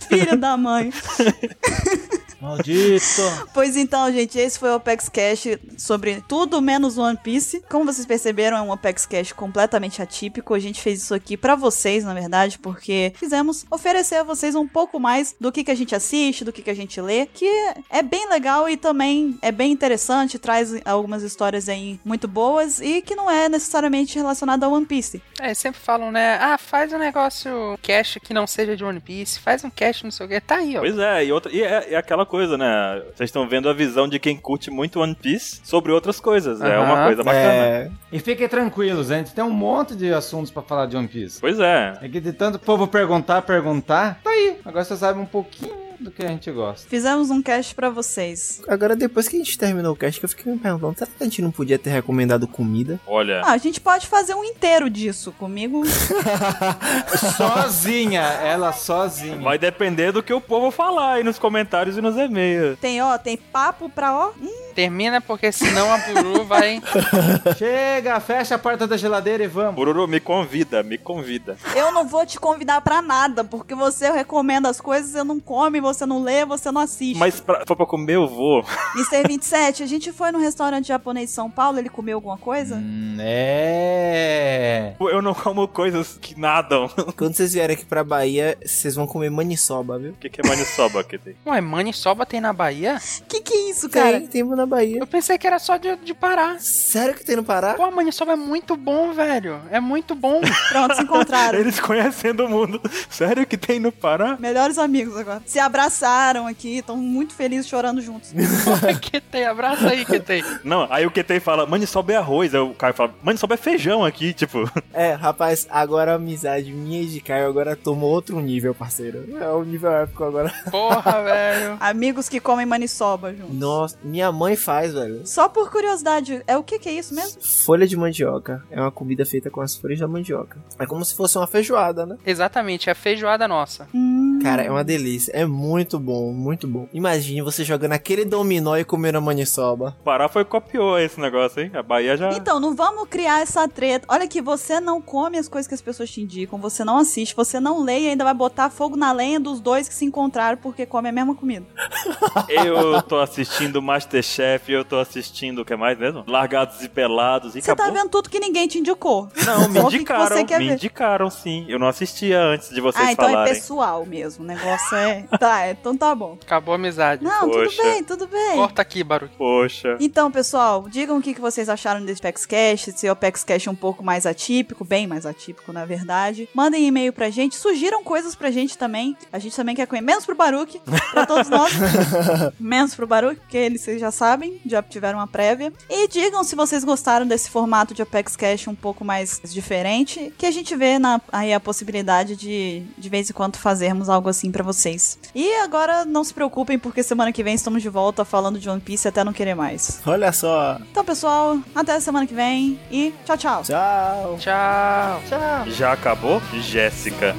C: Filho da mãe.
A: Maldito.
C: Pois então, gente, esse foi o Opex Cash sobre tudo menos One Piece. Como vocês perceberam, é um Opex Cash completamente atípico. A gente fez isso aqui pra vocês, na verdade, porque quisemos oferecer a vocês um pouco mais do que, que a gente assiste, do que, que a gente lê, que é bem legal e também é bem interessante, traz algumas histórias aí muito boas e que não é necessariamente relacionada a One Piece.
E: É, sempre falam, né? Ah, faz um negócio cast que não seja de One Piece, faz um cast não sei o que. Tá aí, ó.
D: pois é, e, outra, e é, é aquela coisa, né? Vocês estão vendo a visão de quem curte muito One Piece sobre outras coisas. É
E: Aham.
D: uma coisa bacana.
B: É,
A: E fiquem tranquilos, a gente tem um monte de assuntos pra falar de One Piece.
D: Pois é.
A: É que de tanto povo perguntar, perguntar, tá aí. Agora você sabe um pouquinho do que a gente gosta.
C: Fizemos um cast pra vocês.
B: agora depois que a gente terminou o cast, que eu fiquei me perguntando, será que a gente não podia ter recomendado comida?
D: Olha.
C: Ah, a gente pode fazer um inteiro disso comigo.
A: Sozinha, ela sozinha.
D: Vai depender do que o povo falar aí nos comentários e nos e-mails.
C: Tem, ó, tem papo pra, ó,
E: Termina porque senão a Buru vai.
A: Chega, fecha a porta da geladeira e vamos.
D: Bururu, me convida, me convida.
C: Eu não vou te convidar pra nada, porque você recomenda as coisas, você não come, você não lê, você não assiste.
D: Mas pra, foi pra comer, eu vou.
C: Mr. 27, a gente foi num restaurante japonês de São Paulo, ele comeu alguma coisa?
A: Hum, é.
D: Eu não como coisas que nadam. O
B: Quando vocês vierem aqui pra Bahia, vocês vão comer maniçoba, viu?
D: que, que é maniçoba que tem?
E: Ué, maniçoba tem na Bahia?
C: Que que é isso, cara?
B: Tem, tem na Bahia.
E: Eu pensei que era só de, de Pará.
B: Sério que tem no Pará?
E: Pô, a maniçoba é muito bom, velho. É muito bom.
C: Pronto, se encontraram.
D: Eles conhecendo o mundo. Sério que tem no Pará?
C: Melhores amigos agora. Se abraçaram aqui, estão muito felizes chorando juntos.
E: que tem, abraça aí que tem.
D: Não, aí o QT fala, maniçoba é arroz. Aí o Caio fala, maniçoba é feijão aqui, tipo.
B: É, rapaz, agora a amizade minha e de Caio agora tomou outro nível, parceiro. É um nível épico agora.
E: Porra, velho.
C: Amigos que comem maniçoba juntos.
B: Nossa, minha mãe faz, velho.
C: Só por curiosidade, é o que que é isso mesmo?
B: Folha de mandioca é uma comida feita com as folhas da mandioca. É como se fosse uma feijoada, né?
E: Exatamente, é a feijoada nossa.
C: Hum,
B: Cara, é uma delícia. É muito bom, muito bom. Imagine você jogando aquele dominó e comendo a maniçoba.
D: O Pará foi copiou esse negócio, hein? A Bahia já.
C: Então, não vamos criar essa treta. Olha que você não come as coisas que as pessoas te indicam, você não assiste, você não lê e ainda vai botar fogo na lenha dos dois que se encontraram porque comem a mesma comida.
D: Eu tô assistindo Masterchef, eu tô assistindo o que mais mesmo? Largados e Pelados e
C: Você tá
D: acabou.
C: vendo tudo que ninguém te indicou.
D: Não, me
C: Só o que que
D: indicaram.
C: você quer
D: me
C: ver.
D: indicaram, sim. Eu não assistia antes de vocês
C: Ah, então é
D: falarem.
C: pessoal mesmo. mesmo. O negócio é. Tá, então tá bom.
E: Acabou a amizade.
C: Não, é.
D: Poxa.
C: tudo bem, tudo bem.
E: Corta aqui, Baruque.
D: Poxa.
C: Então, pessoal, digam o que que vocês acharam desse Pex Cash, se é o Pex Cash um pouco mais atípico, bem mais atípico, na verdade. Mandem e-mail pra gente, sugiram coisas pra gente também. A gente também quer conhecer, menos pro Baruque, pra todos nós. menos pro Baruque, que eles vocês já sabem, já tiveram uma prévia. E digam se vocês gostaram desse formato de Apex Cash um pouco mais diferente, que a gente vê na- aí a possibilidade de, de vez em quando, fazermos algo assim pra vocês. E agora, não se preocupem, porque semana que vem estamos de volta falando de One Piece até não querer mais.
B: Olha só.
C: Então, pessoal, até semana que vem e tchau, tchau.
B: Tchau.
E: Tchau.
D: Já acabou? Jéssica.